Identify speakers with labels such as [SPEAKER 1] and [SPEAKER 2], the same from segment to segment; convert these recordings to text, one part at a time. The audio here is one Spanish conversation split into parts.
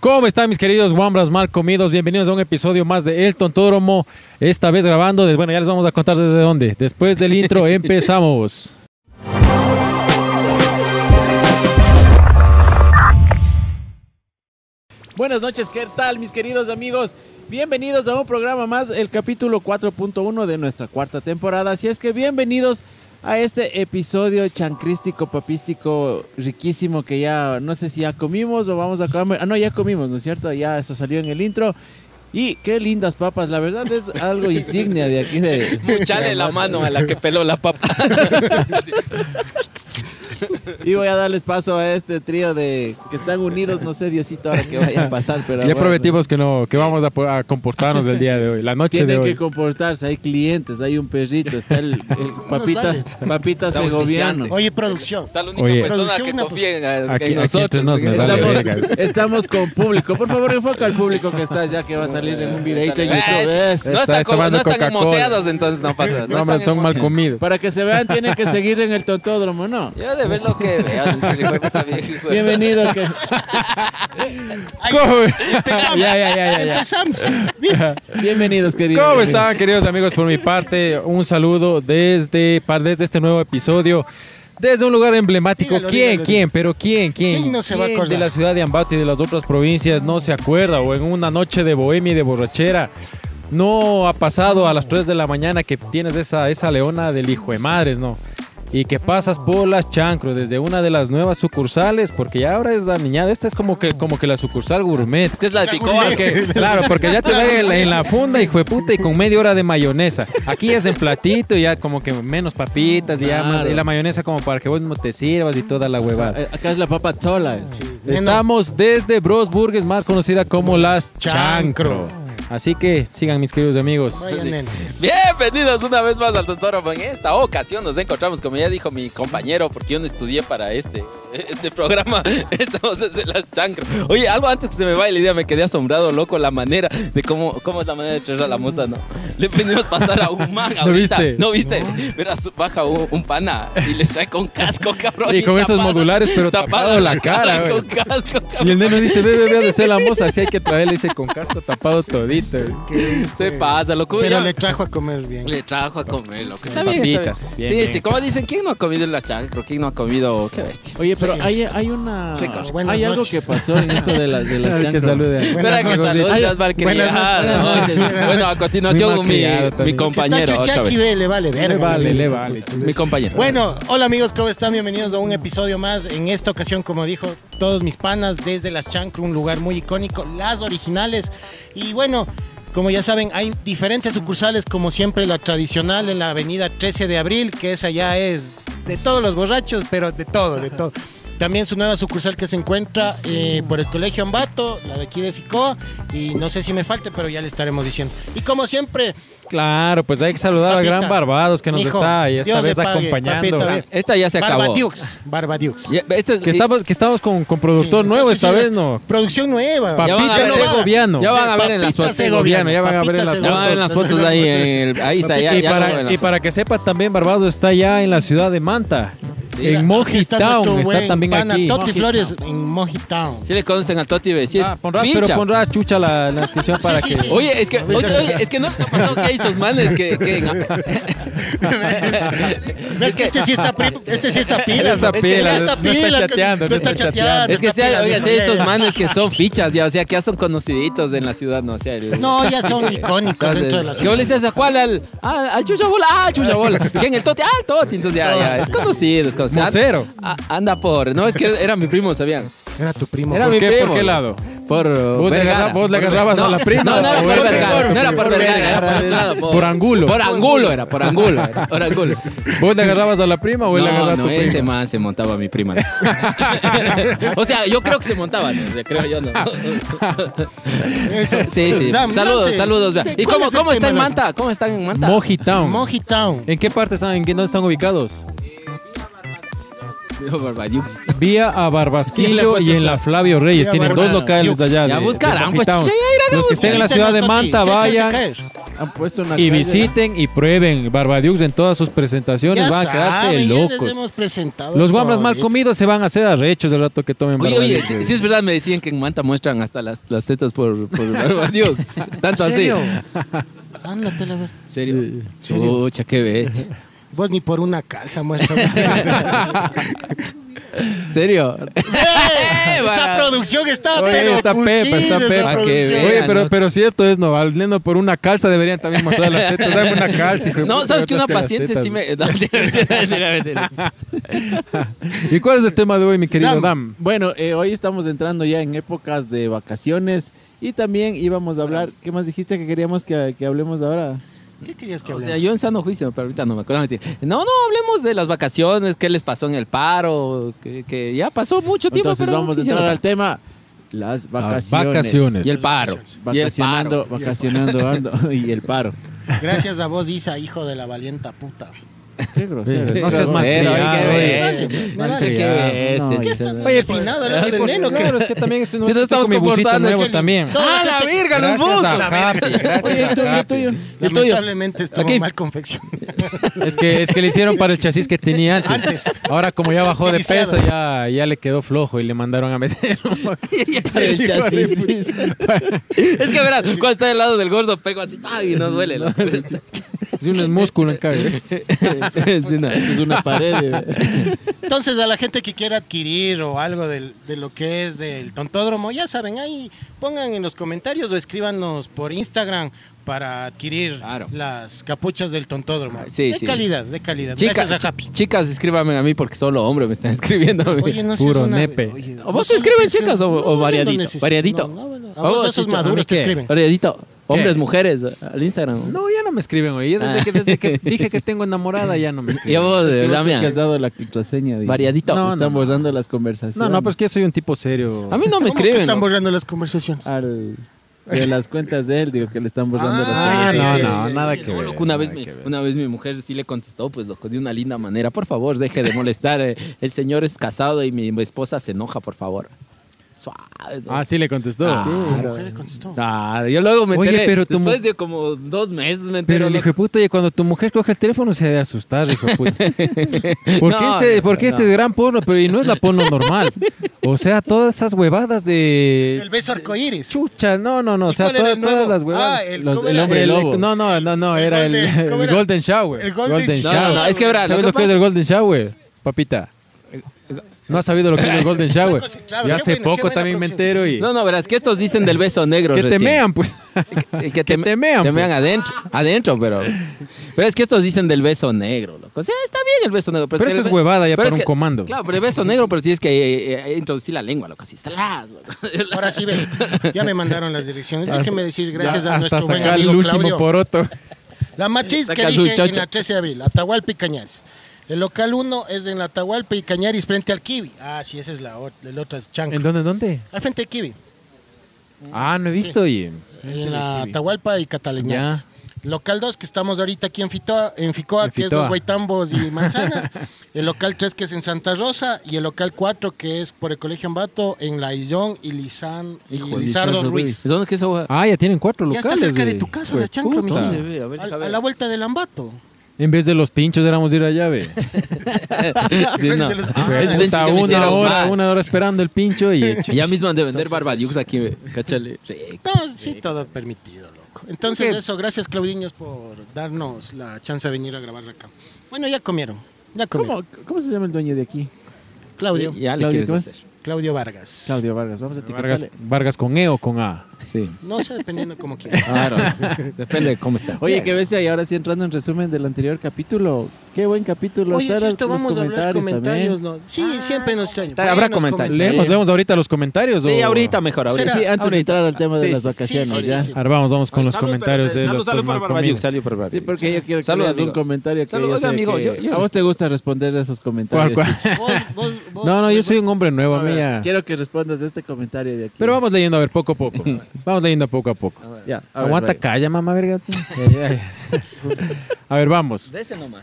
[SPEAKER 1] ¿Cómo están mis queridos Wambras mal comidos? Bienvenidos a un episodio más de El Tontódromo. Esta vez grabando, de- bueno, ya les vamos a contar desde dónde. Después del intro empezamos.
[SPEAKER 2] Buenas noches, ¿qué tal mis queridos amigos? Bienvenidos a un programa más, el capítulo 4.1 de nuestra cuarta temporada. Así es que bienvenidos a este episodio chancrístico, papístico, riquísimo que ya no sé si ya comimos o vamos a comer. Ah, no, ya comimos, ¿no es cierto? Ya se salió en el intro. Y qué lindas papas, la verdad es algo insignia de aquí de...
[SPEAKER 3] Muchale Pues la mano a la que peló la papa.
[SPEAKER 2] Y voy a darles paso a este trío de... que están unidos, no sé Diosito ahora que vaya a pasar, pero...
[SPEAKER 1] ya
[SPEAKER 2] bueno.
[SPEAKER 1] prometimos que no, que vamos a, po- a comportarnos el día de hoy, la noche de
[SPEAKER 2] Tienen que
[SPEAKER 1] hoy.
[SPEAKER 2] comportarse, hay clientes, hay un perrito, está el, el papita,
[SPEAKER 4] sale.
[SPEAKER 2] papita
[SPEAKER 3] Está
[SPEAKER 2] segoviano.
[SPEAKER 1] Este.
[SPEAKER 3] auspiciante.
[SPEAKER 4] Oye, producción.
[SPEAKER 3] Está la única
[SPEAKER 1] Oye.
[SPEAKER 3] persona
[SPEAKER 4] Producción,
[SPEAKER 3] que
[SPEAKER 4] una-
[SPEAKER 3] confía en, en
[SPEAKER 1] Aquí- aquí entre
[SPEAKER 3] nosotros.
[SPEAKER 1] nos, me vale
[SPEAKER 2] Estamos,
[SPEAKER 1] verga.
[SPEAKER 2] estamos con público. Por favor, enfoca al público que está ya que va a salir en un videito en
[SPEAKER 3] Ah,
[SPEAKER 2] YouTube.
[SPEAKER 4] Eh,
[SPEAKER 3] es-
[SPEAKER 2] ¿ves?
[SPEAKER 1] Está
[SPEAKER 3] no están, como-
[SPEAKER 1] tomando
[SPEAKER 3] no están
[SPEAKER 1] Coca-Cola.
[SPEAKER 3] emocionados, entonces no pasa.
[SPEAKER 1] No,
[SPEAKER 3] No,
[SPEAKER 1] hombre,
[SPEAKER 3] están
[SPEAKER 1] son mal
[SPEAKER 3] emocionados.
[SPEAKER 1] comidos.
[SPEAKER 2] Para que se vean, tienen que seguir en el tontódromo, ¿no?
[SPEAKER 3] Yo de ver lo que veo. decir, hijo de puta, bien, hijo de-
[SPEAKER 2] Bienvenido. que-
[SPEAKER 4] Ahí
[SPEAKER 1] ¿Cómo?
[SPEAKER 4] empezamos.
[SPEAKER 1] Ya, ya, ya, ya, ya.
[SPEAKER 4] Empezamos. ¿Viste?
[SPEAKER 2] bienvenidos, queridos.
[SPEAKER 1] ¿Cómo
[SPEAKER 2] amigos.
[SPEAKER 1] están, queridos amigos? Por mi parte, un saludo desde, pa- desde este nuevo episodio. Desde un lugar emblemático,
[SPEAKER 4] Dígalo,
[SPEAKER 1] ¿quién,
[SPEAKER 4] dígalo,
[SPEAKER 1] quién, pero quién, quién?
[SPEAKER 4] ¿Quién no se va a acordar?
[SPEAKER 1] de la ciudad de Ambato y de las otras provincias no se acuerda? O en una noche de bohemia y de borrachera, no ha pasado a las 3 de la mañana que tienes esa, esa leona del hijo de madres, ¿no? Y que pasas por las chancros desde una de las nuevas sucursales, porque ya ahora es la niñada, esta es como que, como que la sucursal gourmet.
[SPEAKER 3] Es que es la de Picoa.
[SPEAKER 4] gourmet.
[SPEAKER 3] que-
[SPEAKER 1] Porque- claro, porque ya te dan en la, en la funda, hijo de puta, y con media hora de mayonesa. Aquí es en platito, y ya como que menos papitas y ya más.
[SPEAKER 2] Claro.
[SPEAKER 1] Y la mayonesa como para que vos mismo te sirvas y toda la huevada.
[SPEAKER 2] Eh, Acá es la papa chola. eh.
[SPEAKER 1] Estamos desde Bros Burgers, más conocida como Las Chancro.
[SPEAKER 4] Chancro.
[SPEAKER 1] Así que sigan mis queridos amigos.
[SPEAKER 4] Vayan en-
[SPEAKER 3] Bienvenidos una vez más al Tontódromo. En esta ocasión nos encontramos, como ya dijo mi compañero, porque yo no estudié para este, este programa. Estamos desde las chancras. Oye, algo antes que se me vaya la idea, me quedé asombrado, loco, la manera de cómo, cómo es la manera de traer a la moza, ¿no? Le pedimos pasar a un man
[SPEAKER 1] ¿No
[SPEAKER 3] ahorita.
[SPEAKER 1] viste?
[SPEAKER 3] ¿No viste? Mira, su- baja un, un pana y le trae con casco, cabrón.
[SPEAKER 1] Y con esos modulares, pero tapado la cara,
[SPEAKER 3] con
[SPEAKER 1] güey.
[SPEAKER 3] casco,
[SPEAKER 1] Y
[SPEAKER 3] cabrón.
[SPEAKER 1] el nene dice, ve, ve, ve, ha de ser la moza, así hay que traerle ese con casco tapado todito. güey.
[SPEAKER 3] Se pasa, loco.
[SPEAKER 4] Pero
[SPEAKER 3] Ya-
[SPEAKER 4] le trajo a comer bien.
[SPEAKER 3] Le trajo a comer, lo que está
[SPEAKER 1] Papitas,
[SPEAKER 3] bien. está bien.
[SPEAKER 1] bien,
[SPEAKER 3] sí,
[SPEAKER 1] bien,
[SPEAKER 3] sí,
[SPEAKER 1] está
[SPEAKER 3] como dicen, ¿quién no ha comido la chancro? ¿Quién no ha comido? Qué bestia.
[SPEAKER 2] Oye, pero hay, hay una.
[SPEAKER 3] Chicos,
[SPEAKER 4] buenas
[SPEAKER 2] Hay algo
[SPEAKER 4] noches.
[SPEAKER 2] que pasó en esto de las, de las
[SPEAKER 1] Ay, que
[SPEAKER 2] chancros.
[SPEAKER 1] salude.
[SPEAKER 4] Buenas
[SPEAKER 3] Espera que
[SPEAKER 4] noches.
[SPEAKER 3] saludos,
[SPEAKER 2] Ay,
[SPEAKER 3] seas malcriado.
[SPEAKER 2] buenas noches, buenas noches.
[SPEAKER 3] Bueno, a continuación,
[SPEAKER 1] Muy
[SPEAKER 3] mi,
[SPEAKER 1] malcriado
[SPEAKER 3] mi
[SPEAKER 1] también.
[SPEAKER 3] compañero.
[SPEAKER 4] Está
[SPEAKER 3] otra
[SPEAKER 4] chuchaqui,
[SPEAKER 3] vez.
[SPEAKER 4] ve, le vale verga.
[SPEAKER 1] Le vale, le vale.
[SPEAKER 3] Mi compañero.
[SPEAKER 4] Bueno, hola amigos, ¿cómo están? Bienvenidos a un episodio más. En esta ocasión, como dijo todos mis panas, desde Las Chancro, un lugar muy icónico, las originales. Y bueno, como ya saben, hay diferentes sucursales, como siempre, la tradicional en la avenida 13 de abril, que esa ya es de todos los borrachos, pero de todo, de todo. También su nueva sucursal que se encuentra eh, por el Colegio Ambato, la de aquí de Ficoa, y no sé si me falte, pero ya le estaremos diciendo. Y como siempre,
[SPEAKER 1] Claro, pues hay que saludar al
[SPEAKER 4] Papita,
[SPEAKER 1] gran Barbados que nos
[SPEAKER 4] mijo,
[SPEAKER 1] está y esta
[SPEAKER 4] Dios le
[SPEAKER 1] vez
[SPEAKER 4] pague,
[SPEAKER 1] acompañando.
[SPEAKER 4] papita, ve.
[SPEAKER 3] Esta ya se acabó.
[SPEAKER 4] Barbadiux, Barbadiux.
[SPEAKER 3] Ya, este es-
[SPEAKER 1] Que estamos, que estamos con, con productor
[SPEAKER 4] Sí,
[SPEAKER 1] nuevo
[SPEAKER 4] entonces,
[SPEAKER 1] esta
[SPEAKER 4] señores,
[SPEAKER 1] vez, ¿no?
[SPEAKER 4] Producción nueva.
[SPEAKER 1] Papita
[SPEAKER 3] Ya van a ver,
[SPEAKER 1] segoviano.
[SPEAKER 3] Ya van a ver en las
[SPEAKER 4] Papita
[SPEAKER 3] fotos.
[SPEAKER 1] segoviano, ya van a ver en las
[SPEAKER 3] Ya van a ver en las
[SPEAKER 4] segoviano.
[SPEAKER 3] fotos ahí.
[SPEAKER 4] eh.
[SPEAKER 3] en el- ahí está, ya.
[SPEAKER 1] y,
[SPEAKER 3] ya
[SPEAKER 1] para,
[SPEAKER 3] van a ver en las
[SPEAKER 1] y para que sepa también, Barbados está ya en la ciudad de Manta.
[SPEAKER 3] Sí,
[SPEAKER 1] en
[SPEAKER 4] Aquí
[SPEAKER 1] Moji
[SPEAKER 4] está nuestro
[SPEAKER 1] Town, está
[SPEAKER 4] buen
[SPEAKER 1] también
[SPEAKER 4] pana
[SPEAKER 1] aquí.
[SPEAKER 4] Totti Flores en Mojitown.
[SPEAKER 3] fotos. Si le conocen al Toti, ve, si es
[SPEAKER 1] Ah, pondrás, pero
[SPEAKER 3] ficha.
[SPEAKER 1] pondrás chucha la, la inscripción para
[SPEAKER 4] sí,
[SPEAKER 1] que.
[SPEAKER 4] sí.
[SPEAKER 3] Oye, es que, oye, oye, es que no les ha pasado que hay esos manes que, que
[SPEAKER 4] ¿Ves que este sí está, pri- este sí está pila?
[SPEAKER 1] Está
[SPEAKER 4] ¿no?
[SPEAKER 3] pila,
[SPEAKER 4] Este sí
[SPEAKER 1] no está
[SPEAKER 4] pila, que-
[SPEAKER 1] chateando,
[SPEAKER 4] no está chateando.
[SPEAKER 3] Es que
[SPEAKER 4] está
[SPEAKER 3] sí, hay,
[SPEAKER 4] pila,
[SPEAKER 3] oiga,
[SPEAKER 4] no,
[SPEAKER 3] sí hay
[SPEAKER 4] ya,
[SPEAKER 3] esos
[SPEAKER 4] ya.
[SPEAKER 3] manes que son fichas, ya, o sea, que ya son conociditos en la ciudad, ¿no? O sea, el-
[SPEAKER 4] No, ya son icónicos
[SPEAKER 3] Entonces,
[SPEAKER 4] dentro de la
[SPEAKER 3] ¿Qué
[SPEAKER 4] ciudad.
[SPEAKER 3] le dices a cuál? Al, ah, al Chucha Bola, ah, Chucha Bola. ¿Quién? El Toti, ah, el Toti. Entonces ya, ya, es conocido, es conocido.
[SPEAKER 1] Mocero.
[SPEAKER 3] Ah, Anda por, no, es que era mi primo, ¿sabían?
[SPEAKER 4] Era tu primo.
[SPEAKER 3] Era
[SPEAKER 1] ¿Por
[SPEAKER 3] mi
[SPEAKER 1] qué?
[SPEAKER 3] primo.
[SPEAKER 1] ¿Por qué lado?
[SPEAKER 3] Por uh,
[SPEAKER 1] Vos le
[SPEAKER 3] Vergara.
[SPEAKER 1] agarra- vos le
[SPEAKER 3] Por-
[SPEAKER 1] agarrabas a
[SPEAKER 3] no,
[SPEAKER 1] la prima,
[SPEAKER 3] No, no era
[SPEAKER 1] o
[SPEAKER 3] por
[SPEAKER 1] era-
[SPEAKER 3] Vergara, no era por
[SPEAKER 4] Por
[SPEAKER 3] Vergara, era
[SPEAKER 4] Vergara,
[SPEAKER 3] por otro lado,
[SPEAKER 1] Por Angulo.
[SPEAKER 3] Por Angulo era, por Angulo, era, por Angulo.
[SPEAKER 1] ¿Vos le agarrabas a la prima o él le agarraba
[SPEAKER 3] No,
[SPEAKER 1] a tu
[SPEAKER 3] no, ese
[SPEAKER 1] prima?
[SPEAKER 3] man se montaba a mi prima. ¿no? o sea, yo creo que se montaba, ¿no? O sea, creo yo no.
[SPEAKER 1] Ah,
[SPEAKER 4] Eso.
[SPEAKER 3] Sí, sí.
[SPEAKER 4] Dam-
[SPEAKER 3] Saludos,
[SPEAKER 4] Dance.
[SPEAKER 3] saludos. vea. ¿Y
[SPEAKER 4] ¿Cuál
[SPEAKER 3] cómo,
[SPEAKER 4] es el
[SPEAKER 3] cómo está en
[SPEAKER 4] tema de-
[SPEAKER 3] Manta? ¿Cómo están en Manta?
[SPEAKER 1] Moji Town.
[SPEAKER 4] Mojitown.
[SPEAKER 1] ¿En qué parte están? ¿En qué, dónde están ubicados?
[SPEAKER 3] Digo, Barbadiux.
[SPEAKER 1] Vía a Barbasquillo
[SPEAKER 2] Sí,
[SPEAKER 1] y en la Flavio Reyes.
[SPEAKER 4] Vía
[SPEAKER 1] Tienen dos
[SPEAKER 4] Barbas-
[SPEAKER 1] locales allá.
[SPEAKER 3] Ya
[SPEAKER 1] de- de
[SPEAKER 3] buscarán,
[SPEAKER 1] Moji
[SPEAKER 3] pues,
[SPEAKER 1] Town.
[SPEAKER 3] chucha, ya irán a
[SPEAKER 1] Los que estén en la
[SPEAKER 4] Ahorita
[SPEAKER 1] ciudad
[SPEAKER 4] no
[SPEAKER 1] de
[SPEAKER 4] está aquí.
[SPEAKER 1] Manta,
[SPEAKER 4] Se echa, se
[SPEAKER 1] vayan.
[SPEAKER 4] cae.
[SPEAKER 2] Han puesto una
[SPEAKER 1] Y
[SPEAKER 2] calle-
[SPEAKER 1] visiten y prueben Barbadiux en todas sus presentaciones.
[SPEAKER 4] Ya
[SPEAKER 1] van a quedarse
[SPEAKER 4] saben, ya les
[SPEAKER 1] locos.
[SPEAKER 4] hemos presentado
[SPEAKER 1] Los guambras mal
[SPEAKER 4] todito.
[SPEAKER 1] comidos se van a hacer arrechos el rato que tomen
[SPEAKER 3] Oye,
[SPEAKER 1] Barbadiux.
[SPEAKER 3] oye, si, si es verdad, me decían que en Manta muestran hasta las, las tetas por, por Dios. Tanto
[SPEAKER 4] ¿En
[SPEAKER 3] así.
[SPEAKER 4] serio? Ándate a ver.
[SPEAKER 3] serio?
[SPEAKER 4] serio.
[SPEAKER 3] Chucha, qué bestia.
[SPEAKER 4] Vos ni por una calza muestra.
[SPEAKER 3] ¿Serio? Eh,
[SPEAKER 4] esa
[SPEAKER 3] va.
[SPEAKER 4] producción está,
[SPEAKER 1] Oye,
[SPEAKER 4] pero
[SPEAKER 1] está
[SPEAKER 4] cuchis,
[SPEAKER 1] pepa, está
[SPEAKER 4] esa
[SPEAKER 1] pepa.
[SPEAKER 3] Pa' que
[SPEAKER 4] producción.
[SPEAKER 3] vean.
[SPEAKER 1] Oye, pero,
[SPEAKER 3] ¿no?
[SPEAKER 1] pero cierto es, no, al menos por una calza deberían también mostrar las tetas. Dame una calza. hijo de
[SPEAKER 3] No,
[SPEAKER 1] puta,
[SPEAKER 3] sabes que una
[SPEAKER 1] muéstrate las
[SPEAKER 3] paciente sí
[SPEAKER 1] tetas.
[SPEAKER 3] me. No, mentira, mentira, mentira, mentira.
[SPEAKER 1] ¿Y cuál es el tema de hoy, mi querido
[SPEAKER 4] Dam.
[SPEAKER 1] Dam?
[SPEAKER 2] Bueno, eh, hoy estamos entrando ya en épocas de vacaciones y también íbamos a hablar. ¿Qué más dijiste que queríamos que, que hablemos ahora?
[SPEAKER 4] ¿Qué querías que
[SPEAKER 3] O
[SPEAKER 4] hablemos?
[SPEAKER 3] sea, yo en sano juicio, pero ahorita no me acuerdo. mentira. No, no, hablemos de las vacaciones, qué les pasó en el paro, que, que ya pasó mucho tiempo.
[SPEAKER 2] Entonces
[SPEAKER 3] pero
[SPEAKER 2] vamos a
[SPEAKER 3] no
[SPEAKER 2] entrar
[SPEAKER 3] quisieron.
[SPEAKER 2] al tema: las vacaciones.
[SPEAKER 1] vacaciones.
[SPEAKER 3] Y el paro. Y el
[SPEAKER 2] Vacacionando,
[SPEAKER 3] paro.
[SPEAKER 2] vacacionando ando y el paro.
[SPEAKER 4] Gracias a vos, Isa, hijo de la valienta puta.
[SPEAKER 2] Qué grosero.
[SPEAKER 1] No seas
[SPEAKER 2] Qué
[SPEAKER 1] malcriado,
[SPEAKER 3] Pero, oye, qué
[SPEAKER 1] oye.
[SPEAKER 3] bestia,
[SPEAKER 4] Malcriado.
[SPEAKER 3] chucha, qué
[SPEAKER 1] No,
[SPEAKER 3] bestia,
[SPEAKER 2] ya
[SPEAKER 3] chucha.
[SPEAKER 4] Oye,
[SPEAKER 1] pues,
[SPEAKER 4] empinado, el ojo de neno, que-
[SPEAKER 1] Claro, es que también estoy,
[SPEAKER 3] Si nos
[SPEAKER 1] estoy
[SPEAKER 3] estamos
[SPEAKER 1] con mi busito
[SPEAKER 3] comportando,
[SPEAKER 1] nuevo
[SPEAKER 3] Cheli.
[SPEAKER 1] también.
[SPEAKER 4] Todo lo que te-
[SPEAKER 1] Gracias a Happy,
[SPEAKER 2] Oye,
[SPEAKER 1] gracias
[SPEAKER 2] ¿y tú,
[SPEAKER 1] a
[SPEAKER 2] y el
[SPEAKER 1] Happy.
[SPEAKER 2] tuyo?
[SPEAKER 3] ¿Y el tuyo?
[SPEAKER 4] Lamentablemente estuvo
[SPEAKER 3] Aquí.
[SPEAKER 4] mal confeccionado.
[SPEAKER 1] Es que, es que le hicieron para el chasis que tenía antes. Ahora, como ya bajó de peso, ya, ya le quedó flojo y le mandaron a meter un-
[SPEAKER 2] El chasis.
[SPEAKER 3] Es que verás, cuando está del lado del gordo, pego así, ¡ay! No duele. loco.
[SPEAKER 1] Es un músculo en cabeza.
[SPEAKER 3] Sí, no.
[SPEAKER 2] Esto es una pared. eh.
[SPEAKER 4] Entonces, a la gente que quiera adquirir o algo del- de lo que es del tontódromo, ya saben, ahí pongan en los comentarios o escríbanos por Instagram para adquirir
[SPEAKER 3] Claro.
[SPEAKER 4] las capuchas del tontódromo.
[SPEAKER 3] Sí,
[SPEAKER 4] de
[SPEAKER 3] sí.
[SPEAKER 4] calidad, de calidad.
[SPEAKER 3] Chicas,
[SPEAKER 4] Gracias a Happy.
[SPEAKER 3] chicas, escríbanme a mí porque solo hombre me están escribiendo. a mí.
[SPEAKER 4] Oye, no seas
[SPEAKER 1] Puro
[SPEAKER 4] una-
[SPEAKER 1] nepe.
[SPEAKER 4] oye,
[SPEAKER 3] ¿O vos te
[SPEAKER 4] no
[SPEAKER 3] escriben
[SPEAKER 4] seas-
[SPEAKER 3] chicas o- o
[SPEAKER 4] no, no
[SPEAKER 3] variadito?
[SPEAKER 4] necesito.
[SPEAKER 3] Variadito.
[SPEAKER 4] No, no, no.
[SPEAKER 3] ¿A
[SPEAKER 4] A vos
[SPEAKER 3] vos,
[SPEAKER 4] esos
[SPEAKER 3] chicho?
[SPEAKER 4] maduros
[SPEAKER 1] ¿A mí
[SPEAKER 4] te
[SPEAKER 1] qué?
[SPEAKER 4] escriben.
[SPEAKER 3] Oredito, hombres,
[SPEAKER 1] ¿Qué?
[SPEAKER 3] mujeres, al Instagram.
[SPEAKER 1] No, ya no me escriben, oye. Desde que, desde que dije que tengo enamorada, ya no me
[SPEAKER 3] Ah. Y a
[SPEAKER 1] escriben.
[SPEAKER 3] vos, eh,
[SPEAKER 2] Es que vos
[SPEAKER 3] Damián.
[SPEAKER 2] que has dado la contraseña. digo.
[SPEAKER 3] Variadito.
[SPEAKER 1] No,
[SPEAKER 2] Están borrando las conversaciones.
[SPEAKER 1] No, pues. no, pero es que yo soy un tipo serio.
[SPEAKER 3] A mí no me
[SPEAKER 4] ¿Cómo que
[SPEAKER 3] escriben.
[SPEAKER 4] Están
[SPEAKER 3] loco.
[SPEAKER 4] borrando las conversaciones.
[SPEAKER 2] Al, de las cuentas de él, digo que le están borrando
[SPEAKER 1] Ah,
[SPEAKER 2] las
[SPEAKER 1] no,
[SPEAKER 2] cuentas.
[SPEAKER 1] no, nada que
[SPEAKER 3] No,
[SPEAKER 1] ver.
[SPEAKER 3] loco, una, vez
[SPEAKER 1] nada
[SPEAKER 3] mi,
[SPEAKER 1] que ver.
[SPEAKER 3] una vez mi mujer sí le contestó, pues loco, de una linda manera. Por favor, deje de molestar. eh, El señor es casado y mi esposa se enoja, por favor. Suave. loco.
[SPEAKER 1] Ah, sí, le contestó.
[SPEAKER 3] Ah,
[SPEAKER 4] La mujer le contestó.
[SPEAKER 3] Ah, yo luego me
[SPEAKER 1] Oye,
[SPEAKER 3] enteré.
[SPEAKER 1] pero tu
[SPEAKER 3] Después
[SPEAKER 1] mu-
[SPEAKER 3] de como dos meses me enteré.
[SPEAKER 1] Pero el
[SPEAKER 3] loco.
[SPEAKER 1] hijo de puta, oye, cuando tu mujer coge el teléfono se debe asustar, hijo de puta. ¿Por qué
[SPEAKER 3] No,
[SPEAKER 1] este,
[SPEAKER 3] no,
[SPEAKER 1] por qué
[SPEAKER 3] no.
[SPEAKER 1] este es gran porno? Pero y no es la porno normal. O sea, todas esas huevadas
[SPEAKER 4] El
[SPEAKER 1] de.
[SPEAKER 4] beso arcoíris.
[SPEAKER 1] Chucha, no, no, no. O
[SPEAKER 4] ¿Y
[SPEAKER 1] sea,
[SPEAKER 4] cuál era
[SPEAKER 1] toda-
[SPEAKER 4] el nuevo?
[SPEAKER 1] todas las huevadas.
[SPEAKER 4] Ah, el-
[SPEAKER 1] los-
[SPEAKER 4] ¿cómo era?
[SPEAKER 1] hombre
[SPEAKER 2] El
[SPEAKER 1] lobo.
[SPEAKER 2] lobo.
[SPEAKER 1] No, no, no, no.
[SPEAKER 4] El
[SPEAKER 1] Era el,
[SPEAKER 4] golden-
[SPEAKER 1] el
[SPEAKER 4] ¿cómo era?
[SPEAKER 1] Golden Shower.
[SPEAKER 4] El golden
[SPEAKER 3] No,
[SPEAKER 4] Shower.
[SPEAKER 3] no, no, es que verás, lo
[SPEAKER 1] ¿Sabes
[SPEAKER 3] que
[SPEAKER 1] lo que es
[SPEAKER 3] pasa-
[SPEAKER 1] el Golden Shower, papita? No has sabido lo que es el Golden Shower.
[SPEAKER 4] concentrado,
[SPEAKER 1] Yo
[SPEAKER 4] qué
[SPEAKER 1] hace
[SPEAKER 4] buena- qué
[SPEAKER 1] poco
[SPEAKER 4] buena
[SPEAKER 1] también me
[SPEAKER 4] producción.
[SPEAKER 1] entero y.
[SPEAKER 3] No, no, verás que estos dicen del beso negro.
[SPEAKER 1] que te
[SPEAKER 3] recién.
[SPEAKER 1] mean, pues.
[SPEAKER 3] El que,
[SPEAKER 1] Que
[SPEAKER 3] te,
[SPEAKER 1] te mean,
[SPEAKER 3] te
[SPEAKER 1] pues.
[SPEAKER 3] mean adentro, adentro, pero. Pero es que estos dicen del beso negro, loco. O sea, está bien el beso negro. Pero,
[SPEAKER 1] Pero
[SPEAKER 3] que
[SPEAKER 1] eso
[SPEAKER 3] el
[SPEAKER 1] es
[SPEAKER 3] be-
[SPEAKER 1] huevada ya
[SPEAKER 3] pero
[SPEAKER 1] para
[SPEAKER 3] es
[SPEAKER 1] un
[SPEAKER 3] que-
[SPEAKER 1] comando.
[SPEAKER 3] Claro, pero el beso negro, pero tienes que eh, eh, introducir la lengua, loco. Así está. loco. Pues
[SPEAKER 4] Ahora sí, ve. Ya me mandaron las direcciones. Déjenme decir gracias a
[SPEAKER 1] Hasta
[SPEAKER 4] nuestro buen
[SPEAKER 1] sacar el
[SPEAKER 4] amigo
[SPEAKER 1] último
[SPEAKER 4] Claudio.
[SPEAKER 1] poroto.
[SPEAKER 4] La matriz que
[SPEAKER 3] Saca su
[SPEAKER 4] dije en
[SPEAKER 3] chocho.
[SPEAKER 4] la 13 de abril, Atahualpa y Cañaris. El local 1 es en Atahualpa y Cañaris frente al Kiwi. Ah, sí, esa es la otra, el otro chancro.
[SPEAKER 1] ¿En dónde, en dónde?
[SPEAKER 4] Al frente del Kiwi,
[SPEAKER 1] Ah, no he visto. Y...
[SPEAKER 4] en la Atahualpa y Cataleñares. Local 2, que estamos ahorita aquí en, Fitoa, en Ficoa,
[SPEAKER 1] En
[SPEAKER 4] que es
[SPEAKER 1] Fitoa.
[SPEAKER 4] los Guaitambos y Manzanas. el local 3, que es en Santa Rosa. Y el local 4, que es por el Colegio Ambato, en La Illón y, Lizán, y Lizardo
[SPEAKER 2] Lizardo
[SPEAKER 4] Ruiz.
[SPEAKER 3] ¿Dónde que eso?
[SPEAKER 1] Ah, ya tienen cuatro
[SPEAKER 4] Ya
[SPEAKER 1] locales.
[SPEAKER 4] está cerca de
[SPEAKER 1] güey.
[SPEAKER 4] tu casa,
[SPEAKER 1] Güey,
[SPEAKER 4] la chancro,
[SPEAKER 1] puta.
[SPEAKER 4] mijito.
[SPEAKER 3] Sí, ve, a ver,
[SPEAKER 4] Al-
[SPEAKER 3] deja
[SPEAKER 4] A,
[SPEAKER 3] ver.
[SPEAKER 4] la vuelta del Ambato.
[SPEAKER 1] En vez de los pinchos éramos ir allá, ve.
[SPEAKER 3] Sí, no.
[SPEAKER 4] de los-
[SPEAKER 3] Ah, es
[SPEAKER 1] Puta,
[SPEAKER 3] pinches que me
[SPEAKER 1] una
[SPEAKER 3] hicieron
[SPEAKER 1] hora,
[SPEAKER 3] mal.
[SPEAKER 1] una hora esperando el pincho y...
[SPEAKER 3] Ya mismo han de vender barbadiux aquí, ve. cáchale. Rico.
[SPEAKER 4] No, sí, todo permitido, loco. Entonces, eso, gracias, Claudiños, por darnos la chance de venir a grabar acá. Bueno, ya comieron. Ya comieron.
[SPEAKER 2] ¿Cómo, ¿Cómo se llama el dueño de aquí?
[SPEAKER 4] Claudio.
[SPEAKER 3] Ya le
[SPEAKER 2] Claudio,
[SPEAKER 3] quieres
[SPEAKER 2] ¿qué más?
[SPEAKER 3] hacer.
[SPEAKER 4] Claudio Vargas.
[SPEAKER 2] Claudio Vargas. Vamos a
[SPEAKER 1] Vargas,
[SPEAKER 2] etiquetarle.
[SPEAKER 1] Vargas con E o con A.
[SPEAKER 3] Sí.
[SPEAKER 4] No sé, dependiendo como quieras.
[SPEAKER 3] Claro. Depende de cómo está.
[SPEAKER 2] Oye, que bestia, y ahora sí entrando en resumen del anterior capítulo. Qué buen capítulo.
[SPEAKER 4] Oye,
[SPEAKER 2] Estar
[SPEAKER 4] es cierto,
[SPEAKER 2] los
[SPEAKER 4] vamos a hablar comentarios.
[SPEAKER 2] también.
[SPEAKER 4] ¿no? Sí, siempre nos traen.
[SPEAKER 3] Habrá
[SPEAKER 4] Vayan los
[SPEAKER 3] comentarios.
[SPEAKER 1] Leemos, leemos ahorita los comentarios.
[SPEAKER 3] Sí,
[SPEAKER 1] o-
[SPEAKER 3] ahorita mejor, ahorita.
[SPEAKER 4] Será-
[SPEAKER 2] Sí, antes de entrar al tema de
[SPEAKER 3] Sí,
[SPEAKER 2] las
[SPEAKER 3] sí, sí,
[SPEAKER 2] vacaciones,
[SPEAKER 4] sí, sí,
[SPEAKER 2] ¿ya?
[SPEAKER 4] sí.
[SPEAKER 1] Ahora vamos, vamos con los
[SPEAKER 3] Salud,
[SPEAKER 1] comentarios
[SPEAKER 3] espérate,
[SPEAKER 1] de
[SPEAKER 3] salud,
[SPEAKER 1] los
[SPEAKER 3] salud
[SPEAKER 1] pues,
[SPEAKER 3] para
[SPEAKER 1] mal
[SPEAKER 3] Barbadiux,
[SPEAKER 1] comidos.
[SPEAKER 3] salud para Barbadiux.
[SPEAKER 2] Sí, porque yo quiero que
[SPEAKER 3] Salud,
[SPEAKER 2] leas un
[SPEAKER 3] amigos.
[SPEAKER 2] comentario que
[SPEAKER 3] Salud,
[SPEAKER 2] yo
[SPEAKER 3] oiga,
[SPEAKER 2] sé
[SPEAKER 3] amigos,
[SPEAKER 2] que-
[SPEAKER 3] yo- yo-
[SPEAKER 2] A vos te gusta responder esos comentarios.
[SPEAKER 1] ¿Cuál, cuál?
[SPEAKER 2] Chucho.
[SPEAKER 4] Vos- vos- vos-
[SPEAKER 1] No, no, yo
[SPEAKER 4] vos-
[SPEAKER 1] soy un hombre nuevo,
[SPEAKER 2] A ver,
[SPEAKER 1] mía.
[SPEAKER 2] Quiero que respondas este comentario de aquí.
[SPEAKER 1] Pero vamos leyendo, a ver, poco a poco. Vamos leyendo poco a poco.
[SPEAKER 2] Ya, a ver,
[SPEAKER 1] Aguanta,
[SPEAKER 2] vaya.
[SPEAKER 1] calla, mamá verga. a ver, vamos.
[SPEAKER 3] De ese nomás.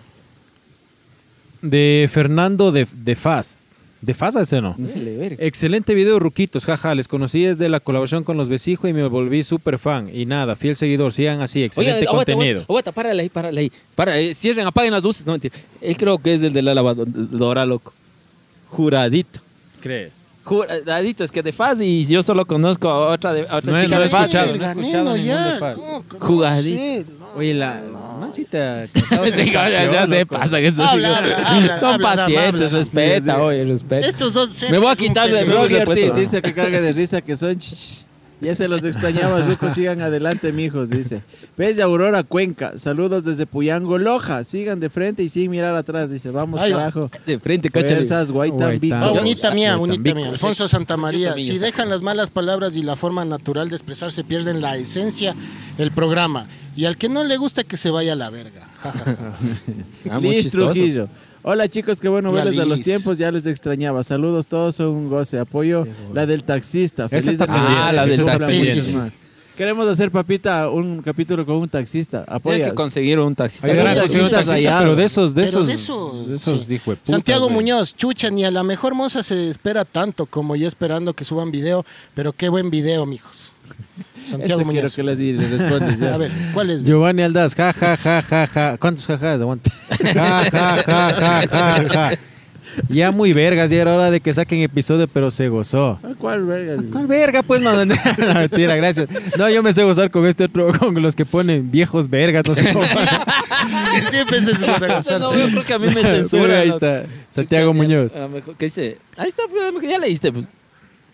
[SPEAKER 1] De Fernando de, de Fast. De Fasa ese no.
[SPEAKER 2] Dale, verga.
[SPEAKER 1] Excelente video, Ruquitos, jaja. Les conocí desde la colaboración con los Besijo y me volví súper fan. Y nada, fiel seguidor, sigan así, excelente
[SPEAKER 3] aguanta,
[SPEAKER 1] contenido.
[SPEAKER 3] Aguanta, aguanta, párale ahí, párale ahí. Para, eh, cierren, apaguen las luces. No, mentira. Él creo que es el de la lavadora, loco. Juradito.
[SPEAKER 1] ¿Crees?
[SPEAKER 3] Juradito, es que de Faz y yo solo conozco a otra, de, a otra
[SPEAKER 1] No,
[SPEAKER 3] chica
[SPEAKER 1] no
[SPEAKER 3] de
[SPEAKER 1] he
[SPEAKER 3] Faz.
[SPEAKER 1] escuchado, no he
[SPEAKER 4] Verga,
[SPEAKER 1] escuchado
[SPEAKER 4] neno,
[SPEAKER 1] ningún
[SPEAKER 4] ya.
[SPEAKER 1] de Faz.
[SPEAKER 4] ¿Cómo que no
[SPEAKER 3] Jugadito.
[SPEAKER 4] sé? No.
[SPEAKER 1] Oye, la mancita.
[SPEAKER 3] Sí, ya, ya se pasa que estos
[SPEAKER 4] Habla,
[SPEAKER 3] hijos-
[SPEAKER 4] habla, habla,
[SPEAKER 3] Son
[SPEAKER 4] habla, habla,
[SPEAKER 3] pacientes,
[SPEAKER 4] habla.
[SPEAKER 3] respeta, oye, respeta.
[SPEAKER 4] Estos dos
[SPEAKER 3] Me voy a
[SPEAKER 4] cerdos son
[SPEAKER 3] quitar de-
[SPEAKER 4] pendejos.
[SPEAKER 3] Hemos
[SPEAKER 2] Rocky
[SPEAKER 3] depuesto,
[SPEAKER 2] Ortiz
[SPEAKER 3] ¿no?
[SPEAKER 2] dice que cague de risa que son ch- Ya se los extrañaba, Ruco. Sigan adelante, mijos, dice. Bella Aurora Cuenca. Saludos desde Puyango, Loja. Sigan de frente y sin mirar atrás, dice. Vamos,
[SPEAKER 4] Ahí va.
[SPEAKER 2] carajo.
[SPEAKER 3] De frente, cáchale.
[SPEAKER 2] Fuerzas,
[SPEAKER 1] Guaytambico.
[SPEAKER 2] Guaytambico.
[SPEAKER 4] Ah, bonita mía,
[SPEAKER 1] Yo
[SPEAKER 4] bonita
[SPEAKER 1] también.
[SPEAKER 4] mía. Alfonso Santamaría.
[SPEAKER 3] también
[SPEAKER 4] Si
[SPEAKER 3] está.
[SPEAKER 4] dejan las malas palabras y la forma natural de expresarse, pierden la esencia del programa. Y al que no le gusta, que se vaya a la verga. Ja, ja, ja.
[SPEAKER 3] Ah, muy
[SPEAKER 2] Liz
[SPEAKER 3] chistoso.
[SPEAKER 2] Trujillo. Hola chicos, qué bueno
[SPEAKER 4] Hola,
[SPEAKER 2] verles a los
[SPEAKER 4] Liz.
[SPEAKER 2] tiempos, ya les extrañaba. Saludos, todos son un goce. Apoyo la del taxista. Feliz
[SPEAKER 1] está
[SPEAKER 2] de regresar.
[SPEAKER 3] pendiente, Ah, la del
[SPEAKER 2] Eso está
[SPEAKER 3] taxista.
[SPEAKER 2] pendiente. Más. Queremos hacer, papita, un capítulo con un taxista.
[SPEAKER 3] Tienes
[SPEAKER 2] Apoya.
[SPEAKER 3] que conseguir un taxista.
[SPEAKER 1] Hay
[SPEAKER 2] Pero
[SPEAKER 1] gran
[SPEAKER 2] un
[SPEAKER 1] opción,
[SPEAKER 2] taxista
[SPEAKER 1] taxista,
[SPEAKER 2] rayado.
[SPEAKER 1] pero de esos, de
[SPEAKER 4] Pero
[SPEAKER 1] esos,
[SPEAKER 4] de eso,
[SPEAKER 1] de esos
[SPEAKER 4] sí.
[SPEAKER 1] hijo de putas,
[SPEAKER 4] Santiago
[SPEAKER 1] güey.
[SPEAKER 4] Muñoz, chucha, ni a la mejor moza se espera tanto como yo esperando que suban video, pero qué buen video, mijos. Santiago
[SPEAKER 2] Eso quiero
[SPEAKER 4] Muñoz.
[SPEAKER 2] que les digas, les respondes. ya.
[SPEAKER 4] A ver, ¿cuál es?
[SPEAKER 1] Giovanni Aldaz, ja, ja, ja, ja, ja. ¿Cuántos jajas? Aguanta. Ja, ja, ja, ja, ja, ja. Ya muy vergas, ya era hora de que saquen episodio, pero se gozó.
[SPEAKER 2] Ah, ¿Cuál verga?
[SPEAKER 1] ¿Cuál verga? Pues no, no, no, no, mentira, gracias. No, yo me sé gozar con este otro, con los que ponen viejos vergas, no sé cómo.
[SPEAKER 4] Siempre se suele
[SPEAKER 3] No,
[SPEAKER 4] gozarse.
[SPEAKER 3] no, yo creo que a mí me
[SPEAKER 1] Mira,
[SPEAKER 3] censura.
[SPEAKER 1] Ahí
[SPEAKER 3] loco.
[SPEAKER 1] está, Santiago
[SPEAKER 3] Chucha,
[SPEAKER 1] Muñoz.
[SPEAKER 3] a lo mejor- ¿Qué dice? Ahí está, pero a lo mejor ya leíste. pues.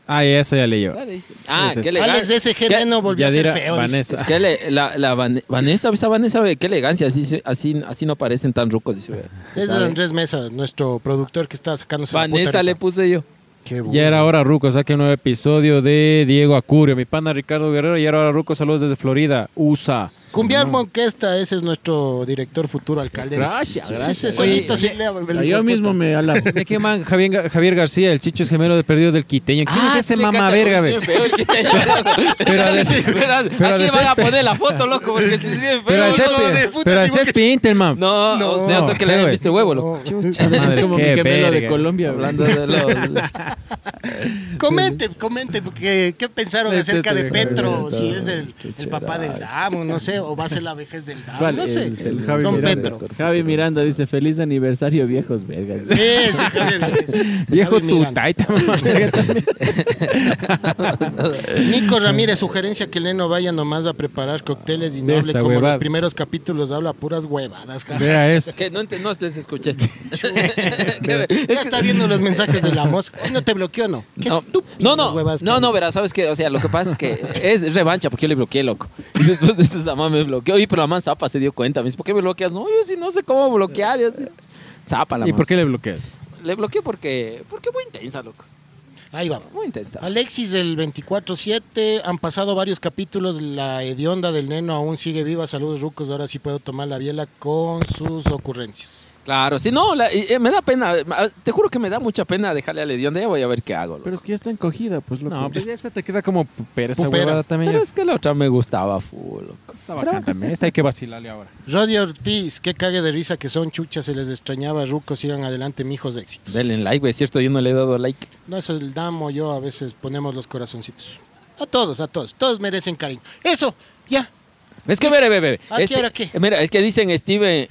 [SPEAKER 1] Ah, esa ya leí yo.
[SPEAKER 3] Ya leíste. Ah,
[SPEAKER 1] Ese
[SPEAKER 3] qué
[SPEAKER 1] es-
[SPEAKER 3] elegancia.
[SPEAKER 4] Alex SG
[SPEAKER 3] Qué-
[SPEAKER 4] Neno volvió a ser
[SPEAKER 1] Yadira
[SPEAKER 4] feo. dice.
[SPEAKER 1] Vanessa.
[SPEAKER 3] qué ele- la, la Van- Vanessa, esa Vanessa, ve, qué elegancia, así, se- así, así no parecen tan rucos. dice, ve.
[SPEAKER 4] Es de Andrés Mesa, nuestro productor que está sacándose la puta
[SPEAKER 3] Vanessa le
[SPEAKER 4] ahorita.
[SPEAKER 3] puse yo.
[SPEAKER 4] Qué burro.
[SPEAKER 1] Ya era hora, Ruco, saque un nuevo episodio de Diego Acurio, mi pana Ricardo Guerrero. Ya era hora, Ruco, saludos desde Florida, USA.
[SPEAKER 4] Cumbiar Monquesta, ese es nuestro director futuro alcalde.
[SPEAKER 2] Gracias,
[SPEAKER 4] Sí,
[SPEAKER 2] gracias.
[SPEAKER 4] sí, solito sí le- el-
[SPEAKER 2] Yo mismo me alabo.
[SPEAKER 1] ¿De qué man? Javier, Ga- Javier García, el chicho es gemelo de perdido del quiteño. ¿Quién
[SPEAKER 4] Ah,
[SPEAKER 1] es Ah, ese mamá verga, ve?
[SPEAKER 3] Pero,
[SPEAKER 1] pero
[SPEAKER 3] aquí
[SPEAKER 1] de
[SPEAKER 3] van a
[SPEAKER 1] cepe.
[SPEAKER 3] poner la foto, loco, porque si es bien
[SPEAKER 1] Pero
[SPEAKER 3] feo.
[SPEAKER 1] a
[SPEAKER 4] no,
[SPEAKER 1] ese,
[SPEAKER 4] no, de puta,
[SPEAKER 1] pero a
[SPEAKER 4] sí,
[SPEAKER 1] ese
[SPEAKER 4] porque-
[SPEAKER 1] Pintel, man.
[SPEAKER 3] No, no, o sea,
[SPEAKER 1] No,
[SPEAKER 3] eso que
[SPEAKER 1] feo,
[SPEAKER 3] le habían
[SPEAKER 1] güey.
[SPEAKER 3] visto el huevo, loco.
[SPEAKER 4] No.
[SPEAKER 2] es
[SPEAKER 1] Madre,
[SPEAKER 2] como mi
[SPEAKER 1] qué
[SPEAKER 2] gemelo de
[SPEAKER 1] verga.
[SPEAKER 2] Colombia.
[SPEAKER 3] Hablando de los...
[SPEAKER 4] Comenten, comenten qué, qué pensaron
[SPEAKER 1] Este
[SPEAKER 4] acerca de
[SPEAKER 1] te-
[SPEAKER 4] Petro, si es el, el papá del Damo, no sé, o va a ser la vejez del Damo,
[SPEAKER 2] ¿Cuál?
[SPEAKER 4] no sé.
[SPEAKER 2] El- el
[SPEAKER 1] Javi
[SPEAKER 4] Don
[SPEAKER 1] Miranda.
[SPEAKER 4] Petro.
[SPEAKER 2] Javi Miranda dice, feliz aniversario, viejos vergas.
[SPEAKER 4] Ese, Javier, ese.
[SPEAKER 1] Viejo
[SPEAKER 4] Javi
[SPEAKER 1] tu
[SPEAKER 4] Miranda.
[SPEAKER 1] taita, mamá verga, también.
[SPEAKER 4] Nico Ramírez, sugerencia que Leno vaya nomás a preparar cócteles y no
[SPEAKER 1] De
[SPEAKER 4] hable
[SPEAKER 1] esa
[SPEAKER 4] como
[SPEAKER 1] huevada.
[SPEAKER 4] los primeros capítulos, habla puras huevadas. jaja.
[SPEAKER 1] Vea eso.
[SPEAKER 3] Que no, ent- no les escuché.
[SPEAKER 4] Ya está viendo los mensajes de la moza. Ay, ¿No te bloqueó no? Qué
[SPEAKER 3] No,
[SPEAKER 4] estúpido,
[SPEAKER 3] no,
[SPEAKER 4] las
[SPEAKER 3] no,
[SPEAKER 4] huevas que
[SPEAKER 3] no, no,
[SPEAKER 4] dice.
[SPEAKER 3] verás, ¿sabes qué? O sea, lo que pasa es que es revancha porque yo le bloqueé, loco. Y después de eso, esa mamá me bloqueó. Oye, pero la man Zapa se dio cuenta. Me dice, ¿por qué me bloqueas? No, yo sí no sé cómo bloquear. Yo sí. Zapa la
[SPEAKER 1] ¿Y
[SPEAKER 3] man.
[SPEAKER 1] por qué le bloqueas?
[SPEAKER 3] Le bloqueé porque, porque muy intensa, loco.
[SPEAKER 4] Ahí vamos.
[SPEAKER 3] Muy intensa.
[SPEAKER 4] Alexis del 24-7, han pasado varios capítulos, la hedionda del neno aún sigue viva, saludos rucos, ahora sí puedo tomar la biela con sus ocurrencias.
[SPEAKER 3] Claro, sí, no, la- y- eh, me da pena. ma- Te juro que me da mucha pena dejarle a Ledión. Ya voy a ver qué hago, loco.
[SPEAKER 2] Pero es que ya está encogida, pues loco.
[SPEAKER 1] No, pues esa te queda como pupera, esa
[SPEAKER 4] Pupera.
[SPEAKER 1] huevada también.
[SPEAKER 3] Pero es que la otra me gustaba full, loco.
[SPEAKER 1] Está bacán también. Esta hay que vacilarle ahora.
[SPEAKER 4] Roddy Ortiz, qué cague de risa que son chuchas, se les extrañaba, rucos, sigan adelante, mijos de éxito.
[SPEAKER 3] Denle like, güey. Es cierto, yo no le he dado like.
[SPEAKER 4] No es el damo, yo a veces ponemos los corazoncitos. A todos, a todos, todos merecen cariño. Eso, ya.
[SPEAKER 3] Es que, mire, bebé.
[SPEAKER 4] ¿A qué hora Ah, qué?
[SPEAKER 3] Mira, es que dicen Steven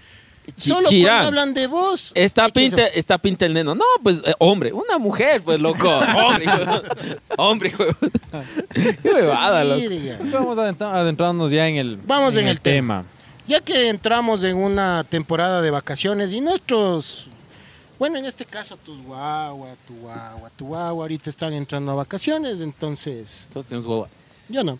[SPEAKER 4] Solo
[SPEAKER 3] Chirán.
[SPEAKER 4] cuando hablan de vos.
[SPEAKER 3] Está
[SPEAKER 4] hay que
[SPEAKER 3] pinta, está pinta el neno. No, pues eh, hombre, una mujer, pues loco. hombre, hijo de- hombre, hijo de- Qué huevada, loco.
[SPEAKER 4] Virga.
[SPEAKER 1] Vamos adentra- adentrarnos ya en el,
[SPEAKER 4] Vamos en el
[SPEAKER 1] tema.
[SPEAKER 4] Ya que entramos en una temporada de vacaciones y nuestros, bueno, en este caso tus guagua, tu guagua, tu guagua, ahorita están entrando a vacaciones, entonces
[SPEAKER 3] Todos tenemos guagua.
[SPEAKER 4] yo no.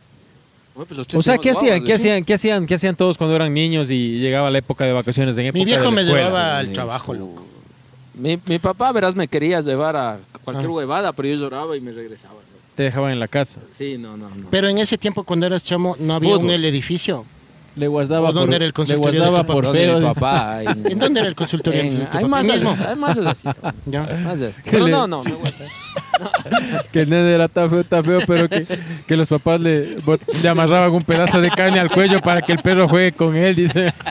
[SPEAKER 3] Uy, pues, los tres
[SPEAKER 1] O sea, ¿qué
[SPEAKER 3] tenemos
[SPEAKER 1] hacían?
[SPEAKER 3] guaguas,
[SPEAKER 1] ¿Qué
[SPEAKER 3] güey.
[SPEAKER 1] hacían? ¿Qué hacían? ¿Qué hacían todos cuando eran niños y llegaba la época de vacaciones en época
[SPEAKER 4] Mi
[SPEAKER 1] de
[SPEAKER 4] viejo
[SPEAKER 1] la
[SPEAKER 4] me
[SPEAKER 1] escuela?
[SPEAKER 4] llevaba al trabajo,
[SPEAKER 3] Uh.
[SPEAKER 4] loco.
[SPEAKER 3] Mi, mi papá, verás, me quería llevar a cualquier
[SPEAKER 4] Ah.
[SPEAKER 3] huevada, pero yo lloraba y me regresaba. loco.
[SPEAKER 1] Te dejaban en la casa.
[SPEAKER 3] Sí, no, no, no.
[SPEAKER 4] Pero en ese tiempo cuando eras chamo no había
[SPEAKER 3] Fútbol.
[SPEAKER 4] un el edificio.
[SPEAKER 2] Le guardaba
[SPEAKER 4] ¿O dónde
[SPEAKER 2] por,
[SPEAKER 4] era el
[SPEAKER 2] le
[SPEAKER 4] consultorio de
[SPEAKER 2] guardaba
[SPEAKER 4] tu papá?
[SPEAKER 2] por
[SPEAKER 3] Donde
[SPEAKER 2] feo.
[SPEAKER 3] mi
[SPEAKER 2] dice.
[SPEAKER 3] papá. en-
[SPEAKER 4] ¿En dónde era el consultorio?
[SPEAKER 3] en-
[SPEAKER 4] de tu
[SPEAKER 3] hay
[SPEAKER 4] papá?
[SPEAKER 3] más,
[SPEAKER 4] mismo.
[SPEAKER 3] hay más así.
[SPEAKER 4] Ya.
[SPEAKER 3] Más de así.
[SPEAKER 1] ¿Qué
[SPEAKER 3] Pero
[SPEAKER 1] le-
[SPEAKER 3] no, no, no.
[SPEAKER 1] que el nene era tan feo, tan feo, pero que, que los papás le, bot- le amarraban un pedazo de carne al cuello para que el perro juegue con él, dice.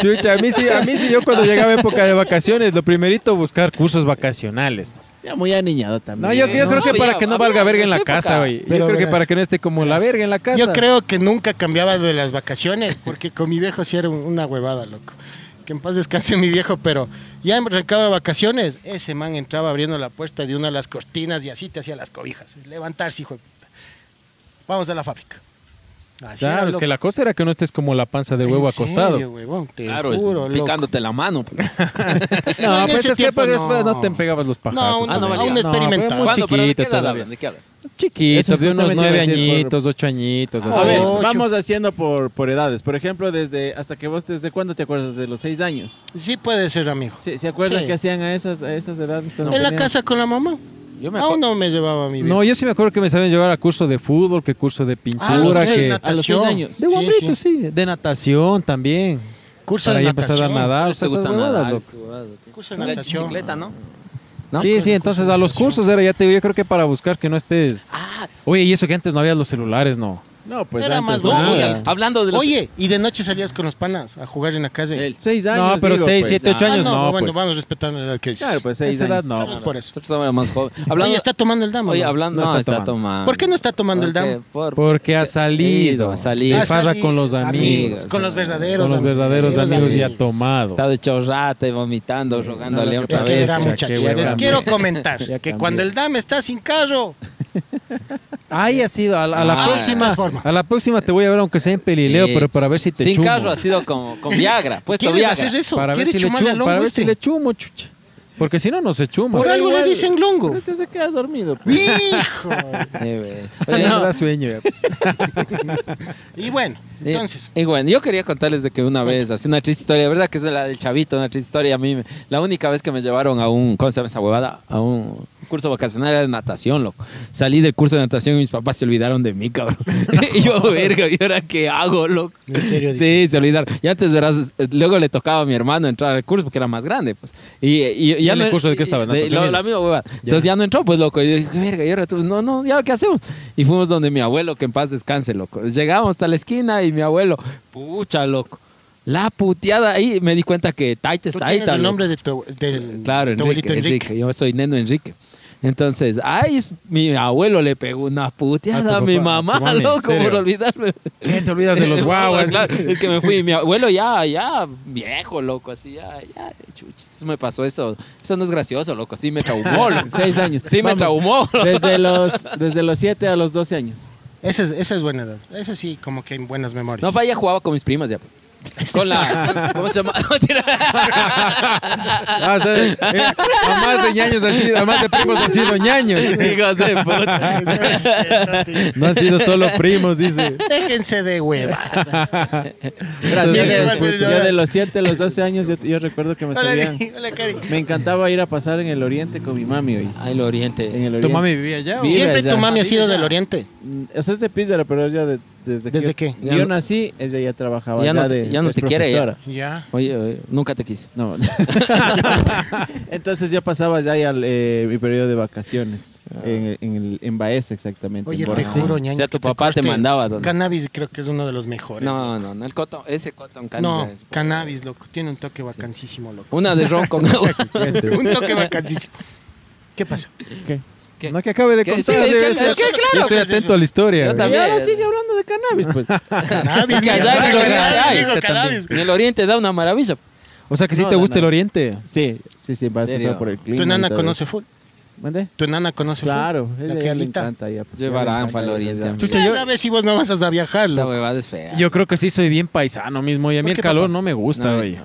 [SPEAKER 1] Chucha, a mí sí, a mí sí, yo cuando llegaba época de vacaciones, lo primerito buscar cursos vacacionales.
[SPEAKER 2] Ya muy aniñado también.
[SPEAKER 1] No, yo, yo
[SPEAKER 3] no,
[SPEAKER 1] creo que
[SPEAKER 3] había-
[SPEAKER 1] para que no
[SPEAKER 3] había
[SPEAKER 1] valga verga en la
[SPEAKER 3] mucha
[SPEAKER 1] casa,
[SPEAKER 3] época.
[SPEAKER 1] güey. Yo
[SPEAKER 4] Pero
[SPEAKER 1] creo que
[SPEAKER 4] verás,
[SPEAKER 1] para que no esté como la verga en la casa.
[SPEAKER 4] Yo creo que nunca cambiaba de las vacaciones, porque con mi viejo sí era un- una huevada, loco. Que en paz descanse mi viejo, pero ya arrancaba de vacaciones, ese man entraba abriendo la puerta de una de las cortinas y así te hacía las cobijas. Levantarse, hijo de puta. Vamos a la fábrica. Así era,
[SPEAKER 1] Claro, es
[SPEAKER 4] loco.
[SPEAKER 1] que la cosa era que no estés como la panza de
[SPEAKER 4] En
[SPEAKER 1] huevo
[SPEAKER 4] serio,
[SPEAKER 1] acostado.
[SPEAKER 4] huevón, te
[SPEAKER 3] Claro, es
[SPEAKER 4] juro, loco.
[SPEAKER 3] picándote la mano. pues.
[SPEAKER 1] No,
[SPEAKER 4] en
[SPEAKER 1] pues
[SPEAKER 4] ese
[SPEAKER 1] es que
[SPEAKER 4] tiempo
[SPEAKER 1] pues, no.
[SPEAKER 4] no.
[SPEAKER 1] te pegabas los pajazos. pues,
[SPEAKER 4] No, aún no,
[SPEAKER 1] todavía.
[SPEAKER 4] aún no
[SPEAKER 1] fue
[SPEAKER 4] experimentaba.
[SPEAKER 1] Muy
[SPEAKER 3] ¿Cuándo? ¿Pero de qué
[SPEAKER 1] chiquito
[SPEAKER 3] edad
[SPEAKER 1] todavía.
[SPEAKER 3] hablan? ¿De qué hablan?
[SPEAKER 1] Chiquito,
[SPEAKER 2] Eso
[SPEAKER 1] de unos
[SPEAKER 2] justamente
[SPEAKER 1] nueve
[SPEAKER 2] iba a decir, por-
[SPEAKER 1] añitos, ocho añitos.
[SPEAKER 2] A
[SPEAKER 1] así.
[SPEAKER 2] ver,
[SPEAKER 4] Ocho.
[SPEAKER 2] vamos haciendo por, por edades. Por ejemplo, desde hasta que vos, ¿desde cuándo te acuerdas? ¿De los seis años?
[SPEAKER 4] Sí puede ser, amigo.
[SPEAKER 2] ¿Se, se acuerdan
[SPEAKER 4] Sí.
[SPEAKER 2] que hacían a esas, a esas edades? cuando
[SPEAKER 4] en la
[SPEAKER 2] tenían?
[SPEAKER 4] casa con la mamá.
[SPEAKER 3] Yo me
[SPEAKER 4] Aún
[SPEAKER 3] acuerdo.
[SPEAKER 4] no me llevaba a mi viejo.
[SPEAKER 1] No, yo sí me acuerdo que me sabían llevar a curso de fútbol, que curso de
[SPEAKER 4] Ah, los
[SPEAKER 1] pintura,
[SPEAKER 4] seis,
[SPEAKER 1] que...
[SPEAKER 4] nat-
[SPEAKER 2] A los seis
[SPEAKER 4] Natación.
[SPEAKER 2] años.
[SPEAKER 1] De
[SPEAKER 4] Sí,
[SPEAKER 1] guambrito, sí,
[SPEAKER 4] sí.
[SPEAKER 1] De natación también.
[SPEAKER 4] Curso
[SPEAKER 1] Para
[SPEAKER 4] de
[SPEAKER 1] ahí empezar a
[SPEAKER 4] natación.
[SPEAKER 1] nadar. o sea,
[SPEAKER 3] ¿Te
[SPEAKER 1] esas
[SPEAKER 3] gusta
[SPEAKER 1] huevadas,
[SPEAKER 3] nadar?
[SPEAKER 1] loco.
[SPEAKER 4] Curso de
[SPEAKER 3] La
[SPEAKER 4] natación.
[SPEAKER 3] bicicleta, ¿no?
[SPEAKER 4] ¿No?
[SPEAKER 1] Sí, sí, entonces a los cursos era, ya te digo, yo creo que para buscar que no estés...
[SPEAKER 3] Ah,
[SPEAKER 1] Oye, y eso que antes no había los celulares, ¿no.
[SPEAKER 2] No, pues
[SPEAKER 4] Era
[SPEAKER 2] antes
[SPEAKER 4] más
[SPEAKER 3] no,
[SPEAKER 2] nada.
[SPEAKER 4] bonito.
[SPEAKER 3] oye, hablando de los...
[SPEAKER 4] Oye, y de noche salías con los panas a jugar en la calle.
[SPEAKER 3] El-
[SPEAKER 2] Seis años.
[SPEAKER 1] No, pero
[SPEAKER 2] digo,
[SPEAKER 1] seis,
[SPEAKER 2] pues.
[SPEAKER 1] siete, ocho
[SPEAKER 4] Ah,
[SPEAKER 1] años no,
[SPEAKER 4] bueno,
[SPEAKER 1] pues.
[SPEAKER 4] vamos respetando la edad que dices.
[SPEAKER 2] Claro, pues seis
[SPEAKER 1] Esa edad
[SPEAKER 2] años.
[SPEAKER 1] no.
[SPEAKER 4] Solo por eso.
[SPEAKER 3] Nosotros éramos más jóvenes. Hablando...
[SPEAKER 4] Oye, está tomando el dama.
[SPEAKER 3] Oye,
[SPEAKER 4] ¿no?
[SPEAKER 3] hablando...
[SPEAKER 1] No
[SPEAKER 3] No,
[SPEAKER 1] está
[SPEAKER 3] está tomando.
[SPEAKER 4] ¿Por qué no está tomando el Ah,
[SPEAKER 3] Porque-
[SPEAKER 4] dama?
[SPEAKER 3] por-
[SPEAKER 1] Porque ha salido.
[SPEAKER 3] Ha salido.
[SPEAKER 1] De
[SPEAKER 4] Ha
[SPEAKER 1] farra
[SPEAKER 4] salido,
[SPEAKER 1] con los amigos.
[SPEAKER 4] Con los verdaderos
[SPEAKER 1] Con los
[SPEAKER 4] amigos.
[SPEAKER 1] verdaderos amigos y ha
[SPEAKER 4] amigos.
[SPEAKER 1] tomado.
[SPEAKER 3] Estaba echado rata y vomitando, rogándole otra
[SPEAKER 4] Es que
[SPEAKER 3] vez.
[SPEAKER 4] verá,
[SPEAKER 1] o sea,
[SPEAKER 4] muchachos,
[SPEAKER 1] qué hueva,
[SPEAKER 4] les
[SPEAKER 1] hombre.
[SPEAKER 4] quiero comentar
[SPEAKER 1] Ya
[SPEAKER 4] que
[SPEAKER 1] cambió.
[SPEAKER 4] cuando el dama está sin carro,
[SPEAKER 1] Ay, ha sido. A la, a la
[SPEAKER 3] Ah,
[SPEAKER 1] próxima.
[SPEAKER 4] transforma.
[SPEAKER 1] A la próxima te voy a ver, aunque sea en pelileo,
[SPEAKER 3] Sí.
[SPEAKER 1] pero para ver si te
[SPEAKER 3] Sin
[SPEAKER 1] chumbo.
[SPEAKER 3] carro ha sido como con Viagra. Puesto
[SPEAKER 4] ¿quieres
[SPEAKER 3] Viagra.
[SPEAKER 4] hacer eso?
[SPEAKER 1] Para ver
[SPEAKER 4] ¿Quieres
[SPEAKER 1] si le
[SPEAKER 4] chumarle
[SPEAKER 1] chumo,
[SPEAKER 4] al
[SPEAKER 1] para
[SPEAKER 4] hongo
[SPEAKER 1] ver si le
[SPEAKER 4] este?
[SPEAKER 1] chumo, chucha. Porque si no, no se chuma.
[SPEAKER 4] Por algo le dicen longo.
[SPEAKER 2] Pero Desde que has dormido. pues.
[SPEAKER 4] ¡Hijo!
[SPEAKER 3] Eh, güey.
[SPEAKER 1] Ya
[SPEAKER 3] Oye,
[SPEAKER 1] me da sueño. ya.
[SPEAKER 4] Y bueno,
[SPEAKER 3] Eh,
[SPEAKER 4] entonces,
[SPEAKER 3] Y bueno, yo quería contarles de que una vez, así una triste historia, de verdad que es la del chavito, una triste historia. A mí, me- la única vez que me llevaron a un, ¿cómo se llama esa huevada? A un curso vacacional era de natación, loco. Salí del curso de natación y mis papás se olvidaron de mí, cabrón. y yo, verga, ¿y ahora qué hago, loco?
[SPEAKER 4] ¿En serio
[SPEAKER 3] Sí, se olvidaron. Y antes, verás, eh, luego le tocaba a mi hermano entrar al curso porque era más grande, pues. Y, y- y
[SPEAKER 1] ¿Y
[SPEAKER 3] ya
[SPEAKER 1] el
[SPEAKER 3] no-
[SPEAKER 1] curso de qué estaba?
[SPEAKER 3] De,
[SPEAKER 1] ¿Natación
[SPEAKER 3] lo-
[SPEAKER 1] y-
[SPEAKER 3] la misma huevada. Entonces ya no entró, pues, loco. Y yo dije, verga, y ahora tú, no, no, ¿y ahora qué hacemos? Y fuimos donde mi abuelo, que en paz descanse, loco. Llegamos hasta la esquina y mi abuelo, pucha, loco. La puteada ahí me di cuenta que Taita
[SPEAKER 4] tú
[SPEAKER 3] está ahí.
[SPEAKER 4] tienes el nombre de tu, del,
[SPEAKER 3] Claro,
[SPEAKER 4] de
[SPEAKER 3] Enrique,
[SPEAKER 4] tu abuelito
[SPEAKER 3] Enrique.
[SPEAKER 4] Enrique.
[SPEAKER 3] Yo soy Neno Enrique. Entonces, ay, es- mi abuelo le pegó una
[SPEAKER 1] A tu
[SPEAKER 3] puteada a,
[SPEAKER 1] papá, a
[SPEAKER 3] mi
[SPEAKER 1] tu
[SPEAKER 3] mamá,
[SPEAKER 1] mami, ¿en
[SPEAKER 3] loco,
[SPEAKER 1] serio?
[SPEAKER 3] por olvidarme.
[SPEAKER 1] ¿Qué? Te olvidas de los guaguas.
[SPEAKER 3] Pues, Claro, es que me fui. Mi abuelo ya, ya, viejo, loco, así, ya, ya, chuches, me pasó eso. Eso no es gracioso, loco, sí me traumó, loco.
[SPEAKER 2] Seis años.
[SPEAKER 3] Sí me
[SPEAKER 2] Vamos,
[SPEAKER 3] traumó, loco.
[SPEAKER 2] Desde los, desde los siete a los doce años.
[SPEAKER 4] Esa es, esa es buena edad. Eso sí, como que hay buenas memorias.
[SPEAKER 3] No, pa, ya jugaba con mis primas ya. Con la. ¿Cómo se llama? No, tira.
[SPEAKER 1] Ah, o sea, eh, a más de ñaños han sido, a más de primos han sido ñaños.
[SPEAKER 3] Hijos de puta.
[SPEAKER 1] No han sido solo primos, dice.
[SPEAKER 4] Déjense de hueva.
[SPEAKER 1] Esos
[SPEAKER 4] Miguel,
[SPEAKER 1] hijos
[SPEAKER 4] vas a
[SPEAKER 1] putos.
[SPEAKER 4] llorar.
[SPEAKER 2] Yo de los siete a los doce años, yo, yo recuerdo que me
[SPEAKER 4] Hola,
[SPEAKER 2] sabían.
[SPEAKER 4] Ni- hola, Cari.
[SPEAKER 2] Me encantaba ir a pasar en el oriente con mi mami hoy.
[SPEAKER 3] Ay, el
[SPEAKER 2] En
[SPEAKER 3] oriente.
[SPEAKER 2] el oriente.
[SPEAKER 1] ¿Tu mami vivía allá? o?
[SPEAKER 2] Sí.
[SPEAKER 4] Siempre
[SPEAKER 2] ya.
[SPEAKER 4] tu mami ha sido del oriente.
[SPEAKER 2] Mm, O sea, es de Píldaro, pero ella de- desde,
[SPEAKER 4] ¿Desde
[SPEAKER 2] que
[SPEAKER 4] qué?
[SPEAKER 2] yo,
[SPEAKER 3] Ya
[SPEAKER 2] yo
[SPEAKER 3] no-
[SPEAKER 2] nací, ella ya trabajaba.
[SPEAKER 3] Ya
[SPEAKER 2] Ya,
[SPEAKER 3] no te-
[SPEAKER 2] de-
[SPEAKER 3] ya no
[SPEAKER 2] es
[SPEAKER 3] te quiere, ya.
[SPEAKER 2] profesora.
[SPEAKER 4] Ya.
[SPEAKER 3] Oye, oye, nunca te quiso.
[SPEAKER 2] No. Entonces yo pasaba ya, ya, eh, mi periodo de vacaciones en, en, el- en Baeza exactamente.
[SPEAKER 4] Oye,
[SPEAKER 2] en
[SPEAKER 4] te
[SPEAKER 2] Borja.
[SPEAKER 4] juro, ñaño.
[SPEAKER 3] O sea, tu
[SPEAKER 4] que
[SPEAKER 3] papá te
[SPEAKER 4] corte-
[SPEAKER 3] mandaba, don-
[SPEAKER 4] Cannabis creo que es uno de los mejores. loco.
[SPEAKER 3] No, no, no, el cotton, ese cotton candy
[SPEAKER 4] No,
[SPEAKER 3] es-
[SPEAKER 4] cannabis, loco. Tiene un toque vacancísimo, loco.
[SPEAKER 3] Una de ron con.
[SPEAKER 4] un toque vacancísimo. ¿Qué pasa?
[SPEAKER 3] ¿Qué?
[SPEAKER 1] No, que acabe de
[SPEAKER 3] ¿Qué?
[SPEAKER 1] contar.
[SPEAKER 3] Sí, es que-
[SPEAKER 1] yo estoy-
[SPEAKER 3] es que claro
[SPEAKER 1] yo estoy
[SPEAKER 3] que-
[SPEAKER 1] atento a la historia.
[SPEAKER 3] Yo
[SPEAKER 1] güey.
[SPEAKER 2] Y
[SPEAKER 3] también.
[SPEAKER 2] ahora sigue hablando de cannabis, pues.
[SPEAKER 4] Cannabis.
[SPEAKER 3] Que allá en el
[SPEAKER 4] cannabis,
[SPEAKER 3] Oriente-
[SPEAKER 4] digo, cannabis.
[SPEAKER 3] En el oriente da una maravilla.
[SPEAKER 1] O sea, que sí
[SPEAKER 2] No,
[SPEAKER 1] te
[SPEAKER 2] no,
[SPEAKER 1] gusta
[SPEAKER 2] no.
[SPEAKER 1] el oriente.
[SPEAKER 2] Sí, sí, sí, vas
[SPEAKER 3] ¿Serio?
[SPEAKER 2] por el clima.
[SPEAKER 4] Tu
[SPEAKER 2] y
[SPEAKER 4] nana
[SPEAKER 2] todo
[SPEAKER 4] conoce
[SPEAKER 2] eso.
[SPEAKER 4] full.
[SPEAKER 2] ¿Mande?
[SPEAKER 4] Tu nana conoce full.
[SPEAKER 2] Claro,
[SPEAKER 4] La
[SPEAKER 2] ella ya le
[SPEAKER 4] Carlita.
[SPEAKER 2] encanta. Ya, pues,
[SPEAKER 3] Llevarán
[SPEAKER 2] ya le encanta
[SPEAKER 3] para el
[SPEAKER 2] desde
[SPEAKER 3] oriente.
[SPEAKER 2] ya.
[SPEAKER 3] Chucha,
[SPEAKER 4] Ya sabes si vos no vas a viajar,
[SPEAKER 3] Esa
[SPEAKER 4] loco.
[SPEAKER 3] huevada es fea.
[SPEAKER 1] Yo creo que sí soy bien paisano mismo y a mí
[SPEAKER 4] ¿Por
[SPEAKER 1] el
[SPEAKER 4] qué,
[SPEAKER 1] calor
[SPEAKER 4] papá?
[SPEAKER 1] no me gusta,
[SPEAKER 3] No,
[SPEAKER 1] güey.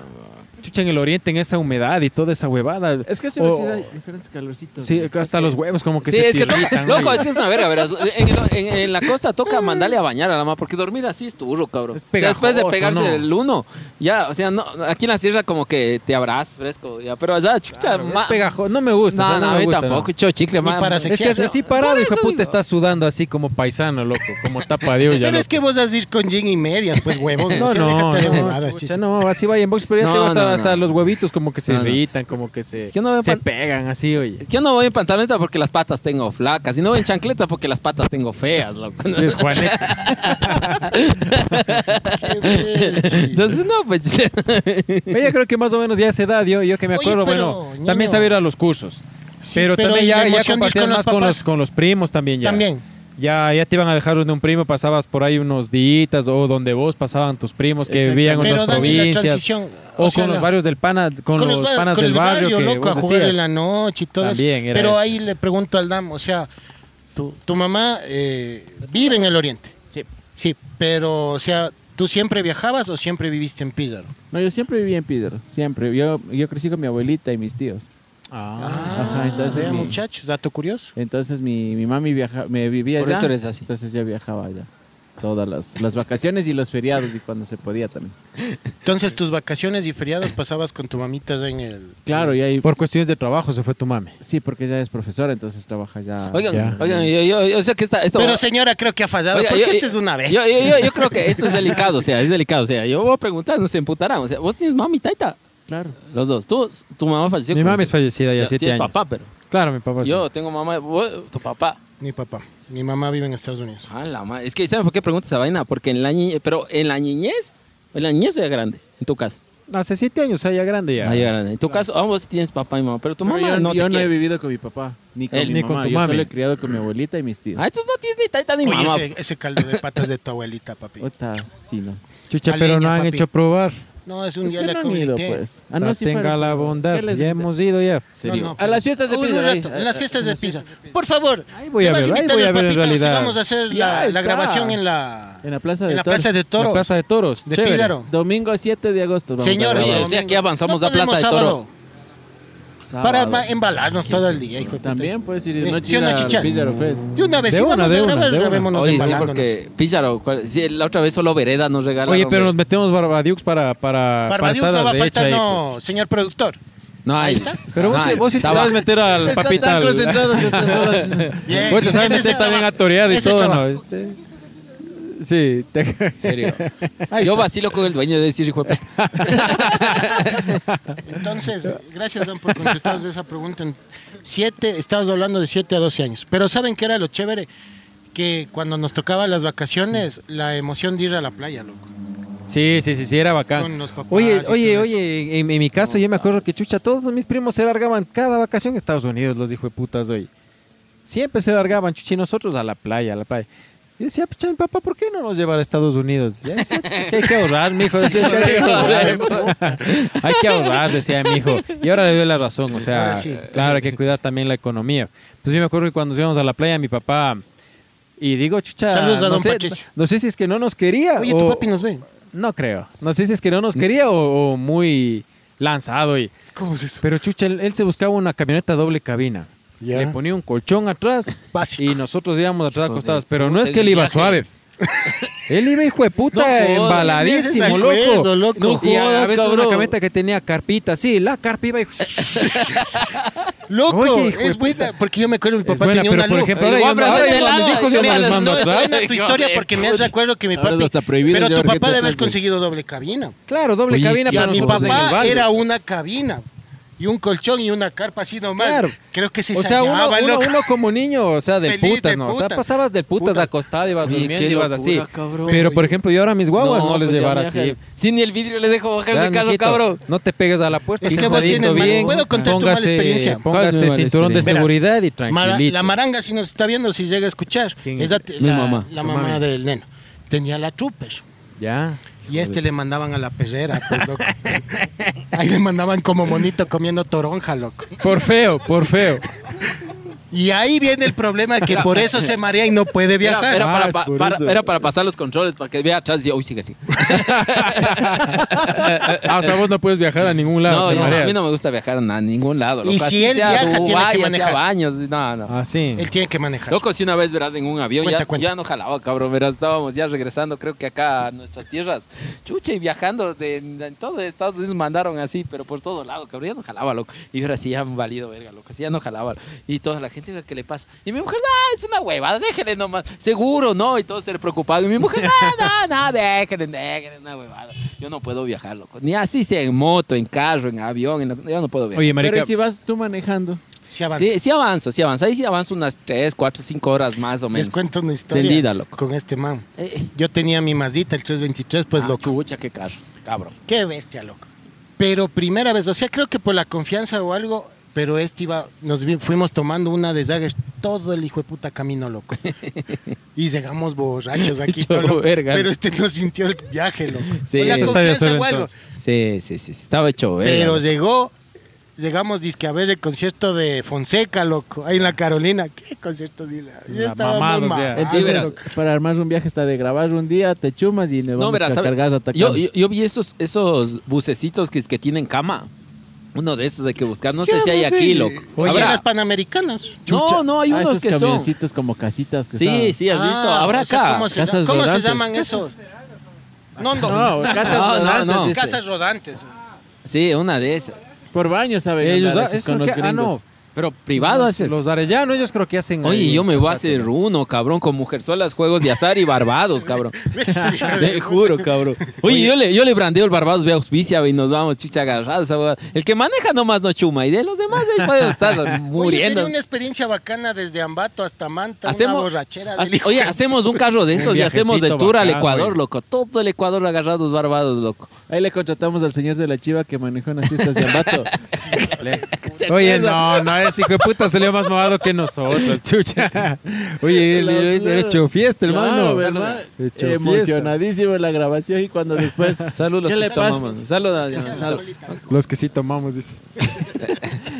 [SPEAKER 1] Chucha en el oriente en esa humedad y toda esa huevada.
[SPEAKER 2] Es que se
[SPEAKER 1] O-
[SPEAKER 2] me hay diferentes calorcitos.
[SPEAKER 1] Sí, hasta los huevos como que
[SPEAKER 3] sí,
[SPEAKER 1] se
[SPEAKER 3] es que toca-
[SPEAKER 1] tiritan,
[SPEAKER 3] loco,
[SPEAKER 1] güey.
[SPEAKER 3] es que es una verga, verás. En, en- en la costa toca mandarle a bañar a la mamá, porque dormir así es turro,
[SPEAKER 1] Ah.
[SPEAKER 3] cabrón.
[SPEAKER 1] Es
[SPEAKER 3] O sea, después de
[SPEAKER 1] pegajoso,
[SPEAKER 3] pegarse
[SPEAKER 1] ¿no?
[SPEAKER 3] el uno, ya, o sea, no, aquí en la sierra como que te abrazas fresco, ya, pero allá, chucha,
[SPEAKER 1] Es
[SPEAKER 3] ma-
[SPEAKER 1] pegajoso. No me gusta. o
[SPEAKER 3] ah, No,
[SPEAKER 1] sea,
[SPEAKER 3] no,
[SPEAKER 1] me
[SPEAKER 3] a mí
[SPEAKER 1] gusta,
[SPEAKER 3] tampoco,
[SPEAKER 1] no.
[SPEAKER 3] cho chicle,
[SPEAKER 4] Ni
[SPEAKER 3] man.
[SPEAKER 4] para
[SPEAKER 1] Es que
[SPEAKER 4] sexear, no.
[SPEAKER 1] así parado,
[SPEAKER 3] Por
[SPEAKER 1] hijo de
[SPEAKER 3] eso
[SPEAKER 1] puta,
[SPEAKER 3] digo.
[SPEAKER 1] está sudando así como paisano, loco, como tapa de olla.
[SPEAKER 4] Pero es
[SPEAKER 1] loco.
[SPEAKER 4] que vos has de ir con jean y medias, pues huevos.
[SPEAKER 1] No,
[SPEAKER 4] o sea,
[SPEAKER 1] no,
[SPEAKER 4] déjate de
[SPEAKER 1] no,
[SPEAKER 4] huevadas,
[SPEAKER 1] pucha,
[SPEAKER 4] chicha.
[SPEAKER 1] no, así vaya en box, pero ya
[SPEAKER 3] No,
[SPEAKER 1] te va
[SPEAKER 3] no,
[SPEAKER 1] hasta,
[SPEAKER 3] no,
[SPEAKER 1] hasta
[SPEAKER 3] no.
[SPEAKER 1] los huevitos como que se
[SPEAKER 3] No, no.
[SPEAKER 1] irritan, como que se,
[SPEAKER 3] Es que no me
[SPEAKER 1] se
[SPEAKER 3] pan-
[SPEAKER 1] pegan así, oye.
[SPEAKER 3] Es que yo no voy en pantaloneta porque las patas tengo flacas. Y no voy en chancleta porque las patas tengo feas, loco.
[SPEAKER 1] Es Juanete.
[SPEAKER 3] Entonces, no, pues.
[SPEAKER 1] Oye, creo que más o menos ya a esa edad, yo, yo que me
[SPEAKER 4] Oye,
[SPEAKER 1] acuerdo,
[SPEAKER 4] pero,
[SPEAKER 1] bueno,
[SPEAKER 4] ñaño.
[SPEAKER 1] también sabía ir a los cursos. pero,
[SPEAKER 4] pero
[SPEAKER 1] también
[SPEAKER 4] y la
[SPEAKER 1] ya, ya
[SPEAKER 4] emoción de ir
[SPEAKER 1] compartías
[SPEAKER 4] con los
[SPEAKER 1] más con
[SPEAKER 4] papás.
[SPEAKER 1] los, con los primos también ya.
[SPEAKER 4] También.
[SPEAKER 1] Ya, ya te iban a dejar donde un primo, pasabas por ahí unos días o donde vos pasaban tus primos que vivían en
[SPEAKER 4] Pero,
[SPEAKER 1] otras
[SPEAKER 4] Dani, la
[SPEAKER 1] provincias.
[SPEAKER 4] transición,
[SPEAKER 1] O,
[SPEAKER 4] o sea,
[SPEAKER 1] con los
[SPEAKER 4] la-
[SPEAKER 1] barrios del pana, con, los,
[SPEAKER 4] bar-
[SPEAKER 1] panas
[SPEAKER 4] con
[SPEAKER 1] del
[SPEAKER 4] el
[SPEAKER 1] barrio, que
[SPEAKER 4] loco, a
[SPEAKER 1] vos
[SPEAKER 4] jugar en
[SPEAKER 1] decías.
[SPEAKER 4] la noche y todo eso.
[SPEAKER 1] También era
[SPEAKER 4] Pero
[SPEAKER 1] eso.
[SPEAKER 4] ahí le pregunto al Dam, o sea, tu, tu mamá eh, vive en el Oriente.
[SPEAKER 2] Sí.
[SPEAKER 4] Sí, pero, o sea, ¿tú siempre viajabas o siempre viviste en Pídaro?
[SPEAKER 2] No, yo siempre viví en Pedro, siempre. Yo, yo crecí con mi abuelita y mis tíos.
[SPEAKER 1] Ah,
[SPEAKER 2] Ajá, entonces
[SPEAKER 4] vea,
[SPEAKER 2] mi-
[SPEAKER 4] muchachos, dato curioso.
[SPEAKER 2] Entonces mi, mi mami viaja, me vivía
[SPEAKER 3] Por
[SPEAKER 2] allá.
[SPEAKER 3] eso eres así.
[SPEAKER 2] Entonces yo viajaba allá. Todas las, las vacaciones y los feriados y cuando se podía también.
[SPEAKER 4] Entonces, tus vacaciones y feriados pasabas con tu mamita en el...
[SPEAKER 2] Claro, y ahí...
[SPEAKER 1] Por cuestiones de trabajo se fue tu mami.
[SPEAKER 2] Sí, porque ella es profesora, entonces trabaja ya...
[SPEAKER 3] Oigan,
[SPEAKER 1] Ya.
[SPEAKER 3] oigan, yo, yo, yo sé que esta. esto-
[SPEAKER 4] Pero señora, creo que ha fallado,
[SPEAKER 3] Oiga,
[SPEAKER 4] porque
[SPEAKER 3] yo-
[SPEAKER 4] esta es una vez.
[SPEAKER 3] Yo, yo, yo, yo creo que esto es delicado, o sea, es delicado. O sea, yo voy a preguntar, no se emputarán. O sea, vos tienes mami y taita,
[SPEAKER 2] Claro.
[SPEAKER 3] los dos. Tú, tu mamá falleció.
[SPEAKER 1] Mi
[SPEAKER 3] ¿cómo
[SPEAKER 1] mami
[SPEAKER 3] se-
[SPEAKER 1] es fallecida ya
[SPEAKER 3] Ya,
[SPEAKER 1] siete
[SPEAKER 3] tienes
[SPEAKER 1] años.
[SPEAKER 3] papá, pero-
[SPEAKER 1] Claro, mi papá. sí.
[SPEAKER 3] Yo tengo mamá, vos- tu papá.
[SPEAKER 4] Mi papá, mi mamá vive en Estados Unidos.
[SPEAKER 3] Ah, la madre. Es que, ¿saben por qué pregunto esa vaina? Porque en la niñez, pero en la niñez, en la niñez o ya grande, en tu caso.
[SPEAKER 1] Hace siete años, o sea, ya grande ya.
[SPEAKER 3] Ah, ya grande. En tu caso, ambos tienes papá y mamá, pero tu
[SPEAKER 2] No,
[SPEAKER 3] mamá
[SPEAKER 2] yo
[SPEAKER 3] no
[SPEAKER 2] no,
[SPEAKER 3] te
[SPEAKER 2] yo no he
[SPEAKER 3] quiere.
[SPEAKER 2] vivido con mi papá, ni con
[SPEAKER 3] Él,
[SPEAKER 2] mi
[SPEAKER 1] ni con
[SPEAKER 2] mamá.
[SPEAKER 1] tu
[SPEAKER 2] yo
[SPEAKER 1] mami.
[SPEAKER 2] solo he criado con mi abuelita y mis tíos.
[SPEAKER 3] Ah, estos no tienes ni taita ni
[SPEAKER 4] Oye,
[SPEAKER 3] mamá.
[SPEAKER 4] ese, ese caldo de patas de tu abuelita, papi.
[SPEAKER 2] Ota, sí, no.
[SPEAKER 1] Chucha,
[SPEAKER 4] A
[SPEAKER 1] pero
[SPEAKER 4] leña,
[SPEAKER 1] no han
[SPEAKER 4] papi.
[SPEAKER 1] hecho probar.
[SPEAKER 4] No, es un
[SPEAKER 2] Es
[SPEAKER 4] día
[SPEAKER 2] que
[SPEAKER 4] la
[SPEAKER 2] no han ido,
[SPEAKER 4] comité.
[SPEAKER 2] pues.
[SPEAKER 1] Ah, no,
[SPEAKER 2] fueron.
[SPEAKER 1] tenga la bondad.
[SPEAKER 2] ¿Qué les-
[SPEAKER 1] Ya hemos ido ya.
[SPEAKER 4] No, no,
[SPEAKER 2] A las fiestas de
[SPEAKER 4] Un
[SPEAKER 2] Pisa, ahí.
[SPEAKER 4] rato, en las
[SPEAKER 2] Ah,
[SPEAKER 4] fiestas
[SPEAKER 2] ah,
[SPEAKER 4] de
[SPEAKER 2] las
[SPEAKER 4] Pisa. Por favor.
[SPEAKER 1] Ahí voy
[SPEAKER 4] ¿me
[SPEAKER 1] a
[SPEAKER 4] vas
[SPEAKER 1] ver, ahí
[SPEAKER 4] invitar
[SPEAKER 1] voy
[SPEAKER 4] al
[SPEAKER 1] a ver en
[SPEAKER 4] papito?
[SPEAKER 1] realidad.
[SPEAKER 4] Sí, vamos a hacer
[SPEAKER 2] Ya
[SPEAKER 4] la, la
[SPEAKER 2] está.
[SPEAKER 4] grabación en la,
[SPEAKER 2] En la Plaza
[SPEAKER 4] en
[SPEAKER 2] de
[SPEAKER 4] la
[SPEAKER 2] Toros.
[SPEAKER 4] Plaza de
[SPEAKER 1] La
[SPEAKER 4] Toro.
[SPEAKER 1] Plaza de Toros.
[SPEAKER 4] De
[SPEAKER 1] chévere.
[SPEAKER 4] Pídaro.
[SPEAKER 2] Domingo 7 de agosto. vamos a
[SPEAKER 4] Señores,
[SPEAKER 2] grabar.
[SPEAKER 3] Oye, o sea, aquí avanzamos a
[SPEAKER 4] podemos
[SPEAKER 3] Plaza de
[SPEAKER 4] sábado,
[SPEAKER 3] Toros.
[SPEAKER 2] Sábado.
[SPEAKER 4] Para ma- embalarnos todo el día, hijo de puta.
[SPEAKER 2] También puedes ir
[SPEAKER 4] Eh,
[SPEAKER 2] de
[SPEAKER 4] sí,
[SPEAKER 2] noche
[SPEAKER 4] una
[SPEAKER 2] a
[SPEAKER 4] chicha.
[SPEAKER 2] Pizarro Fest.
[SPEAKER 4] De una vez,
[SPEAKER 1] De
[SPEAKER 4] si
[SPEAKER 1] una,
[SPEAKER 4] vamos
[SPEAKER 1] de
[SPEAKER 4] a
[SPEAKER 1] una,
[SPEAKER 4] grabar,
[SPEAKER 1] de una.
[SPEAKER 4] grabémonos
[SPEAKER 3] Oye, sí,
[SPEAKER 4] embalándonos.
[SPEAKER 3] porque, Píllaro, ¿cuál- sí, la otra vez solo Vereda nos regalaron.
[SPEAKER 1] Oye, pero nos
[SPEAKER 3] güey.
[SPEAKER 1] metemos barbadiux para, para, para
[SPEAKER 4] Barbadius
[SPEAKER 1] estar
[SPEAKER 4] no va a
[SPEAKER 1] de hecha
[SPEAKER 4] faltar,
[SPEAKER 1] ahí,
[SPEAKER 4] no,
[SPEAKER 1] pues.
[SPEAKER 4] señor productor.
[SPEAKER 3] No, ahí
[SPEAKER 4] está.
[SPEAKER 1] Pero vos,
[SPEAKER 3] No,
[SPEAKER 1] sí-
[SPEAKER 3] ahí
[SPEAKER 1] vos sí te
[SPEAKER 3] estaba-
[SPEAKER 1] sabes meter al
[SPEAKER 2] Está
[SPEAKER 1] papita.
[SPEAKER 2] tan
[SPEAKER 1] al-
[SPEAKER 2] concentrado que está solo.
[SPEAKER 4] Bien,
[SPEAKER 1] Vos te sabes
[SPEAKER 4] ese es
[SPEAKER 1] meter también a
[SPEAKER 4] el trabajo.
[SPEAKER 1] torear y
[SPEAKER 4] Ese
[SPEAKER 1] todo,
[SPEAKER 4] es trabajo.
[SPEAKER 1] ¿no? Este- Sí. te-
[SPEAKER 3] En serio.
[SPEAKER 4] Ahí
[SPEAKER 3] Yo
[SPEAKER 4] está.
[SPEAKER 3] vacilo con el dueño de decir, hijo de puta.
[SPEAKER 4] Entonces, gracias, Don, por contestar esa pregunta. En Siete, estabas hablando de 7 a 12 años. Pero ¿saben qué era lo chévere? Que cuando nos tocaba las vacaciones, la emoción de ir a la playa, loco.
[SPEAKER 1] Sí, sí, sí, sí, era bacán.
[SPEAKER 4] Con los papás y
[SPEAKER 1] oye,
[SPEAKER 4] todo
[SPEAKER 1] oye,
[SPEAKER 4] eso.
[SPEAKER 1] oye, en, en mi caso yo me acuerdo que chucha, todos mis primos se largaban cada vacación a Estados Unidos, los hijos de putas hoy. Siempre se largaban, chuchi, nosotros a la playa, a la playa. Y decía, pucha, mi papá, ¿por qué no nos llevar a Estados Unidos? Ya decía, es que hay que ahorrar, mijo. decía, es que hay que ahorrar. Hay que ahorrar, decía mi hijo. Y ahora le doy la razón, o sea,
[SPEAKER 4] Ahora sí.
[SPEAKER 1] claro, hay que cuidar también la economía. Entonces yo me acuerdo que cuando íbamos a la playa, mi papá, y digo, chucha,
[SPEAKER 4] Saludos a
[SPEAKER 1] no,
[SPEAKER 4] don
[SPEAKER 1] sé,
[SPEAKER 4] Patricio.
[SPEAKER 1] no sé si es que no nos quería.
[SPEAKER 4] Oye, tu
[SPEAKER 1] o-
[SPEAKER 4] papi nos ve.
[SPEAKER 1] no creo. No sé si es que no nos quería o, o muy lanzado. Y...
[SPEAKER 4] ¿Cómo es eso?
[SPEAKER 1] Pero chucha, él, él se buscaba una camioneta doble cabina.
[SPEAKER 4] Ya.
[SPEAKER 1] Le ponía un colchón atrás
[SPEAKER 4] Básico.
[SPEAKER 1] y nosotros íbamos atrás
[SPEAKER 3] de
[SPEAKER 1] acostados. Pero no
[SPEAKER 3] puta,
[SPEAKER 1] es que
[SPEAKER 3] el
[SPEAKER 1] él iba
[SPEAKER 3] viaje.
[SPEAKER 1] suave. Él iba hijo de puta
[SPEAKER 3] jodas,
[SPEAKER 1] embaladísimo,
[SPEAKER 4] me
[SPEAKER 1] loco.
[SPEAKER 4] acuerdo, loco.
[SPEAKER 1] No y a
[SPEAKER 3] jodas,
[SPEAKER 1] veces una
[SPEAKER 3] cabrón. Eh,
[SPEAKER 1] camioneta que tenía carpita, sí, la carpa iba y...
[SPEAKER 4] Loco,
[SPEAKER 1] Oye, hijo de
[SPEAKER 4] es buena, porque yo me acuerdo mi
[SPEAKER 1] Es
[SPEAKER 4] papá
[SPEAKER 1] buena,
[SPEAKER 4] tenía
[SPEAKER 1] pero
[SPEAKER 4] una
[SPEAKER 1] por
[SPEAKER 4] luz.
[SPEAKER 1] ejemplo, ahora yo no- ahora ya a mis hijos yo no les mando
[SPEAKER 4] no es
[SPEAKER 1] atrás.
[SPEAKER 4] buena tu historia porque me hace acuerdo que mi
[SPEAKER 2] Ahora
[SPEAKER 4] papi.
[SPEAKER 2] hasta prohibido
[SPEAKER 4] Pero tu
[SPEAKER 2] llevar
[SPEAKER 4] papá
[SPEAKER 2] gente
[SPEAKER 4] debe haber
[SPEAKER 2] atrás, güey.
[SPEAKER 4] conseguido doble cabina.
[SPEAKER 1] Claro, doble
[SPEAKER 3] Oye,
[SPEAKER 1] cabina
[SPEAKER 4] Y a
[SPEAKER 1] para
[SPEAKER 4] mi
[SPEAKER 1] nosotros en el
[SPEAKER 4] papá
[SPEAKER 1] balde.
[SPEAKER 4] era una cabina y un colchón y una carpa así nomás.
[SPEAKER 1] Claro.
[SPEAKER 4] Creo que se
[SPEAKER 1] o sea, uno,
[SPEAKER 4] sañaba,
[SPEAKER 1] uno,
[SPEAKER 4] loco.
[SPEAKER 1] uno como niño, o sea, del
[SPEAKER 4] Feliz de
[SPEAKER 1] putas, ¿no? O sea,
[SPEAKER 4] putas.
[SPEAKER 1] pasabas del putas
[SPEAKER 4] Puta.
[SPEAKER 1] acostado, ibas
[SPEAKER 3] Oye,
[SPEAKER 1] durmiendo,
[SPEAKER 3] qué
[SPEAKER 1] ibas así.
[SPEAKER 3] locura, cabrón.
[SPEAKER 1] Pero, por ejemplo, yo ahora a mis guaguas no, les
[SPEAKER 3] pues,
[SPEAKER 1] llevara
[SPEAKER 3] ya,
[SPEAKER 1] así.
[SPEAKER 3] ya. Sí, ni el vidrio le dejo bajar
[SPEAKER 1] Ya,
[SPEAKER 3] del carro,
[SPEAKER 1] mijito,
[SPEAKER 3] cabrón.
[SPEAKER 1] No te pegues a la puerta.
[SPEAKER 4] Es que vos
[SPEAKER 1] sentadito
[SPEAKER 4] tienes mal-
[SPEAKER 1] bien,
[SPEAKER 4] ¿Puedo contar tu mala
[SPEAKER 1] póngase-
[SPEAKER 3] ¿Cuál
[SPEAKER 4] experiencia?
[SPEAKER 3] es
[SPEAKER 1] Póngase
[SPEAKER 3] mi mala
[SPEAKER 1] cinturón de
[SPEAKER 3] experiencia?
[SPEAKER 1] seguridad y
[SPEAKER 4] Mara-
[SPEAKER 1] tranquilito.
[SPEAKER 4] la maranga, si nos está viendo, si llega a escuchar,
[SPEAKER 1] ¿Quién
[SPEAKER 4] es
[SPEAKER 1] es?
[SPEAKER 4] la, t-
[SPEAKER 3] Mi
[SPEAKER 4] la-
[SPEAKER 3] mamá.
[SPEAKER 4] la
[SPEAKER 1] Tu
[SPEAKER 4] mamá
[SPEAKER 1] mami.
[SPEAKER 4] del neno. Tenía la trooper.
[SPEAKER 1] ya.
[SPEAKER 4] Y a este le mandaban a la perrera, pues, loco. Ahí le mandaban como monito comiendo toronja, loco.
[SPEAKER 1] Por feo, por feo.
[SPEAKER 4] Y ahí viene el problema que por eso se marea y no puede
[SPEAKER 3] Era,
[SPEAKER 4] viajar.
[SPEAKER 3] era
[SPEAKER 1] Ah,
[SPEAKER 3] para,
[SPEAKER 1] es
[SPEAKER 3] pa-
[SPEAKER 1] por
[SPEAKER 3] para-
[SPEAKER 1] eso.
[SPEAKER 3] era para pasar los controles, para que vea atrás y diga, uy, sigue así.
[SPEAKER 1] Ah, o sea, vos no puedes viajar a ningún lado.
[SPEAKER 3] no,
[SPEAKER 1] te
[SPEAKER 3] yo- a
[SPEAKER 1] mareas.
[SPEAKER 3] mí no me gusta viajar a na- ningún lado.
[SPEAKER 4] pues, Y
[SPEAKER 3] Loco.
[SPEAKER 4] si
[SPEAKER 3] Así
[SPEAKER 4] él
[SPEAKER 3] sea
[SPEAKER 4] viaja, tiene que
[SPEAKER 3] Dubái, así a
[SPEAKER 4] manejar.
[SPEAKER 3] baños. No, no.
[SPEAKER 1] Ah, sí.
[SPEAKER 4] Él tiene que manejar.
[SPEAKER 3] Loco, si una vez verás en un avión,
[SPEAKER 4] Cuenta,
[SPEAKER 3] ya,
[SPEAKER 4] cuenta.
[SPEAKER 3] ya no jalaba, cabrón. Verás, estábamos ya regresando, creo que acá a nuestras tierras. Chucha, y viajando de, en todo Estados Unidos mandaron así, pero por todo lado, cabrón. Ya no jalaba, loco. Y ahora sí ya han valido verga, loco. Así ya no jalaba. Y toda la gente. gente diga que le pasa. Y mi mujer, ah, es una huevada, déjenle nomás. Seguro, ¿no? Y todo ser preocupado. Y mi mujer, "Ah, no, no, no, déjenle, déjenle, una huevada. Yo no puedo viajar, loco. Ni así sea en moto, en carro, en avión, en lo- yo no puedo viajar.
[SPEAKER 1] Oye,
[SPEAKER 2] Pero
[SPEAKER 1] marica,
[SPEAKER 2] ¿y si vas tú manejando.
[SPEAKER 4] Sí, avanza.
[SPEAKER 3] Sí, sí avanzo, sí avanzo. Ahí sí avanzo unas 3, 4, 5 horas más o menos.
[SPEAKER 4] Les cuento una historia
[SPEAKER 3] Tendida, loco.
[SPEAKER 4] con este man.
[SPEAKER 3] Eh, eh.
[SPEAKER 4] Yo tenía mi Mazdita, el 323, pues
[SPEAKER 3] Ah,
[SPEAKER 4] loco.
[SPEAKER 3] Chucha, qué carro, cabrón.
[SPEAKER 4] Qué bestia, loco. Pero primera vez, o sea, creo que por la confianza o algo, pero este iba, nos vi- fuimos tomando una de Jaggers todo el hijo de puta camino, loco. y llegamos borrachos aquí, todo
[SPEAKER 3] Yo,
[SPEAKER 4] loco.
[SPEAKER 3] verga.
[SPEAKER 4] Pero este no sintió el viaje, loco.
[SPEAKER 3] Sí.
[SPEAKER 4] Por la
[SPEAKER 3] Eso
[SPEAKER 1] está de
[SPEAKER 4] confianza
[SPEAKER 1] hacer,
[SPEAKER 4] o algo.
[SPEAKER 1] entonces.
[SPEAKER 3] Sí, sí, sí, sí, estaba hecho verga,
[SPEAKER 4] Pero
[SPEAKER 3] loco.
[SPEAKER 4] llegó, llegamos, dizque a ver el concierto de Fonseca, loco, ahí en la Carolina. ¿Qué concierto? Dile?
[SPEAKER 1] Ya,
[SPEAKER 4] Yo estaba
[SPEAKER 1] mamados
[SPEAKER 4] muy
[SPEAKER 1] ya.
[SPEAKER 4] mal.
[SPEAKER 1] Ah,
[SPEAKER 2] Entonces,
[SPEAKER 3] verás.
[SPEAKER 2] para armar un viaje está de grabar un día, te chumas y le vamos
[SPEAKER 3] verás,
[SPEAKER 2] a
[SPEAKER 3] ¿sabe?
[SPEAKER 2] cargar hasta
[SPEAKER 3] yo, yo, yo vi esos, esos bucecitos que, que tienen cama. Uno de esos hay que buscar. No sé si hay aquí, loco.
[SPEAKER 4] Oye,
[SPEAKER 3] Habrá.
[SPEAKER 4] las panamericanas.
[SPEAKER 3] No, no, hay
[SPEAKER 2] Ah,
[SPEAKER 3] unos
[SPEAKER 2] esos
[SPEAKER 3] que son. Sí,
[SPEAKER 2] camioncitos como casitas que son.
[SPEAKER 3] sí, has visto.
[SPEAKER 4] Ah,
[SPEAKER 3] Habrá
[SPEAKER 4] o sea,
[SPEAKER 3] acá.
[SPEAKER 4] ¿Cómo se,
[SPEAKER 2] Casas
[SPEAKER 4] ¿cómo se
[SPEAKER 2] rodantes.
[SPEAKER 4] llaman eso? No,
[SPEAKER 2] No,
[SPEAKER 4] no.
[SPEAKER 2] casas
[SPEAKER 3] No, no,
[SPEAKER 2] rodantes,
[SPEAKER 3] no.
[SPEAKER 2] dice.
[SPEAKER 4] Casas rodantes.
[SPEAKER 3] Sí, una de esas.
[SPEAKER 2] Por baño saben
[SPEAKER 1] ellos
[SPEAKER 2] andar
[SPEAKER 1] ah,
[SPEAKER 2] esos
[SPEAKER 1] es
[SPEAKER 2] con
[SPEAKER 1] creo
[SPEAKER 2] los
[SPEAKER 1] que- ah, no,
[SPEAKER 2] gringos.
[SPEAKER 3] Pero privado hacer.
[SPEAKER 1] Los arellanos, ellos creo que hacen.
[SPEAKER 3] Oye,
[SPEAKER 1] ahí-
[SPEAKER 3] yo me voy a hacer uno, cabrón, con mujerzuelas, juegos de azar y barbados, cabrón. Te juro, cabrón. Oye, yo, le, yo le brandeo el Barbados, ve auspicia y nos vamos chicha agarrados. esa huevada. El que maneja nomás no chuma y de los demás ahí pueden estar
[SPEAKER 4] Oye, sería
[SPEAKER 3] muriendo.
[SPEAKER 4] una experiencia bacana desde Ambato hasta Manta, una
[SPEAKER 3] Hacemos,
[SPEAKER 4] borrachera.
[SPEAKER 3] hace-
[SPEAKER 4] del hijo.
[SPEAKER 3] oye, hacemos un carro de esos
[SPEAKER 1] Un
[SPEAKER 3] y hacemos de
[SPEAKER 1] viajecito
[SPEAKER 3] tour al
[SPEAKER 1] bacán,
[SPEAKER 3] Ecuador,
[SPEAKER 1] güey.
[SPEAKER 3] loco. Todo el Ecuador agarrados Barbados, loco.
[SPEAKER 2] Ahí le contratamos al señor de la chiva que manejó unas fiestas de Ambato.
[SPEAKER 1] Oye, no, no, ese hijo de puta salió más mamado que nosotros, chucha. Oye, él, él- él hecho fiesta, hermano.
[SPEAKER 2] Claro, ¿verdad?
[SPEAKER 1] Hecho fiesta.
[SPEAKER 2] Emocionadísimo en la grabación y cuando después...
[SPEAKER 3] Saludos,
[SPEAKER 2] ¿Qué
[SPEAKER 3] que
[SPEAKER 2] le pasa?
[SPEAKER 3] tomamos. Saludos.
[SPEAKER 2] Sal-
[SPEAKER 1] Los que sí tomamos, dice.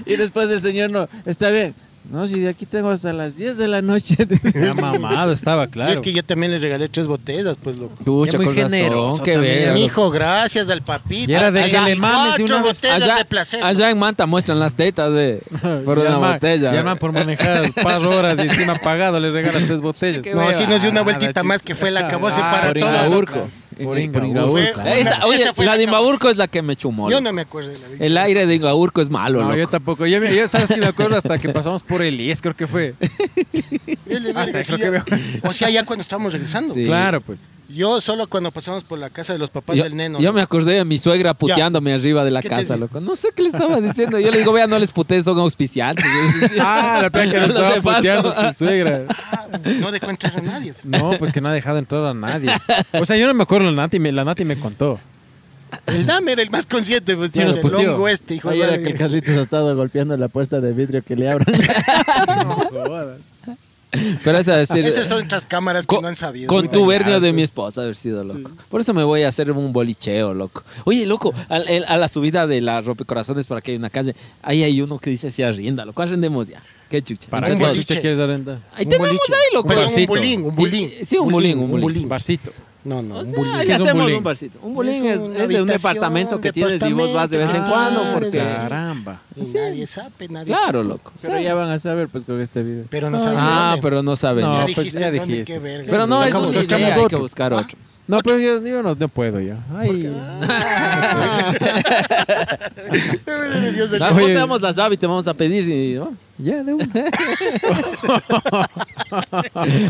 [SPEAKER 2] Y después el señor no, está bien. No, si de aquí tengo hasta las 10 de la noche.
[SPEAKER 1] Ya mamado, estaba claro.
[SPEAKER 4] Y es que yo también le regalé tres botellas, pues loco.
[SPEAKER 3] Chucha,
[SPEAKER 1] Ya muy
[SPEAKER 3] con razón,
[SPEAKER 1] generoso
[SPEAKER 3] qué
[SPEAKER 1] también,
[SPEAKER 3] verga,
[SPEAKER 1] mi
[SPEAKER 3] loco.
[SPEAKER 4] Hijo, gracias al papito.
[SPEAKER 1] Y era de
[SPEAKER 4] Allá
[SPEAKER 1] que le
[SPEAKER 4] hay
[SPEAKER 1] mames de
[SPEAKER 4] cuatro
[SPEAKER 1] una vez.
[SPEAKER 4] botellas
[SPEAKER 3] Allá,
[SPEAKER 4] de placer.
[SPEAKER 3] allá en Manta muestran las tetas de, por
[SPEAKER 1] Ya
[SPEAKER 3] una
[SPEAKER 1] man-
[SPEAKER 3] botella.
[SPEAKER 1] Ya man por manejar un par de horas y encima pagado le regalas tres botellas.
[SPEAKER 3] qué
[SPEAKER 4] No,
[SPEAKER 3] hueva.
[SPEAKER 4] si nos dio una
[SPEAKER 1] Ah,
[SPEAKER 4] vueltita
[SPEAKER 1] la
[SPEAKER 4] más
[SPEAKER 1] chica.
[SPEAKER 4] que fue la acabose
[SPEAKER 1] Ah,
[SPEAKER 4] para
[SPEAKER 1] por
[SPEAKER 4] todas.
[SPEAKER 1] Ingaurco.
[SPEAKER 2] En-
[SPEAKER 1] Por
[SPEAKER 2] en
[SPEAKER 1] Ingaurco.
[SPEAKER 2] Ingaurco.
[SPEAKER 3] Esa, oye,
[SPEAKER 4] Esa fue
[SPEAKER 3] la
[SPEAKER 4] la
[SPEAKER 3] de Eh,
[SPEAKER 4] que-
[SPEAKER 3] Imbaurco es la que me chumó.
[SPEAKER 4] Yo
[SPEAKER 3] loco.
[SPEAKER 4] no me acuerdo. de la de-
[SPEAKER 3] El aire de Ingaurco es malo,
[SPEAKER 1] No, yo
[SPEAKER 3] loco.
[SPEAKER 1] tampoco. Yo, me- yo sabes si me acuerdo hasta que pasamos por el IES, creo que fue.
[SPEAKER 4] Es de verga,
[SPEAKER 1] eso
[SPEAKER 4] sí,
[SPEAKER 1] que
[SPEAKER 4] ya-
[SPEAKER 1] veo.
[SPEAKER 4] O sea, ya cuando estábamos regresando.
[SPEAKER 3] Sí.
[SPEAKER 1] Claro, pues.
[SPEAKER 4] Yo solo cuando pasamos por la casa de los papás
[SPEAKER 3] Yo,
[SPEAKER 4] del neno.
[SPEAKER 3] yo
[SPEAKER 4] ¿no?
[SPEAKER 3] me acordé de mi suegra puteándome arriba de la
[SPEAKER 4] ¿Qué te
[SPEAKER 3] casa,
[SPEAKER 4] dice?
[SPEAKER 3] loco. No sé qué le estaba diciendo. Yo le digo, vea, no les putees, son auspiciantes.
[SPEAKER 1] Ah, la pena que
[SPEAKER 3] No
[SPEAKER 1] nos
[SPEAKER 3] hace
[SPEAKER 1] estaba
[SPEAKER 3] falta.
[SPEAKER 1] puteando tu suegra.
[SPEAKER 4] Ah, no dejó entrar a nadie.
[SPEAKER 1] No, pues que no ha dejado entrar a nadie. O sea, yo no me acuerdo, la Nati me, la Nati me contó.
[SPEAKER 4] El Dame era el más consciente. Pues,
[SPEAKER 1] Sí, nos
[SPEAKER 4] el
[SPEAKER 1] puteó.
[SPEAKER 4] longo este, hijo de
[SPEAKER 2] Ahí era
[SPEAKER 4] madre.
[SPEAKER 2] que el Carlitos ha estado golpeando la puerta de vidrio que le abran.
[SPEAKER 3] Pero esa es decir,
[SPEAKER 4] Esas son otras cámaras que
[SPEAKER 3] con,
[SPEAKER 4] no han sabido.
[SPEAKER 3] con
[SPEAKER 4] tu
[SPEAKER 3] tu vernio de mi esposa haber sido, loco. Por eso me voy a hacer un bolicheo, loco. Oye, loco, al- el- a, la subida de la rompecorazones para que hay una calle, ahí hay uno que dice, sí, arrienda, loco, arrendemos ya. Qué chucha.
[SPEAKER 1] ¿Para
[SPEAKER 4] Un
[SPEAKER 1] qué
[SPEAKER 3] Entonces,
[SPEAKER 4] boliche.
[SPEAKER 1] chucha quieres arrendar?
[SPEAKER 3] Ahí
[SPEAKER 4] Un
[SPEAKER 3] tenemos
[SPEAKER 4] boliche.
[SPEAKER 3] ahí, loco.
[SPEAKER 4] Perdón, un
[SPEAKER 1] barcito.
[SPEAKER 4] bulín, un bulín.
[SPEAKER 3] Y- sí, un bulín, un bulín.
[SPEAKER 1] Barcito.
[SPEAKER 4] No, no,
[SPEAKER 3] O
[SPEAKER 4] un
[SPEAKER 3] sea,
[SPEAKER 4] bulín.
[SPEAKER 3] ahí
[SPEAKER 1] ¿Qué es un
[SPEAKER 3] hacemos
[SPEAKER 1] bulín?
[SPEAKER 3] un barcito. Un bulín es,
[SPEAKER 4] Es una
[SPEAKER 3] es de un
[SPEAKER 4] habitación,
[SPEAKER 3] departamento que tienes y vos vas de vez en
[SPEAKER 4] Ah,
[SPEAKER 3] cuando porque...
[SPEAKER 4] es-
[SPEAKER 1] Caramba.
[SPEAKER 4] Y nadie sabe, nadie
[SPEAKER 3] Claro, loco.
[SPEAKER 2] Pero ya van a saber pues con este video.
[SPEAKER 4] sabe. Pero no saben
[SPEAKER 3] Ah,
[SPEAKER 4] dónde.
[SPEAKER 3] pero no saben.
[SPEAKER 1] No,
[SPEAKER 4] Ya
[SPEAKER 1] pues,
[SPEAKER 4] dijiste,
[SPEAKER 1] ya
[SPEAKER 4] dónde,
[SPEAKER 1] dijiste.
[SPEAKER 4] qué verga.
[SPEAKER 3] Pero no, es
[SPEAKER 1] Buscamos-
[SPEAKER 3] una
[SPEAKER 1] buscamos
[SPEAKER 3] idea, hay que
[SPEAKER 1] otro.
[SPEAKER 4] Ah.
[SPEAKER 3] buscar otro.
[SPEAKER 1] No, pero yo, yo no, no puedo ya. Ay.
[SPEAKER 4] Ay, nervioso.
[SPEAKER 3] Vos te damos la llave y te vamos a pedir y vamos.
[SPEAKER 1] Ya, de una.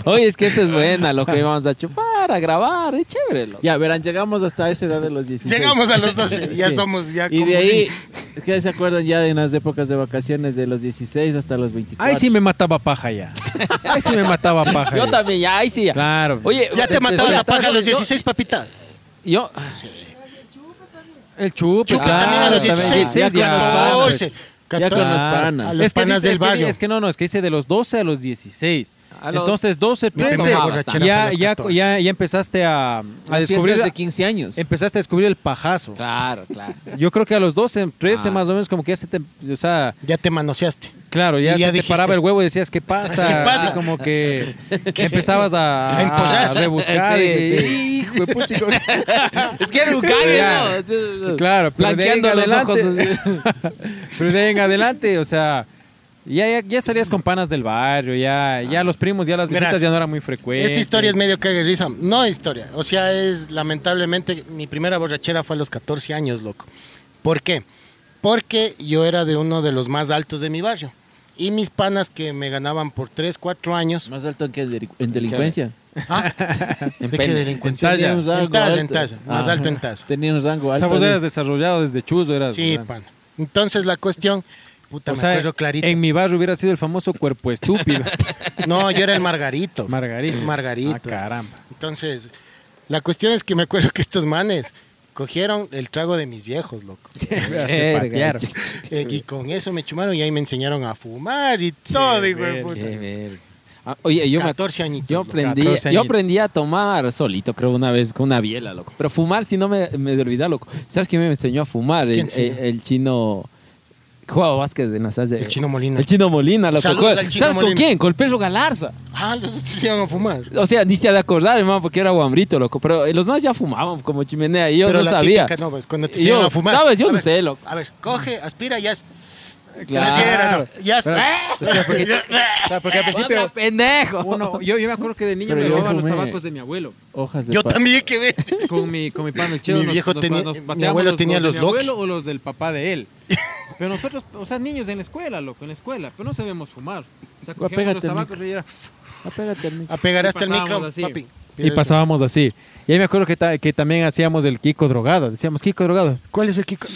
[SPEAKER 3] Oye, es que esa es buena, lo que íbamos a chupar, a grabar, es chévere, loco.
[SPEAKER 2] Ya, verán, llegamos hasta esa edad de los 16.
[SPEAKER 4] Llegamos a los 12. Ya
[SPEAKER 2] Sí.
[SPEAKER 4] somos ya
[SPEAKER 2] Y
[SPEAKER 4] como
[SPEAKER 2] de ahí, ¿qué se acuerdan ya de las épocas de vacaciones de los 16 hasta los 24?
[SPEAKER 1] Ay, sí me mataba paja ya. Ay, sí me mataba paja.
[SPEAKER 3] Yo
[SPEAKER 1] ya.
[SPEAKER 3] también, ya, ahí sí. ya.
[SPEAKER 1] Claro.
[SPEAKER 3] Oye, eh,
[SPEAKER 4] Ya te mataba
[SPEAKER 3] oye,
[SPEAKER 4] la paja a los
[SPEAKER 3] yo-
[SPEAKER 4] 16, papita.
[SPEAKER 3] Yo,
[SPEAKER 1] El chupe.
[SPEAKER 4] Chupa
[SPEAKER 1] claro,
[SPEAKER 4] también a los
[SPEAKER 1] también. Ah,
[SPEAKER 4] 16.
[SPEAKER 2] ya con los padres.
[SPEAKER 4] 14.
[SPEAKER 2] Ya con los panas.
[SPEAKER 4] A
[SPEAKER 1] Es
[SPEAKER 4] los
[SPEAKER 1] que dice-
[SPEAKER 4] panas del
[SPEAKER 1] es que di-
[SPEAKER 4] barrio.
[SPEAKER 1] es que no, no, es que hice de los 12 a los 16.
[SPEAKER 3] A los-
[SPEAKER 1] Entonces, 12,
[SPEAKER 4] No te
[SPEAKER 1] 13.
[SPEAKER 3] mamabas tanto.
[SPEAKER 1] ya,
[SPEAKER 4] A los
[SPEAKER 1] ya,
[SPEAKER 4] 14.
[SPEAKER 1] ya, ya empezaste a, a Em-
[SPEAKER 2] Las
[SPEAKER 1] descubrir.
[SPEAKER 2] fiestas de 15 años.
[SPEAKER 1] Empezaste a descubrir el pajazo.
[SPEAKER 3] claro, claro.
[SPEAKER 1] Yo creo que a los 12, 13
[SPEAKER 3] Ah.
[SPEAKER 1] más o menos, como que ya se te. O sea,
[SPEAKER 4] Ya te manoseaste.
[SPEAKER 1] claro, ya,
[SPEAKER 4] Y ya
[SPEAKER 1] se te
[SPEAKER 4] dijiste.
[SPEAKER 1] paraba el huevo y decías, ¿qué pasa?
[SPEAKER 4] ¿Qué pasa?
[SPEAKER 1] Así como que empezabas a,
[SPEAKER 4] A empollar.
[SPEAKER 1] rebuscar.
[SPEAKER 3] Sí,
[SPEAKER 1] y-
[SPEAKER 3] sí.
[SPEAKER 1] Hijo de puta, hijo de-
[SPEAKER 3] Es que era un cague,
[SPEAKER 1] Claro.
[SPEAKER 3] ¿no?
[SPEAKER 1] Claro, pero de ahí en
[SPEAKER 3] Blanqueando los ojos.
[SPEAKER 1] adelante. pero de ahí en adelante, o sea, ya, ya, ya salías con panas del barrio, ya, ya los primos, ya las visitas
[SPEAKER 4] Verás,
[SPEAKER 1] ya no eran muy frecuentes.
[SPEAKER 4] Ah. Esta historia
[SPEAKER 1] pues.
[SPEAKER 4] es medio cague de risa. No historia. O sea, es lamentablemente mi primera borrachera fue a los 14 años, loco. ¿Por qué? Porque yo era de uno de los más altos de mi barrio. y mis panas que me ganaban por 3, 4 años.
[SPEAKER 2] Más alto en, que delincu- en delincuencia.
[SPEAKER 4] ¿De
[SPEAKER 3] pena.
[SPEAKER 4] qué delincuencia?
[SPEAKER 1] En talla.
[SPEAKER 4] Ah. En talla, en talla, en talla, Más
[SPEAKER 2] Ah.
[SPEAKER 4] alto en talla.
[SPEAKER 2] Teníamos rango alto.
[SPEAKER 1] O sea, vos
[SPEAKER 2] de-
[SPEAKER 1] eras desarrollado desde chuzo, eras.
[SPEAKER 4] Sí,
[SPEAKER 1] ¿verdad?
[SPEAKER 4] pana. Entonces la cuestión, puta,
[SPEAKER 1] O
[SPEAKER 4] me
[SPEAKER 1] sea,
[SPEAKER 4] acuerdo clarito.
[SPEAKER 1] en mi barrio hubiera sido el famoso cuerpo estúpido.
[SPEAKER 4] No, yo era el Margarito.
[SPEAKER 1] Margarito.
[SPEAKER 4] Margarito.
[SPEAKER 1] Ah, caramba.
[SPEAKER 4] Entonces, la cuestión es que me acuerdo que estos manes cogieron el trago de mis viejos, loco.
[SPEAKER 1] Se patearon.
[SPEAKER 4] Eh, y con eso me chumaron y ahí me enseñaron a fumar y todo, hijo de
[SPEAKER 1] verga.
[SPEAKER 4] puta.
[SPEAKER 3] Qué verga. Ah, Oye, yo me
[SPEAKER 4] 14 añitos.
[SPEAKER 3] Yo
[SPEAKER 4] loco.
[SPEAKER 3] aprendí,
[SPEAKER 1] 14
[SPEAKER 3] yo
[SPEAKER 1] añitos.
[SPEAKER 3] aprendí a tomar solito, creo, una vez con una biela, loco. Pero fumar, si no me, me de olvidar, loco. ¿Sabes quién me enseñó a fumar? El,
[SPEAKER 4] ¿Quién te
[SPEAKER 3] el- el chino. Juan Vázquez de Nasalle.
[SPEAKER 4] El Chino Molina.
[SPEAKER 3] El chino Molina, loco.
[SPEAKER 4] Saludos
[SPEAKER 3] ¿Cuál-
[SPEAKER 4] al Chino
[SPEAKER 3] ¿Sabes con
[SPEAKER 4] Molina.
[SPEAKER 3] quién? Con el perro Galarza.
[SPEAKER 4] Ah, los otros se iban a fumar.
[SPEAKER 3] O sea, ni se ha de acordar, hermano, porque era guambrito, loco. Pero eh, los más ya fumaban como chimenea y yo
[SPEAKER 4] Pero
[SPEAKER 3] no
[SPEAKER 4] la
[SPEAKER 3] sabía.
[SPEAKER 4] típica, no, pues, cuando te
[SPEAKER 3] Y
[SPEAKER 4] llevan
[SPEAKER 3] yo,
[SPEAKER 4] a fumar.
[SPEAKER 3] ¿sabes? Yo
[SPEAKER 4] A
[SPEAKER 3] no
[SPEAKER 4] ver,
[SPEAKER 3] sé, loco.
[SPEAKER 4] A ver, coge, aspira, ya. es-
[SPEAKER 3] Claro.
[SPEAKER 4] Así era, no. Ya. es-
[SPEAKER 1] O sea, porque al
[SPEAKER 3] Guarda,
[SPEAKER 1] principio.
[SPEAKER 3] pendejo!
[SPEAKER 1] uno- yo, yo me acuerdo que de niño
[SPEAKER 2] Pero
[SPEAKER 1] me
[SPEAKER 2] yo
[SPEAKER 1] robaban los
[SPEAKER 2] fumé.
[SPEAKER 1] tabacos de mi abuelo.
[SPEAKER 2] Hojas de
[SPEAKER 4] Yo
[SPEAKER 2] pa-
[SPEAKER 4] también que ve.
[SPEAKER 1] Con mi, con mi pan el chelo.
[SPEAKER 4] Mi
[SPEAKER 1] nos-
[SPEAKER 4] viejo
[SPEAKER 1] nos-
[SPEAKER 4] tenía-
[SPEAKER 1] nos
[SPEAKER 4] mi
[SPEAKER 1] pateamos
[SPEAKER 4] abuelo tenía
[SPEAKER 1] de
[SPEAKER 4] los
[SPEAKER 1] mi
[SPEAKER 4] Lock.
[SPEAKER 1] abuelo o los del papá de él. Pero nosotros, o sea, niños en la escuela, loco, en la escuela. Pero no sabemos fumar. O sea, cogíamos
[SPEAKER 2] pégate
[SPEAKER 1] los
[SPEAKER 2] al
[SPEAKER 1] tabacos y era...
[SPEAKER 2] Apégate al micro.
[SPEAKER 4] A pegar hasta el
[SPEAKER 1] pasábamos
[SPEAKER 4] micro,
[SPEAKER 1] así.
[SPEAKER 4] papi.
[SPEAKER 1] Y pasábamos así. Y ahí me acuerdo que, ta- que también hacíamos el Kiko drogado. Decíamos Kiko drogado.
[SPEAKER 4] ¿Cuál es el Kiko?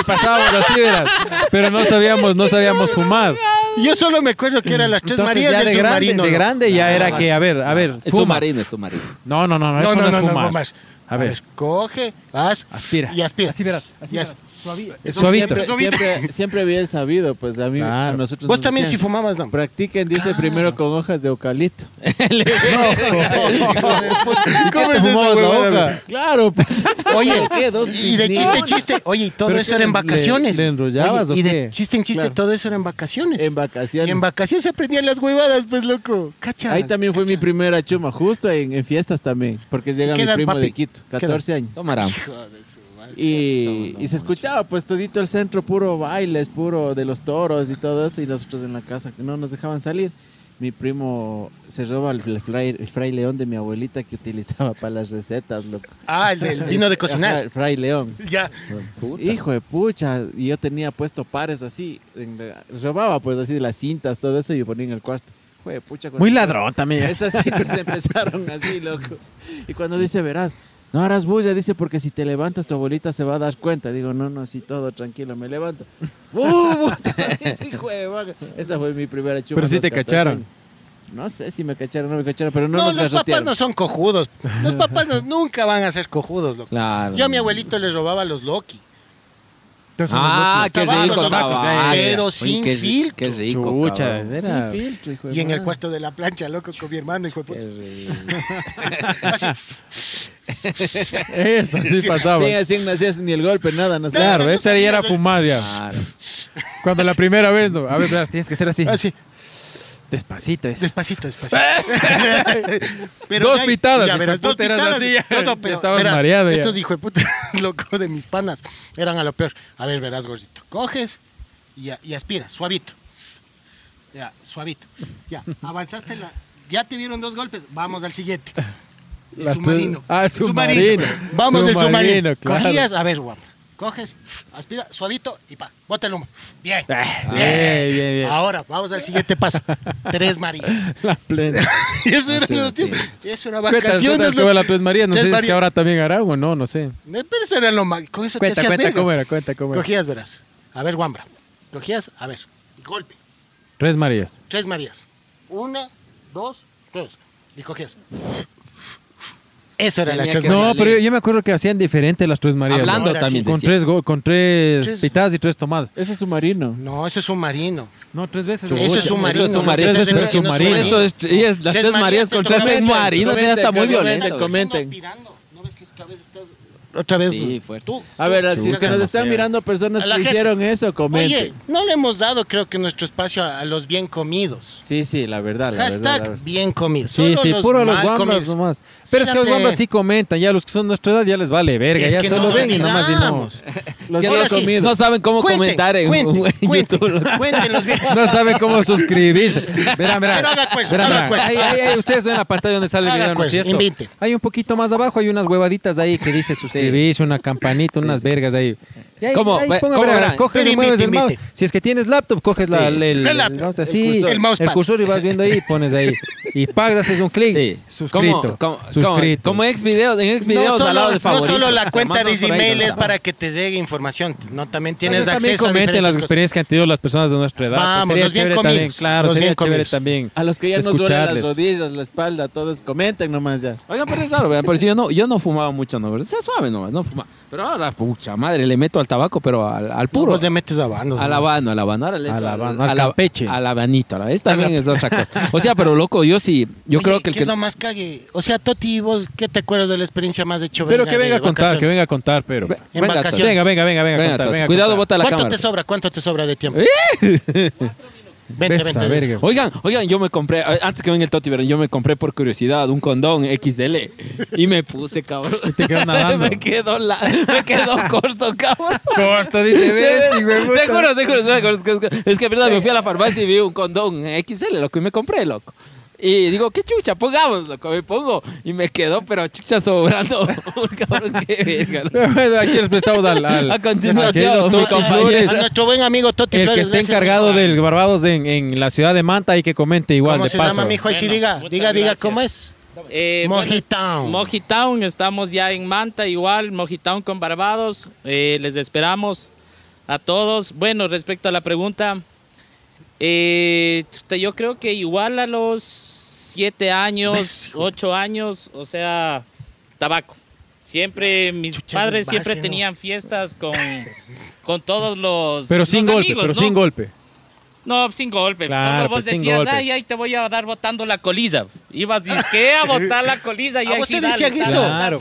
[SPEAKER 1] y pasábamos así, verás. Pero no sabíamos, no sabíamos fumar.
[SPEAKER 4] Yo solo me acuerdo que eran las tres
[SPEAKER 1] Entonces,
[SPEAKER 4] Marías
[SPEAKER 1] ya
[SPEAKER 4] del
[SPEAKER 1] de grande,
[SPEAKER 4] submarino.
[SPEAKER 1] de
[SPEAKER 4] loco.
[SPEAKER 1] grande ya
[SPEAKER 3] Ah,
[SPEAKER 1] era
[SPEAKER 3] vas-
[SPEAKER 1] que, a ver, a ver,
[SPEAKER 3] El
[SPEAKER 1] fuma.
[SPEAKER 3] submarino, el submarino.
[SPEAKER 1] No, no, no, no,
[SPEAKER 4] No,
[SPEAKER 1] eso
[SPEAKER 4] no,
[SPEAKER 1] no,
[SPEAKER 4] no,
[SPEAKER 1] es
[SPEAKER 4] no,
[SPEAKER 1] fumar.
[SPEAKER 4] más.
[SPEAKER 1] A ver,
[SPEAKER 4] Coge, haz.
[SPEAKER 1] aspira.
[SPEAKER 4] Y aspira.
[SPEAKER 1] Así verás, así
[SPEAKER 4] Y
[SPEAKER 1] verás.
[SPEAKER 4] as-
[SPEAKER 1] Suavi-
[SPEAKER 4] Eso
[SPEAKER 1] Suavito.
[SPEAKER 2] Siempre,
[SPEAKER 4] Suavito.
[SPEAKER 2] siempre, siempre bien sabido, pues a mí,
[SPEAKER 1] Claro.
[SPEAKER 2] a nosotros
[SPEAKER 4] Vos
[SPEAKER 2] nos
[SPEAKER 4] también si
[SPEAKER 2] decían,
[SPEAKER 4] fumabas, no.
[SPEAKER 2] Practiquen, dice primero con hojas de eucalipto.
[SPEAKER 4] ¿Cómo es
[SPEAKER 1] fumabas la hoja?
[SPEAKER 2] Claro, pues.
[SPEAKER 4] Oye,
[SPEAKER 2] ¿qué? Dos
[SPEAKER 4] y de
[SPEAKER 2] pininos.
[SPEAKER 4] chiste en chiste. Oye, y todo
[SPEAKER 1] ¿Pero
[SPEAKER 4] eso
[SPEAKER 1] qué,
[SPEAKER 4] era en
[SPEAKER 1] le-
[SPEAKER 4] vacaciones.
[SPEAKER 1] le enrollabas
[SPEAKER 4] Oye,
[SPEAKER 1] o
[SPEAKER 4] y de
[SPEAKER 1] qué?
[SPEAKER 4] chiste en chiste,
[SPEAKER 2] Claro.
[SPEAKER 4] todo eso era en vacaciones.
[SPEAKER 2] En
[SPEAKER 4] y
[SPEAKER 2] vacaciones.
[SPEAKER 4] en vacaciones se aprendían las huevadas, pues, loco. Cacha.
[SPEAKER 2] Ahí también fue mi primera chuma, justo en, en fiestas también, porque llega
[SPEAKER 4] ¿Qué
[SPEAKER 2] mi
[SPEAKER 4] edad,
[SPEAKER 2] primo
[SPEAKER 4] papi?
[SPEAKER 2] de Quito,
[SPEAKER 4] ¿Qué edad?
[SPEAKER 2] 14 años.
[SPEAKER 3] Tomará.
[SPEAKER 2] Y, y se escuchaba pues todito el centro, puro bailes, puro de los toros y todo eso, y nosotros en la casa que no nos dejaban salir. Mi primo se roba el, el fray, el fray león de mi abuelita que utilizaba para las recetas, loco.
[SPEAKER 4] Ah, el del vino de
[SPEAKER 2] Ajá,
[SPEAKER 4] cocinar.
[SPEAKER 2] el fray león.
[SPEAKER 4] Ya.
[SPEAKER 2] Hijo de pucha, y yo tenía puesto pares así, en la- robaba pues así de las cintas, todo eso, y ponía en el cuarto. Hijo de pucha, cuando
[SPEAKER 1] Muy
[SPEAKER 2] esas-
[SPEAKER 1] ladrón también.
[SPEAKER 2] Esas cintas pues, empezaron así, loco. Y cuando dice, verás, no harás bulla, dice, porque si te levantas tu abuelita se va a dar cuenta. Digo, no, no, si todo tranquilo, me levanto. ¡Uh, puta! Hijo de vaga. Esa fue mi primera chuma.
[SPEAKER 1] Pero sí
[SPEAKER 2] a los
[SPEAKER 1] te
[SPEAKER 2] 14
[SPEAKER 1] cacharon.
[SPEAKER 2] años. No sé si me cacharon o no me cacharon, pero no,
[SPEAKER 4] No,
[SPEAKER 2] nos
[SPEAKER 4] los papás
[SPEAKER 2] garrotearon.
[SPEAKER 4] no son cojudos. Los papás no- nunca van a ser cojudos, loco.
[SPEAKER 3] Claro.
[SPEAKER 4] Yo a mi abuelito le robaba los Loki.
[SPEAKER 3] Ah, qué
[SPEAKER 4] Tabacos,
[SPEAKER 3] rico,
[SPEAKER 4] tabacos,
[SPEAKER 3] tabaco.
[SPEAKER 4] pero
[SPEAKER 3] Oye,
[SPEAKER 4] sin
[SPEAKER 3] qué, ri-
[SPEAKER 4] filtro.
[SPEAKER 3] Qué rico,
[SPEAKER 1] Chucha,
[SPEAKER 3] cabrón.
[SPEAKER 1] era-
[SPEAKER 2] Sin filtro,
[SPEAKER 1] Pues
[SPEAKER 2] hijo de
[SPEAKER 4] Y en el
[SPEAKER 2] madre.
[SPEAKER 4] cuarto de la plancha, loco, con mi hermano, hijo de puta.
[SPEAKER 3] Qué rico.
[SPEAKER 1] Eso, así pasaba.
[SPEAKER 2] Sí, así no hacías ni el golpe, nada, no sé.
[SPEAKER 1] Claro, esa ya
[SPEAKER 4] ¿eh?
[SPEAKER 1] era fumada. ya.
[SPEAKER 3] Claro.
[SPEAKER 1] Cuando la primera vez, ¿no? a ver, verás, tienes que ser así.
[SPEAKER 4] Así,
[SPEAKER 1] Despacito. es.
[SPEAKER 4] despacito, despacito. Pero
[SPEAKER 1] Dos
[SPEAKER 4] ya-
[SPEAKER 1] pitadas,
[SPEAKER 4] ya
[SPEAKER 1] hijo de
[SPEAKER 4] verás, dos
[SPEAKER 1] puta, eras
[SPEAKER 4] pitadas.
[SPEAKER 1] así, ya.
[SPEAKER 4] No, no,
[SPEAKER 1] Ya
[SPEAKER 4] pero
[SPEAKER 1] estabas
[SPEAKER 4] verás,
[SPEAKER 1] mareado ya.
[SPEAKER 4] estos hijo de puta locos de mis panas eran a lo peor. A ver, verás, gordito. Coges y, a- y aspiras, suavito. Ya, suavito. Ya, avanzaste la... Ya te vieron dos golpes, vamos al siguiente. El
[SPEAKER 1] Las tres-
[SPEAKER 4] submarino.
[SPEAKER 1] Ah, el submarino.
[SPEAKER 4] Vamos del submarino.
[SPEAKER 1] Submarino, claro.
[SPEAKER 4] Cogías, a ver, guapa. Coges, aspira, suavito y pa, bota el humo. Bien.
[SPEAKER 1] Ah, bien, bien, bien.
[SPEAKER 4] Ahora, vamos al siguiente paso. Tres Marías.
[SPEAKER 1] La plena.
[SPEAKER 4] Y eso era
[SPEAKER 3] Sí,
[SPEAKER 4] los
[SPEAKER 3] sí.
[SPEAKER 4] tiempos. Eso era
[SPEAKER 1] Cuentas,
[SPEAKER 4] vacaciones.
[SPEAKER 1] cómo
[SPEAKER 4] loco.
[SPEAKER 1] era la Tres Marías, no
[SPEAKER 4] Tres
[SPEAKER 1] sé si es
[SPEAKER 4] Marías. Eh,
[SPEAKER 1] que ahora también Aragua, no, no sé.
[SPEAKER 4] Pero eso era lo más. Con eso
[SPEAKER 1] Cuenta,
[SPEAKER 4] te hacías
[SPEAKER 1] cuenta
[SPEAKER 4] verga.
[SPEAKER 1] cómo era, cuenta cómo era.
[SPEAKER 4] Cogías, verás. A ver, Guambra. Cogías, a ver. Golpe.
[SPEAKER 1] Tres Marías.
[SPEAKER 4] Tres Marías. Una, dos, tres. Y cogías. Eso era
[SPEAKER 3] Tenía
[SPEAKER 4] las tres
[SPEAKER 3] que
[SPEAKER 4] Marías.
[SPEAKER 1] No,
[SPEAKER 3] sale.
[SPEAKER 1] pero yo, yo me acuerdo que hacían diferente las Tres Marías. ¿no?
[SPEAKER 3] Hablando
[SPEAKER 4] Ahora
[SPEAKER 3] también.
[SPEAKER 4] sí,
[SPEAKER 1] Con
[SPEAKER 3] decía.
[SPEAKER 1] tres, go- con tres,
[SPEAKER 4] Tres-
[SPEAKER 1] pitadas y tres tomadas.
[SPEAKER 2] Ese es submarino.
[SPEAKER 4] No, eso es submarino.
[SPEAKER 1] No, tres veces.
[SPEAKER 4] Eso es submarino.
[SPEAKER 3] Eso es submarino.
[SPEAKER 1] Tres
[SPEAKER 4] Eso
[SPEAKER 1] veces
[SPEAKER 4] es
[SPEAKER 1] submarino.
[SPEAKER 4] submarino.
[SPEAKER 3] Eso es, y es las
[SPEAKER 4] Tres
[SPEAKER 3] tres
[SPEAKER 4] Marías
[SPEAKER 3] Marías
[SPEAKER 4] te
[SPEAKER 3] con tres
[SPEAKER 4] tomaban.
[SPEAKER 3] submarinos. Ya está muy
[SPEAKER 2] Comenten, comenten.
[SPEAKER 3] violento.
[SPEAKER 2] Comenten.
[SPEAKER 4] aspirando. ¿No ves que otra vez estás... Otra vez.
[SPEAKER 3] Sí, fuerte.
[SPEAKER 4] Tú.
[SPEAKER 2] A ver, si es que nos están mirando personas
[SPEAKER 4] A la
[SPEAKER 2] que
[SPEAKER 4] gente.
[SPEAKER 2] hicieron eso, comenten.
[SPEAKER 4] Oye, no le hemos dado, creo que, nuestro espacio a, a los bien comidos.
[SPEAKER 2] Sí, sí, la verdad, la
[SPEAKER 4] Hashtag
[SPEAKER 2] verdad. la verdad.
[SPEAKER 4] bien comidos.
[SPEAKER 1] Sí,
[SPEAKER 4] Solo
[SPEAKER 1] sí, puro los
[SPEAKER 4] mal
[SPEAKER 1] guambas
[SPEAKER 4] comidos.
[SPEAKER 1] nomás. Pero es que los
[SPEAKER 4] Fíjate.
[SPEAKER 1] guambas sí comentan, ya los que son de nuestra edad ya les vale verga,
[SPEAKER 4] Es
[SPEAKER 1] ya
[SPEAKER 4] que
[SPEAKER 1] solo
[SPEAKER 4] nos
[SPEAKER 1] ven y nomás y no.
[SPEAKER 4] olvidamos.
[SPEAKER 2] Los
[SPEAKER 3] Que
[SPEAKER 2] bien
[SPEAKER 3] no,
[SPEAKER 2] comidos.
[SPEAKER 3] no saben cómo comentar en,
[SPEAKER 4] cuenten,
[SPEAKER 3] en
[SPEAKER 4] cuenten,
[SPEAKER 3] YouTube.
[SPEAKER 4] cuenten los bien.
[SPEAKER 1] No saben cómo suscribirse. Verán, verán.
[SPEAKER 4] Pero haga cuenta,
[SPEAKER 1] Verán,
[SPEAKER 4] haga
[SPEAKER 1] verán.
[SPEAKER 4] cuenta.
[SPEAKER 1] Ahí, ahí, ahí, ustedes ven la pantalla donde sale el
[SPEAKER 4] Haga
[SPEAKER 1] video, ¿no
[SPEAKER 4] cuenta,
[SPEAKER 1] es cierto?
[SPEAKER 4] invite.
[SPEAKER 1] Hay un poquito más abajo, hay unas huevaditas ahí que dice suscribirse, una campanita, unas vergas ahí. Ya ahí-
[SPEAKER 3] ¿Cómo?
[SPEAKER 1] ahí
[SPEAKER 3] Ve-
[SPEAKER 1] ponga,
[SPEAKER 3] ¿cómo
[SPEAKER 1] verá,
[SPEAKER 3] verán?
[SPEAKER 1] coges
[SPEAKER 4] Sí,
[SPEAKER 1] y mueves
[SPEAKER 4] invite,
[SPEAKER 1] el mouse.
[SPEAKER 4] invite.
[SPEAKER 1] Si es que tienes laptop, coges
[SPEAKER 3] Sí,
[SPEAKER 1] la,
[SPEAKER 3] sí,
[SPEAKER 1] el,
[SPEAKER 3] sí.
[SPEAKER 1] el-
[SPEAKER 4] El laptop,
[SPEAKER 1] no sé,
[SPEAKER 4] el
[SPEAKER 1] sí,
[SPEAKER 4] cursor. El mousepad.
[SPEAKER 1] el cursor y vas viendo ahí, pones ahí. Y pagas, haces un clic.
[SPEAKER 3] Sí.
[SPEAKER 1] Suscrito.
[SPEAKER 3] Como, como,
[SPEAKER 1] suscrito.
[SPEAKER 3] como ex videos, en ex
[SPEAKER 4] No
[SPEAKER 3] videos al lado
[SPEAKER 4] solo,
[SPEAKER 3] de
[SPEAKER 4] no
[SPEAKER 3] favoritos.
[SPEAKER 4] solo la
[SPEAKER 3] Se
[SPEAKER 4] cuenta de
[SPEAKER 3] mandan por ahí,
[SPEAKER 4] Gmail es
[SPEAKER 3] ¿no?
[SPEAKER 4] para que te llegue información, no también
[SPEAKER 1] Entonces
[SPEAKER 4] tienes
[SPEAKER 1] Pues también
[SPEAKER 4] acceso a
[SPEAKER 1] comenten
[SPEAKER 4] diferentes
[SPEAKER 1] las
[SPEAKER 4] cosas.
[SPEAKER 1] experiencias que han tenido las personas de nuestra edad. pues
[SPEAKER 4] Vamos,
[SPEAKER 1] sería
[SPEAKER 4] los bien
[SPEAKER 1] chévere
[SPEAKER 4] comidos,
[SPEAKER 1] también, claro,
[SPEAKER 4] los
[SPEAKER 1] sería
[SPEAKER 4] bien
[SPEAKER 1] chévere
[SPEAKER 4] comidos.
[SPEAKER 1] también.
[SPEAKER 2] A los que ya nos duelen las
[SPEAKER 1] escucharles.
[SPEAKER 2] rodillas, la espalda, todos comenten nomás ya.
[SPEAKER 3] Oigan, pero es raro, vean, pero si yo no, yo no fumaba mucho, ¿no? Pero sea suave nomás, no fumaba. Pero ahora, pucha madre, le meto al tabaco, pero al, al
[SPEAKER 4] Puro.
[SPEAKER 3] puro.
[SPEAKER 4] le metes a bandos,
[SPEAKER 3] Al
[SPEAKER 4] ¿no?
[SPEAKER 3] habano, al habano, ahora le
[SPEAKER 1] Al
[SPEAKER 3] entro
[SPEAKER 1] habano, al campeche.
[SPEAKER 3] Al habanito, ahora. es también es otra cosa. O sea, pero loco, yo sí, yo
[SPEAKER 4] Oye,
[SPEAKER 3] creo que el
[SPEAKER 4] ¿qué
[SPEAKER 3] que...
[SPEAKER 4] es lo más cague? O sea, Toti, ¿vos qué te acuerdas de la experiencia más de
[SPEAKER 1] Pero que
[SPEAKER 4] de
[SPEAKER 1] venga a contar, que
[SPEAKER 4] vacaciones?
[SPEAKER 1] venga a contar, pero.
[SPEAKER 3] Ve-
[SPEAKER 4] En
[SPEAKER 3] venga, Tato.
[SPEAKER 4] vacaciones.
[SPEAKER 1] Venga, venga, venga, venga, a
[SPEAKER 3] Venga,
[SPEAKER 1] contar,
[SPEAKER 3] Tato,
[SPEAKER 1] venga a
[SPEAKER 3] Cuidado,
[SPEAKER 1] contar.
[SPEAKER 3] bota la
[SPEAKER 4] ¿Cuánto
[SPEAKER 3] cámara.
[SPEAKER 4] te sobra? ¿Cuánto te sobra de tiempo? Vente,
[SPEAKER 1] Ves a
[SPEAKER 4] vente.
[SPEAKER 1] ¿Eh? verga.
[SPEAKER 3] Oigan, oigan, yo me compré, eh, antes que venga el Toti, verán, yo me compré por curiosidad un condón XL y me puse, cabrón.
[SPEAKER 1] te quedó nadando.
[SPEAKER 3] me quedó la, me quedó corto, cabrón.
[SPEAKER 1] Costa, dice, ves,
[SPEAKER 3] Te
[SPEAKER 1] hijo de
[SPEAKER 3] juro,
[SPEAKER 1] puta.
[SPEAKER 3] te juro, te juro, te juro, es que- es que- Es que, verdad, me fui a la farmacia y vi un condón XL, loco, y me compré, loco. Y digo, qué chucha, pongamos, loco, me pongo. Y me quedó, pero chucha, sobrando. Un cabrón, qué verga. loco.
[SPEAKER 1] Bueno, Aquí les prestamos al. al-
[SPEAKER 3] A continuación,
[SPEAKER 1] al querido
[SPEAKER 3] mi
[SPEAKER 1] Toti
[SPEAKER 3] compañero.
[SPEAKER 1] Flores,
[SPEAKER 4] A nuestro buen amigo Toti
[SPEAKER 1] El que
[SPEAKER 4] Flores,
[SPEAKER 1] esté
[SPEAKER 4] gracias.
[SPEAKER 1] encargado del Barbados en, en la ciudad de Manta y que comente
[SPEAKER 4] ¿Cómo
[SPEAKER 1] igual de
[SPEAKER 4] se
[SPEAKER 1] paso.
[SPEAKER 4] llama, mijo? Ahí sí,
[SPEAKER 5] Bueno,
[SPEAKER 4] diga,
[SPEAKER 5] muchas
[SPEAKER 4] diga, diga,
[SPEAKER 5] gracias.
[SPEAKER 4] ¿cómo es?
[SPEAKER 5] Eh,
[SPEAKER 4] Mojitown.
[SPEAKER 5] bueno, Mojitown, estamos ya en Manta, igual, Mojitown con Barbados. eh, les esperamos a todos. Bueno, respecto a la pregunta, eh, chuta, yo creo que igual a los siete años,
[SPEAKER 4] ¿Ves?
[SPEAKER 5] ocho años, o sea, tabaco. Siempre, mis
[SPEAKER 4] Chucha, es
[SPEAKER 5] padres
[SPEAKER 4] un
[SPEAKER 5] siempre
[SPEAKER 4] base, ¿no?
[SPEAKER 5] tenían fiestas con, con todos los.
[SPEAKER 1] Pero sin
[SPEAKER 5] los
[SPEAKER 1] golpe,
[SPEAKER 5] amigos,
[SPEAKER 1] pero
[SPEAKER 5] ¿no?
[SPEAKER 1] sin golpe.
[SPEAKER 5] No, sin golpe.
[SPEAKER 1] Claro,
[SPEAKER 5] Solo vos
[SPEAKER 1] pues, sin
[SPEAKER 5] decías,
[SPEAKER 1] golpe.
[SPEAKER 5] ay, ay, te voy a dar botando la colilla. Ibas, ¿qué? A botar la colilla. Y
[SPEAKER 4] ¿A
[SPEAKER 5] ahí
[SPEAKER 4] vos te
[SPEAKER 5] sí, dale,
[SPEAKER 4] decían
[SPEAKER 5] ta,
[SPEAKER 4] eso?
[SPEAKER 5] ta, ta.
[SPEAKER 1] Claro.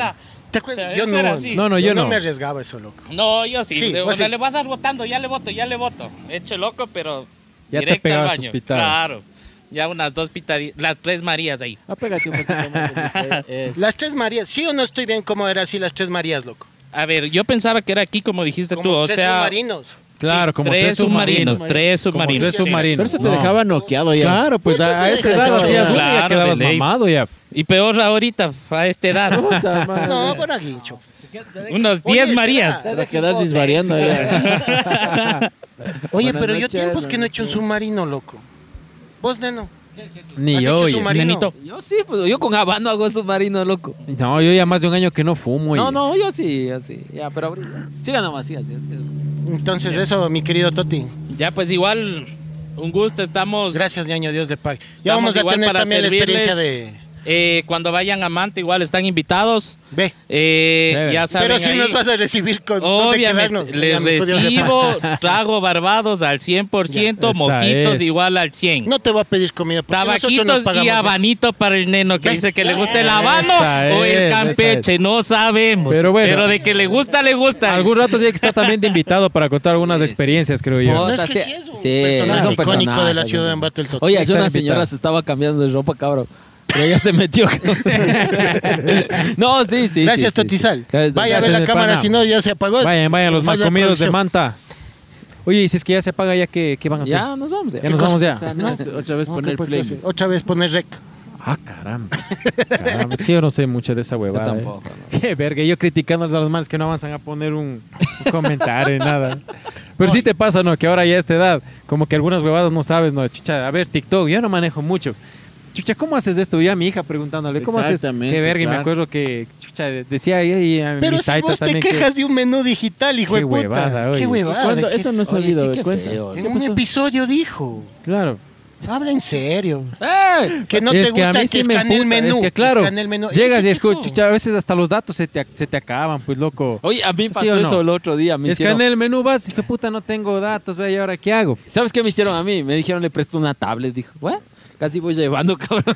[SPEAKER 4] ¿Te acuerdas?
[SPEAKER 5] O sea,
[SPEAKER 4] yo
[SPEAKER 5] eso
[SPEAKER 4] no,
[SPEAKER 5] era así.
[SPEAKER 1] No, no, yo no.
[SPEAKER 4] me arriesgaba eso, loco.
[SPEAKER 5] No, yo sí.
[SPEAKER 4] Sí,
[SPEAKER 5] de- o
[SPEAKER 4] vos
[SPEAKER 5] sea,
[SPEAKER 4] sí.
[SPEAKER 5] le vas a dar botando, ya le voto, ya le voto. Hecho loco, pero
[SPEAKER 1] Ya te
[SPEAKER 5] directo
[SPEAKER 1] pegabas
[SPEAKER 5] al
[SPEAKER 1] tus
[SPEAKER 5] baño.
[SPEAKER 1] pitadas.
[SPEAKER 5] Claro. Ya unas dos pitaditas, las tres Marías ahí.
[SPEAKER 2] Apégate un poquito más. Felipe,
[SPEAKER 1] eh.
[SPEAKER 2] es-
[SPEAKER 4] Las Tres Marías, ¿sí o no estoy bien cómo era así las Tres Marías, loco?
[SPEAKER 5] A ver, yo pensaba que era aquí como dijiste
[SPEAKER 4] Como
[SPEAKER 5] tú, o
[SPEAKER 4] tres
[SPEAKER 5] sea,
[SPEAKER 4] submarinos.
[SPEAKER 1] Claro, como
[SPEAKER 5] tres submarinos, tres
[SPEAKER 1] Como
[SPEAKER 5] submarinos.
[SPEAKER 1] tres submarinos.
[SPEAKER 2] Pero eso te
[SPEAKER 1] No.
[SPEAKER 2] dejaba noqueado ya.
[SPEAKER 1] Claro, pues
[SPEAKER 4] Eso
[SPEAKER 1] a,
[SPEAKER 4] sí
[SPEAKER 1] a
[SPEAKER 4] se
[SPEAKER 1] esa
[SPEAKER 4] deja
[SPEAKER 1] edad
[SPEAKER 4] de
[SPEAKER 1] hacías uno
[SPEAKER 4] joder.
[SPEAKER 1] y ya
[SPEAKER 5] Claro,
[SPEAKER 1] quedabas
[SPEAKER 5] de ley.
[SPEAKER 1] mamado ya.
[SPEAKER 5] Y peor ahorita, a esta edad,
[SPEAKER 2] Puta madre.
[SPEAKER 4] No, pues, por aguincho.
[SPEAKER 5] unos
[SPEAKER 4] Oye,
[SPEAKER 5] 10
[SPEAKER 4] será.
[SPEAKER 5] Marías.
[SPEAKER 2] Te quedas disvariando ya.
[SPEAKER 4] Oye,
[SPEAKER 2] Buenas
[SPEAKER 4] pero yo
[SPEAKER 2] noches,
[SPEAKER 4] tiempos que no he hecho un
[SPEAKER 2] buenas
[SPEAKER 4] submarino, loco. Vos, neno.
[SPEAKER 1] Ni
[SPEAKER 4] ¿Has
[SPEAKER 1] yo.
[SPEAKER 4] hecho
[SPEAKER 1] oye.
[SPEAKER 4] submarino?
[SPEAKER 5] Nenito.
[SPEAKER 3] Yo sí, pues yo con habano hago submarino, loco.
[SPEAKER 1] No, yo ya más de un año que no fumo.
[SPEAKER 3] No,
[SPEAKER 1] oye.
[SPEAKER 3] no, yo sí, así. Ya, pero ahorita. Sigan nomás, sigan, sigan, sigan.
[SPEAKER 4] Entonces, eso, mi querido Toti.
[SPEAKER 5] Ya pues igual, un gusto, estamos...
[SPEAKER 4] Gracias, ñaño Dios de Pag. Ya
[SPEAKER 5] Pues, Estamos
[SPEAKER 4] vamos a
[SPEAKER 5] igual
[SPEAKER 4] tener
[SPEAKER 5] para
[SPEAKER 4] también la experiencia de.
[SPEAKER 5] servirles. Eh, cuando vayan a Manta, igual están invitados.
[SPEAKER 4] Ve.
[SPEAKER 5] Eh,
[SPEAKER 1] Chévere.
[SPEAKER 5] ya saben
[SPEAKER 4] Pero si
[SPEAKER 5] ahí,
[SPEAKER 4] nos vas a recibir con dónde quedarnos.
[SPEAKER 5] Obviamente,
[SPEAKER 4] Ya,
[SPEAKER 5] les
[SPEAKER 4] mi judío de Pag.
[SPEAKER 5] recibo trago barbados al 100%,
[SPEAKER 1] Ya, esa
[SPEAKER 5] mojitos
[SPEAKER 1] es.
[SPEAKER 5] igual al 100%.
[SPEAKER 4] No te va a pedir comida porque nosotros nos
[SPEAKER 5] Tabaquitos
[SPEAKER 4] pagamos.
[SPEAKER 5] y
[SPEAKER 4] ¿no?
[SPEAKER 5] habanito para el neno que
[SPEAKER 4] Ve.
[SPEAKER 5] dice que le gusta el
[SPEAKER 1] Esa
[SPEAKER 5] habano o
[SPEAKER 1] es,
[SPEAKER 5] el
[SPEAKER 1] esa
[SPEAKER 5] campeche, no sabemos.
[SPEAKER 1] Pero
[SPEAKER 5] Pero,
[SPEAKER 1] bueno.
[SPEAKER 5] de que le gusta, le gusta.
[SPEAKER 1] Algún rato tiene que estar también de invitado para contar algunas
[SPEAKER 3] Sí, Pues, sí.
[SPEAKER 1] experiencias, creo yo.
[SPEAKER 4] No, es
[SPEAKER 3] Puta,
[SPEAKER 4] que
[SPEAKER 3] sí,
[SPEAKER 4] sí es un
[SPEAKER 3] sí,
[SPEAKER 4] personaje
[SPEAKER 3] es un
[SPEAKER 4] icónico
[SPEAKER 3] personaje,
[SPEAKER 4] de la ciudad
[SPEAKER 3] sí.
[SPEAKER 4] de Ambato el Toto.
[SPEAKER 3] Oye,
[SPEAKER 1] Hay que
[SPEAKER 3] yo una
[SPEAKER 1] estar
[SPEAKER 3] señora
[SPEAKER 1] invitado.
[SPEAKER 3] se estaba cambiando de ropa, cabrón. Pero ella se metió. cabrón. no, sí, sí.
[SPEAKER 4] Gracias,
[SPEAKER 3] sí, sí,
[SPEAKER 4] Totizal.
[SPEAKER 3] sí. Gracias,
[SPEAKER 4] Vaya a ver
[SPEAKER 1] Gracias,
[SPEAKER 4] la
[SPEAKER 1] mi
[SPEAKER 4] cámara,
[SPEAKER 1] pana.
[SPEAKER 4] si no ya se
[SPEAKER 3] pues,
[SPEAKER 4] apagó.
[SPEAKER 1] Vayan, vayan, los mal
[SPEAKER 4] Falla
[SPEAKER 1] comidos de
[SPEAKER 4] producción.
[SPEAKER 1] Manta. Oye, y si es que ya se apaga, ¿ya qué, qué van a hacer?
[SPEAKER 3] Ya nos vamos.
[SPEAKER 1] Ya nos vamos ya.
[SPEAKER 2] No, es Otra vez poner play.
[SPEAKER 4] Otra vez poner rec.
[SPEAKER 1] Ah, caramba. Caramba, Es que yo no sé mucho de esa huevada. ¿eh?
[SPEAKER 3] tampoco,
[SPEAKER 1] Qué verga, yo criticando a los manes que no avanzan a poner un, un comentario y nada. Pero sí te pasa, ¿no? Que ahora ya a esta edad, como que algunas huevadas no sabes, ¿no? Chucha, a ver, TikTok, yo no manejo mucho. Chucha, ¿cómo haces esto? Yo a mi hija preguntándole, ¿cómo haces?
[SPEAKER 2] Exactamente,
[SPEAKER 1] Qué verga, y me
[SPEAKER 2] claro.
[SPEAKER 1] acuerdo que, chucha, decía ella y a
[SPEAKER 4] Pero
[SPEAKER 1] mis
[SPEAKER 4] si
[SPEAKER 1] taitas
[SPEAKER 4] vos te
[SPEAKER 1] también que-
[SPEAKER 4] quejas de un menú digital, hijo
[SPEAKER 1] Qué
[SPEAKER 4] de puta.
[SPEAKER 1] huevada, oye.
[SPEAKER 4] Qué huevada.
[SPEAKER 2] ¿Cuándo?
[SPEAKER 4] ¿de qué
[SPEAKER 2] Eso no es
[SPEAKER 4] es?
[SPEAKER 2] sabido,
[SPEAKER 3] sí, Ah, qué
[SPEAKER 2] cuenta.
[SPEAKER 3] feo.
[SPEAKER 4] En un episodio dijo.
[SPEAKER 1] Claro.
[SPEAKER 4] Habla en serio.
[SPEAKER 3] ¡Ey!
[SPEAKER 4] Que no
[SPEAKER 1] Es
[SPEAKER 4] te
[SPEAKER 1] que a
[SPEAKER 4] gusta
[SPEAKER 1] mí
[SPEAKER 4] que
[SPEAKER 1] sí me
[SPEAKER 4] escanee el
[SPEAKER 1] emputa,
[SPEAKER 4] menú.
[SPEAKER 1] Es que claro,
[SPEAKER 4] escanee el menú.
[SPEAKER 1] llegas
[SPEAKER 4] Ese
[SPEAKER 1] y
[SPEAKER 4] tipo.
[SPEAKER 1] escuchas, chucha, a veces hasta los datos se te, ac- se te acaban, pues, loco.
[SPEAKER 3] Oye, a mí
[SPEAKER 1] ¿Sí
[SPEAKER 3] pasó
[SPEAKER 1] o no?
[SPEAKER 3] eso el otro día. Me hicieron-
[SPEAKER 1] Escanea el menú, vas, hijo de puta, no tengo datos, ve, ¿y ahora qué hago?
[SPEAKER 3] ¿Sabes qué me hicieron a mí? Me dijeron, le presto una tablet. Dijo, ¿what? Casi voy llevando, cabrón.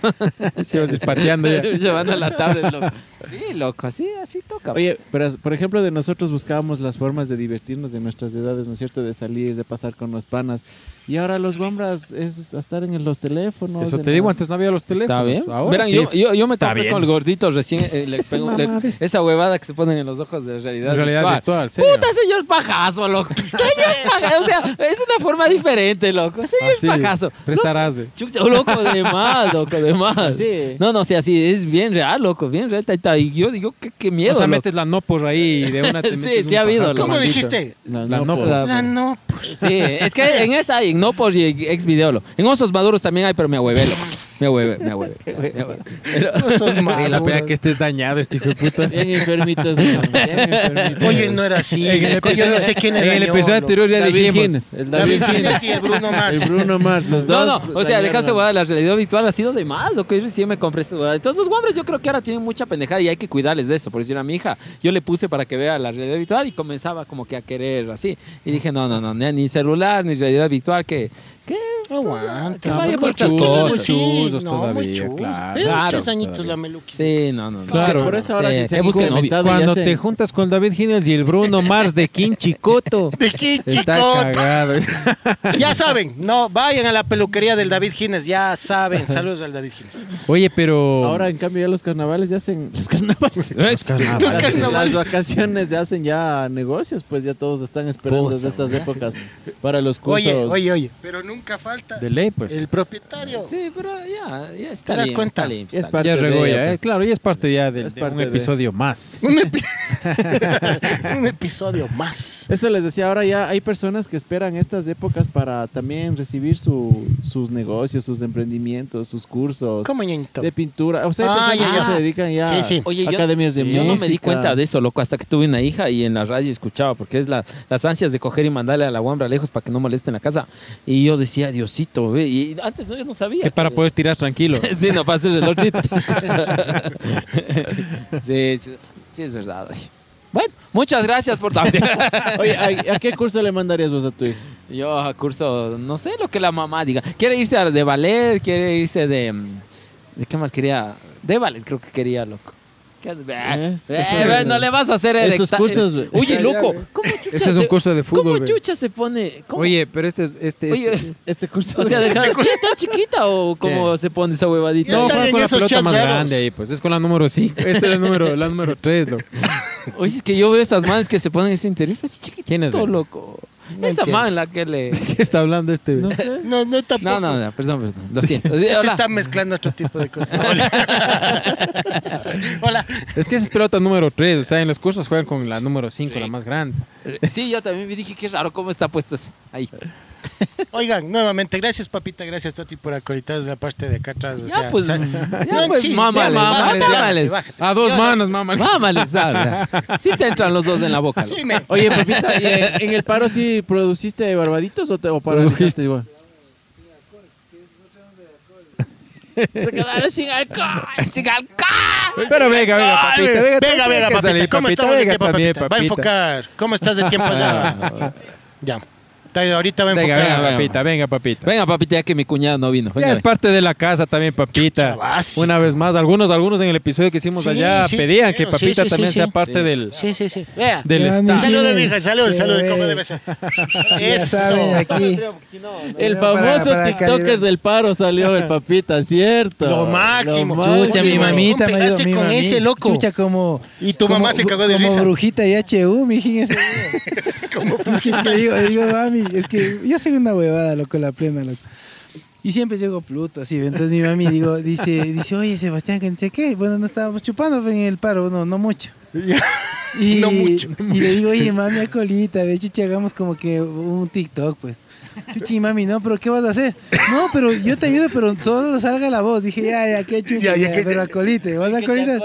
[SPEAKER 1] Sí, vas espateando ya.
[SPEAKER 3] Voy llevando la tablet, loco. Sí, loco, así, así toca.
[SPEAKER 2] Oye, pero por ejemplo, de nosotros buscábamos las formas de divertirnos de nuestras edades, ¿no es cierto? De salir, de pasar con los panas. Y ahora los guambras es a estar en los teléfonos.
[SPEAKER 1] Eso
[SPEAKER 2] en
[SPEAKER 1] te digo,
[SPEAKER 2] las-
[SPEAKER 1] antes no había los teléfonos.
[SPEAKER 3] Está bien.
[SPEAKER 1] Ahora
[SPEAKER 3] Verán,
[SPEAKER 1] sí.
[SPEAKER 3] yo, yo, yo me
[SPEAKER 1] Está
[SPEAKER 3] tapé
[SPEAKER 1] bien.
[SPEAKER 3] con el gordito recién. eh, le pegó- le-
[SPEAKER 2] mamada.
[SPEAKER 3] esa huevada que se ponen en los ojos de realidad,
[SPEAKER 1] En realidad virtual.
[SPEAKER 3] virtual.
[SPEAKER 1] serio.
[SPEAKER 3] Puta, señor pajazo, loco. Señor pajazo. O sea, es una forma diferente, loco. Señor
[SPEAKER 1] Así,
[SPEAKER 3] pajazo.
[SPEAKER 1] Prestarás, ve.
[SPEAKER 3] Chucha, loco, de más, loco, de más.
[SPEAKER 2] Sí.
[SPEAKER 3] No, no, o sea, sí, es bien real, loco, bien real. Ahí está puta, y yo digo, qué, qué miedo.
[SPEAKER 1] o sea,
[SPEAKER 3] loco.
[SPEAKER 1] metes la no por ahí y de una te
[SPEAKER 3] Sí,
[SPEAKER 1] metes
[SPEAKER 3] sí
[SPEAKER 1] un
[SPEAKER 3] ha habido,
[SPEAKER 1] pajazo
[SPEAKER 4] ¿Cómo
[SPEAKER 1] maldito.
[SPEAKER 4] dijiste?
[SPEAKER 2] La
[SPEAKER 1] La
[SPEAKER 2] nopo.
[SPEAKER 1] nopo.
[SPEAKER 3] Ah,
[SPEAKER 1] La-
[SPEAKER 3] pues.
[SPEAKER 4] La no.
[SPEAKER 3] Sí, es que en esa hay, en Nopos y en ex video. loco. En Osos Maduros también hay, pero me ahuevé, loco. Me ahuevé, me ahuevé. me ahuevé. Pero-
[SPEAKER 4] No sos
[SPEAKER 1] Y la pena
[SPEAKER 4] maduro.
[SPEAKER 1] que estés dañado, este hijo de puta.
[SPEAKER 2] Bien enfermitos. Bien enfermitos.
[SPEAKER 4] Oye, no era así.
[SPEAKER 1] En el
[SPEAKER 4] loco, Yo no sé quién
[SPEAKER 1] en
[SPEAKER 4] era.
[SPEAKER 1] el episodio anterior ya
[SPEAKER 2] David
[SPEAKER 1] dijimos.
[SPEAKER 2] Gines. El
[SPEAKER 4] David
[SPEAKER 2] David
[SPEAKER 4] Gines
[SPEAKER 2] Gines.
[SPEAKER 4] y el Bruno Mars.
[SPEAKER 2] El Bruno Mars. Los
[SPEAKER 3] No,
[SPEAKER 2] dos.
[SPEAKER 3] no, o sea,
[SPEAKER 2] dañaron
[SPEAKER 3] dejarse
[SPEAKER 2] a-
[SPEAKER 3] guardar la realidad virtual ha sido de más, lo que yo recién me compré esa huevada. Entonces los guambres yo creo que ahora tienen mucha pendejada y hay que cuidarles de eso. Por decir a mi hija, yo le puse para que vea la realidad virtual y comenzaba como que a querer así. Y dije, no, no, no, ni ni celular, ni realidad virtual, que... que
[SPEAKER 4] Aguanta.
[SPEAKER 3] Que vaya
[SPEAKER 1] muy
[SPEAKER 3] por otras
[SPEAKER 1] chuzos,
[SPEAKER 3] cosas.
[SPEAKER 1] muy chuzos
[SPEAKER 4] pues, no, muy
[SPEAKER 1] todavía,
[SPEAKER 4] chuzos.
[SPEAKER 1] claro.
[SPEAKER 4] Pero
[SPEAKER 3] Claro,
[SPEAKER 4] tres añitos la meluquita.
[SPEAKER 3] Sí, no, no, no.
[SPEAKER 1] Claro.
[SPEAKER 3] Que
[SPEAKER 2] Por eso ahora
[SPEAKER 3] eh,
[SPEAKER 2] que se
[SPEAKER 3] que
[SPEAKER 2] han
[SPEAKER 3] busquen novio.
[SPEAKER 2] implementado ya
[SPEAKER 1] Cuando
[SPEAKER 2] se-
[SPEAKER 1] te juntas con David Gines y el Bruno Mars de Quinchicoto.
[SPEAKER 4] ¿De qué,
[SPEAKER 1] Está
[SPEAKER 4] chico?
[SPEAKER 1] cagado.
[SPEAKER 4] Ya saben, no, vayan a la peluquería del David Gines, ya saben. Saludos al David Gines.
[SPEAKER 1] Oye, pero.
[SPEAKER 2] Ahora, en cambio, ya los carnavales ya hacen. Los carnavales.
[SPEAKER 4] Los
[SPEAKER 2] Las- Las
[SPEAKER 4] carnavales.
[SPEAKER 2] vacaciones se hacen ya negocios, pues ya todos están esperando desde estas épocas para los cursos.
[SPEAKER 4] Oye, oye, oye. Pero nunca falta
[SPEAKER 1] De ley, pues.
[SPEAKER 4] el propietario.
[SPEAKER 3] Sí, pero ya, ya está
[SPEAKER 4] ¿Te das
[SPEAKER 3] bien,
[SPEAKER 4] cuenta?
[SPEAKER 3] está bien,
[SPEAKER 2] Es
[SPEAKER 3] está bien.
[SPEAKER 2] parte
[SPEAKER 1] ya
[SPEAKER 2] de
[SPEAKER 1] regó
[SPEAKER 2] ella,
[SPEAKER 1] ya,
[SPEAKER 2] pues.
[SPEAKER 1] eh, claro, ya es parte ya de,
[SPEAKER 2] Es
[SPEAKER 1] de
[SPEAKER 2] parte
[SPEAKER 1] un
[SPEAKER 2] de-
[SPEAKER 1] episodio más.
[SPEAKER 4] Un, epi- un episodio más.
[SPEAKER 2] Eso les decía, ahora ya hay personas que esperan estas épocas para también recibir su- sus negocios, sus emprendimientos, sus cursos
[SPEAKER 4] ¿Cómo, ñañito?
[SPEAKER 2] de pintura. O sea, hay
[SPEAKER 4] Ah,
[SPEAKER 2] personas
[SPEAKER 4] ya,
[SPEAKER 2] que
[SPEAKER 4] ya.
[SPEAKER 2] se dedican ya
[SPEAKER 4] Sí, sí.
[SPEAKER 3] Oye, yo-
[SPEAKER 2] a academias de
[SPEAKER 3] yo,
[SPEAKER 2] música.
[SPEAKER 3] no me di cuenta de eso, loco, hasta que tuve una hija y en la radio escuchaba, porque es la- las ansias de coger y mandarle a la guambra lejos para que no moleste en la casa. Y yo decía, Diosito, ve", y antes no, yo no sabía.
[SPEAKER 1] Que para poder tirar tranquilo.
[SPEAKER 3] sí, no pasa el relojito. sí, sí, sí, es verdad. oye. Bueno, muchas gracias por también.
[SPEAKER 2] Oye, ¿a, a qué curso le mandarías vos a tu hijo?
[SPEAKER 3] yo a curso, no sé lo que la mamá diga. Quiere irse a- de ballet, quiere irse de... mm, ¿De qué más quería? De ballet creo que quería, loco. ¿Qué- Eh, eh, no le vas a hacer
[SPEAKER 2] Esos
[SPEAKER 3] erecta-
[SPEAKER 2] cursos, güey.
[SPEAKER 3] Oye, loco, ¿cómo chucha
[SPEAKER 1] Este es un
[SPEAKER 3] se-
[SPEAKER 1] curso de fútbol.
[SPEAKER 3] ¿Cómo
[SPEAKER 1] ve.
[SPEAKER 3] chucha se pone? ¿Cómo?
[SPEAKER 1] Oye, pero este es. Este,
[SPEAKER 3] Oye,
[SPEAKER 1] este-
[SPEAKER 2] Este curso.
[SPEAKER 3] o sea,
[SPEAKER 2] de-
[SPEAKER 3] dejar, ¿qué está chiquita o cómo
[SPEAKER 1] ¿Qué?
[SPEAKER 3] se pone esa huevadita?
[SPEAKER 4] Ya
[SPEAKER 1] No,
[SPEAKER 4] está
[SPEAKER 1] juega
[SPEAKER 4] en
[SPEAKER 1] con la
[SPEAKER 4] esos
[SPEAKER 1] pelota
[SPEAKER 4] chats
[SPEAKER 1] más
[SPEAKER 4] raros.
[SPEAKER 1] grande ahí, pues. Es con la número 5. Esta es la número, la número 3, loco.
[SPEAKER 3] Oye, es que yo veo esas manes que se ponen ese interior, pues, es chiquitito,
[SPEAKER 1] ¿Quién es, güey?
[SPEAKER 3] loco.
[SPEAKER 4] No
[SPEAKER 3] Esa
[SPEAKER 4] entiendo.
[SPEAKER 3] man la que le...
[SPEAKER 1] ¿Qué está hablando este?
[SPEAKER 2] no sé.
[SPEAKER 4] No, no
[SPEAKER 3] No,
[SPEAKER 4] tampoco.
[SPEAKER 3] no, no, perdón, perdón, lo siento. Sí,
[SPEAKER 4] Se
[SPEAKER 3] hola.
[SPEAKER 4] está mezclando otro tipo de cosas. Hola. Hola.
[SPEAKER 1] Es que esa es pelota número 3. O sea, en los cursos juegan con la número 5,
[SPEAKER 3] Sí.
[SPEAKER 1] la más grande.
[SPEAKER 3] Eh, Sí, yo también me dije, qué raro cómo está puesto eso. Ahí.
[SPEAKER 4] Oigan, nuevamente, gracias papita, gracias Toti por acolitarnos la parte de acá atrás. o
[SPEAKER 3] Ya,
[SPEAKER 4] sea,
[SPEAKER 3] pues,
[SPEAKER 4] sal-
[SPEAKER 3] ya, pues,
[SPEAKER 4] sí,
[SPEAKER 3] mámales,
[SPEAKER 4] ya, bájate,
[SPEAKER 3] mámales,
[SPEAKER 4] bájate,
[SPEAKER 3] mámales.
[SPEAKER 4] bájate.
[SPEAKER 1] A dos manos, mamá.
[SPEAKER 3] Mámales, ¿sabes? Sí te entran los dos en la boca. loco.
[SPEAKER 4] Sí, me-
[SPEAKER 2] Oye, pues, papita, ¿y en, en el paro sí produciste barbaditos o, te, o paralizaste igual? Se quedaron sin alcohol.
[SPEAKER 3] Sin alcohol.
[SPEAKER 1] Pero venga, venga, papita. Venga,
[SPEAKER 4] Venga, venga,
[SPEAKER 1] que
[SPEAKER 4] papita.
[SPEAKER 1] salir,
[SPEAKER 4] ¿Cómo
[SPEAKER 1] papita,
[SPEAKER 4] estamos de
[SPEAKER 1] venga
[SPEAKER 4] tiempo,
[SPEAKER 1] también,
[SPEAKER 4] papita? Va a enfocar. ¿Cómo estás de tiempo ya? ya. Ta- Ahorita va a
[SPEAKER 1] Venga,
[SPEAKER 4] enfocar.
[SPEAKER 1] venga,
[SPEAKER 3] venga.
[SPEAKER 1] papita, venga, papita.
[SPEAKER 3] Venga, papita, Pues ya que mi cuñado no vino. Venga,
[SPEAKER 1] Ya es
[SPEAKER 3] venga.
[SPEAKER 1] parte de la casa también, papita.
[SPEAKER 4] Chucha, básico.
[SPEAKER 1] Una vez más, algunos, algunos en el episodio que hicimos
[SPEAKER 4] Sí,
[SPEAKER 1] allá
[SPEAKER 4] sí,
[SPEAKER 1] pedían que
[SPEAKER 4] claro, sí,
[SPEAKER 1] papita
[SPEAKER 4] sí, sí,
[SPEAKER 1] también
[SPEAKER 4] sí.
[SPEAKER 1] sea parte del,
[SPEAKER 4] Sí, sí, sí.
[SPEAKER 3] Vea.
[SPEAKER 1] del staff.
[SPEAKER 4] Saludos, mija. Saludos, saludos. ¿Cómo debe ser? Eso.
[SPEAKER 6] saben, aquí.
[SPEAKER 2] El
[SPEAKER 6] Para-
[SPEAKER 2] famoso
[SPEAKER 6] para
[SPEAKER 2] TikToker
[SPEAKER 6] calibrar.
[SPEAKER 2] del paro salió el papita, ¿cierto?
[SPEAKER 4] Lo máximo.
[SPEAKER 6] Chucha, mi
[SPEAKER 4] Oye,
[SPEAKER 6] mamita
[SPEAKER 4] ¿cómo
[SPEAKER 6] me ayudó,
[SPEAKER 4] pegaste
[SPEAKER 6] mi
[SPEAKER 4] con
[SPEAKER 6] mami-
[SPEAKER 4] ese, loco?
[SPEAKER 6] Chucha, como.
[SPEAKER 4] Y tu
[SPEAKER 6] como-
[SPEAKER 4] mamá se cagó de
[SPEAKER 6] como
[SPEAKER 4] risa.
[SPEAKER 6] brujita y HU, mijín. Ese Chucha, le digo, le digo, mami, es que yo soy una huevada, loco, la plena, loco. Y siempre llego pluto, así. Entonces mi mami digo, dice, dice, oye, Sebastián, que no sé qué. Bueno, no estábamos chupando en el paro, no, no mucho. Y,
[SPEAKER 4] No mucho, no
[SPEAKER 6] y le digo, oye, mami, a colita, ve, chucha, hagamos como que un TikTok, pues. Chuchi, mami, no, pero ¿qué vas a hacer? No, pero yo te ayudo, pero solo salga la voz. Dije, ya, ya, qué
[SPEAKER 4] Ya,
[SPEAKER 6] chucha,
[SPEAKER 4] ya,
[SPEAKER 6] ya,
[SPEAKER 4] que-
[SPEAKER 6] pero a colita, vas a colita.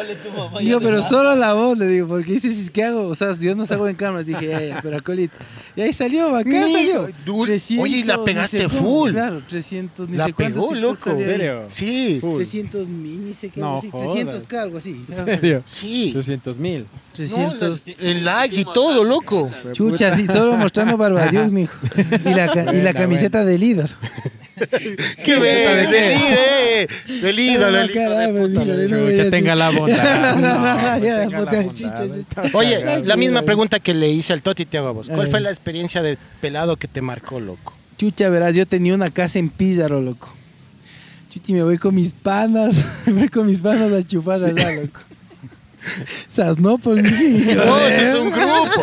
[SPEAKER 6] Digo, pero solo la voz, le digo, porque dices, ¿qué hago? O sea, yo no salgo en cámaras. Dije, ya, ya, pero a colita. Y ahí salió, bacán,
[SPEAKER 4] Ni-
[SPEAKER 6] salió.
[SPEAKER 4] Dude, oye, y la
[SPEAKER 6] ni
[SPEAKER 4] pegaste
[SPEAKER 6] sé cómo,
[SPEAKER 4] full.
[SPEAKER 6] Claro, 300, ni
[SPEAKER 4] La
[SPEAKER 6] sé cuántos
[SPEAKER 4] pegó,
[SPEAKER 6] TikToks
[SPEAKER 4] loco.
[SPEAKER 6] salió ahí.
[SPEAKER 1] ¿En serio?
[SPEAKER 4] Sí,
[SPEAKER 1] Full.
[SPEAKER 6] 300 mil, ni sé qué,
[SPEAKER 1] No
[SPEAKER 6] algo así,
[SPEAKER 1] jodas.
[SPEAKER 6] 300 k, algo así.
[SPEAKER 1] ¿En serio?
[SPEAKER 4] sí.
[SPEAKER 1] 200 mil.
[SPEAKER 4] No,
[SPEAKER 6] 300
[SPEAKER 4] las- el likes y todo, loco.
[SPEAKER 6] Chucha, sí, solo mostrando Barbadios, mijo. Y la, ca- y la camiseta del líder.
[SPEAKER 4] ¡Qué bello! ¡Del líder! ¡Del ídolo! del hijo de puta.
[SPEAKER 1] Chucha, tenga la bondad.
[SPEAKER 2] pues,
[SPEAKER 1] No,
[SPEAKER 6] Ya,
[SPEAKER 1] tenga la
[SPEAKER 6] puta,
[SPEAKER 1] bondad.
[SPEAKER 6] chicha, sí. Eh.
[SPEAKER 4] Oye, la misma pregunta que le hice al Toti te hago a vos. ¿Cuál fue la experiencia de pelado que te marcó, loco?
[SPEAKER 6] Chucha, verás, yo tenía una casa en Píllaro, loco. Chuchi, me voy con mis panas, me voy con mis panas a chupar allá, loco. Esas no, pues, mijo.
[SPEAKER 4] ¡Oh, ese es un grupo!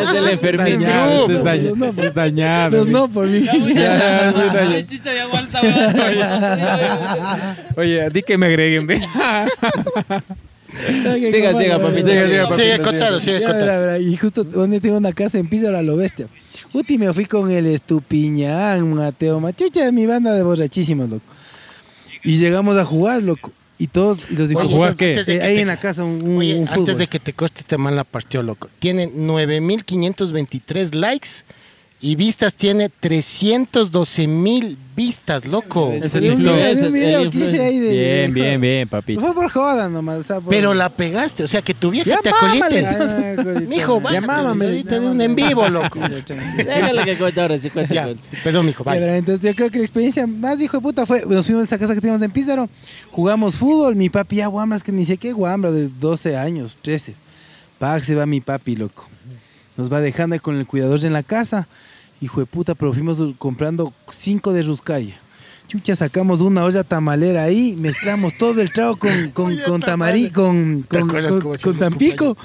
[SPEAKER 2] Es el
[SPEAKER 1] Estás
[SPEAKER 2] enfermito.
[SPEAKER 1] dañado,
[SPEAKER 4] grupo.
[SPEAKER 1] estás dañado,
[SPEAKER 6] No, no,
[SPEAKER 1] estás dañado,
[SPEAKER 6] Los
[SPEAKER 1] mijo.
[SPEAKER 6] no, pues, mijo.
[SPEAKER 1] Ya, estás dañado.
[SPEAKER 5] Ay, chicha, ya aguanta, weón.
[SPEAKER 1] Oye, di que me agreguen. ve.
[SPEAKER 2] Siga, siga, papito, siga, siga,
[SPEAKER 4] papito, sigue contando, sigue
[SPEAKER 6] Ya,
[SPEAKER 4] contando.
[SPEAKER 6] verá, verá, Y justo donde tengo una casa en piso, era lo bestia. Uti, me fui con el Estupiñán, Mateo Machucha, mi banda de borrachísimos, loco. Y llegamos a jugar, loco. Y todos, y los hijos-
[SPEAKER 1] ¿jugar qué?
[SPEAKER 6] Eh, ahí en la casa un, un-
[SPEAKER 4] Oye,
[SPEAKER 6] un
[SPEAKER 4] antes
[SPEAKER 6] fútbol.
[SPEAKER 4] de que te corte este man la partió, loco. Tiene 9.523 likes y vistas tiene 312.000 vistas, loco.
[SPEAKER 1] Es
[SPEAKER 6] Y
[SPEAKER 1] el
[SPEAKER 6] un video-
[SPEAKER 1] influencer.
[SPEAKER 6] un video
[SPEAKER 2] el
[SPEAKER 6] que hice ahí de- de-
[SPEAKER 1] Bien, bien, bien, papito.
[SPEAKER 6] Fue por joda nomás. o sea, por-
[SPEAKER 4] Pero la pegaste, o sea que tu vieja
[SPEAKER 6] Ya
[SPEAKER 4] te
[SPEAKER 6] mámale, Ah,
[SPEAKER 4] acolite.
[SPEAKER 6] ya, acolite.
[SPEAKER 4] Mijo,
[SPEAKER 6] Ya
[SPEAKER 4] bájate
[SPEAKER 6] mámame,
[SPEAKER 4] ahorita de un
[SPEAKER 6] mámame.
[SPEAKER 4] en vivo, loco.
[SPEAKER 2] Déjale que cuente ahora, sí, cuente,
[SPEAKER 4] ya,
[SPEAKER 2] cuente.
[SPEAKER 4] perdón, mijo,
[SPEAKER 6] Ya,
[SPEAKER 4] vaya.
[SPEAKER 6] verán, entonces yo creo que la experiencia más hijo de puta fue, nos fuimos a esa casa que teníamos en Pizarro, jugamos fútbol, mi papi ya guambras, que ni sé qué guambras, de 12 años, 13. Pac se va mi papi, loco. Nos va dejando con el cuidador en la casa. Hijo de puta, pero fuimos comprando cinco de Ruscaya. Chucha, sacamos una olla tamalera ahí, mezclamos todo el trago con, con,
[SPEAKER 4] Olla
[SPEAKER 6] con tamarí,
[SPEAKER 4] tamalera.
[SPEAKER 6] con,
[SPEAKER 4] ¿Te
[SPEAKER 6] con,
[SPEAKER 4] acuerdas
[SPEAKER 6] con-
[SPEAKER 4] cómo
[SPEAKER 6] con
[SPEAKER 4] hacíamos
[SPEAKER 6] Tampico.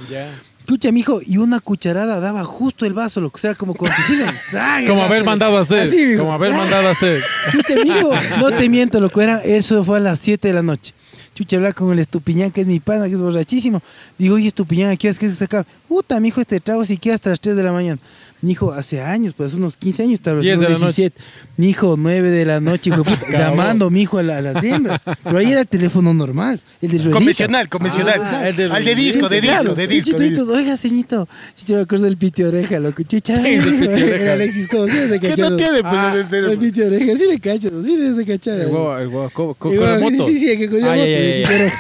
[SPEAKER 6] Chucha, mijo, y una cucharada daba justo el vaso, lo que sea, como con piscina. ¡Ah,
[SPEAKER 1] Como haber
[SPEAKER 6] así!
[SPEAKER 1] mandado a hacer.
[SPEAKER 6] Así, mijo.
[SPEAKER 1] como haber
[SPEAKER 6] ¡Ah!
[SPEAKER 1] mandado a hacer.
[SPEAKER 6] Chucha, mijo, no te miento, loco, era, eso fue a las 7 de la noche. Chucha, hablar con el estupiñán, que es mi pana, que es borrachísimo. Digo, oye, estupiñán, ¿a qué horas que se acaba? Puta, mijo, este trago si queda hasta las 3 de la mañana. Mi hijo, hace años, pues unos 15 años, tal vez
[SPEAKER 1] 10 de
[SPEAKER 6] unos
[SPEAKER 1] la noche.
[SPEAKER 6] 17. Mi hijo, 9 de la noche, hijo de puta, llamando mi hijo a, la- a las hembras. Pero ahí era el teléfono normal, el de ruedita.
[SPEAKER 4] Convencional, convencional.
[SPEAKER 1] Ah, el de
[SPEAKER 4] Al de
[SPEAKER 1] ruedita,
[SPEAKER 4] disco, de
[SPEAKER 6] Claro,
[SPEAKER 4] disco, de
[SPEAKER 6] el
[SPEAKER 4] disco.
[SPEAKER 6] chito
[SPEAKER 4] de
[SPEAKER 6] y todo, Oiga, señito. Chucha, me acuerdo del piti oreja, loco. Chucha,
[SPEAKER 1] es el
[SPEAKER 6] mijo,
[SPEAKER 1] piti oreja?
[SPEAKER 6] era Alexis, ¿cómo se hace
[SPEAKER 4] disco. ¿Qué
[SPEAKER 6] cachar?
[SPEAKER 4] no tiene? Pues,
[SPEAKER 1] Ah,
[SPEAKER 4] desde-
[SPEAKER 6] El piti oreja, sí le cachas, sí le cachar.
[SPEAKER 1] El
[SPEAKER 6] loco.
[SPEAKER 1] guau, el guau, co- co-
[SPEAKER 6] Y
[SPEAKER 1] con la
[SPEAKER 6] bueno,
[SPEAKER 1] moto.
[SPEAKER 6] Sí, sí, que con la
[SPEAKER 1] Ay,
[SPEAKER 6] moto.
[SPEAKER 1] ay, ay,
[SPEAKER 6] y
[SPEAKER 1] ay.
[SPEAKER 6] quiere-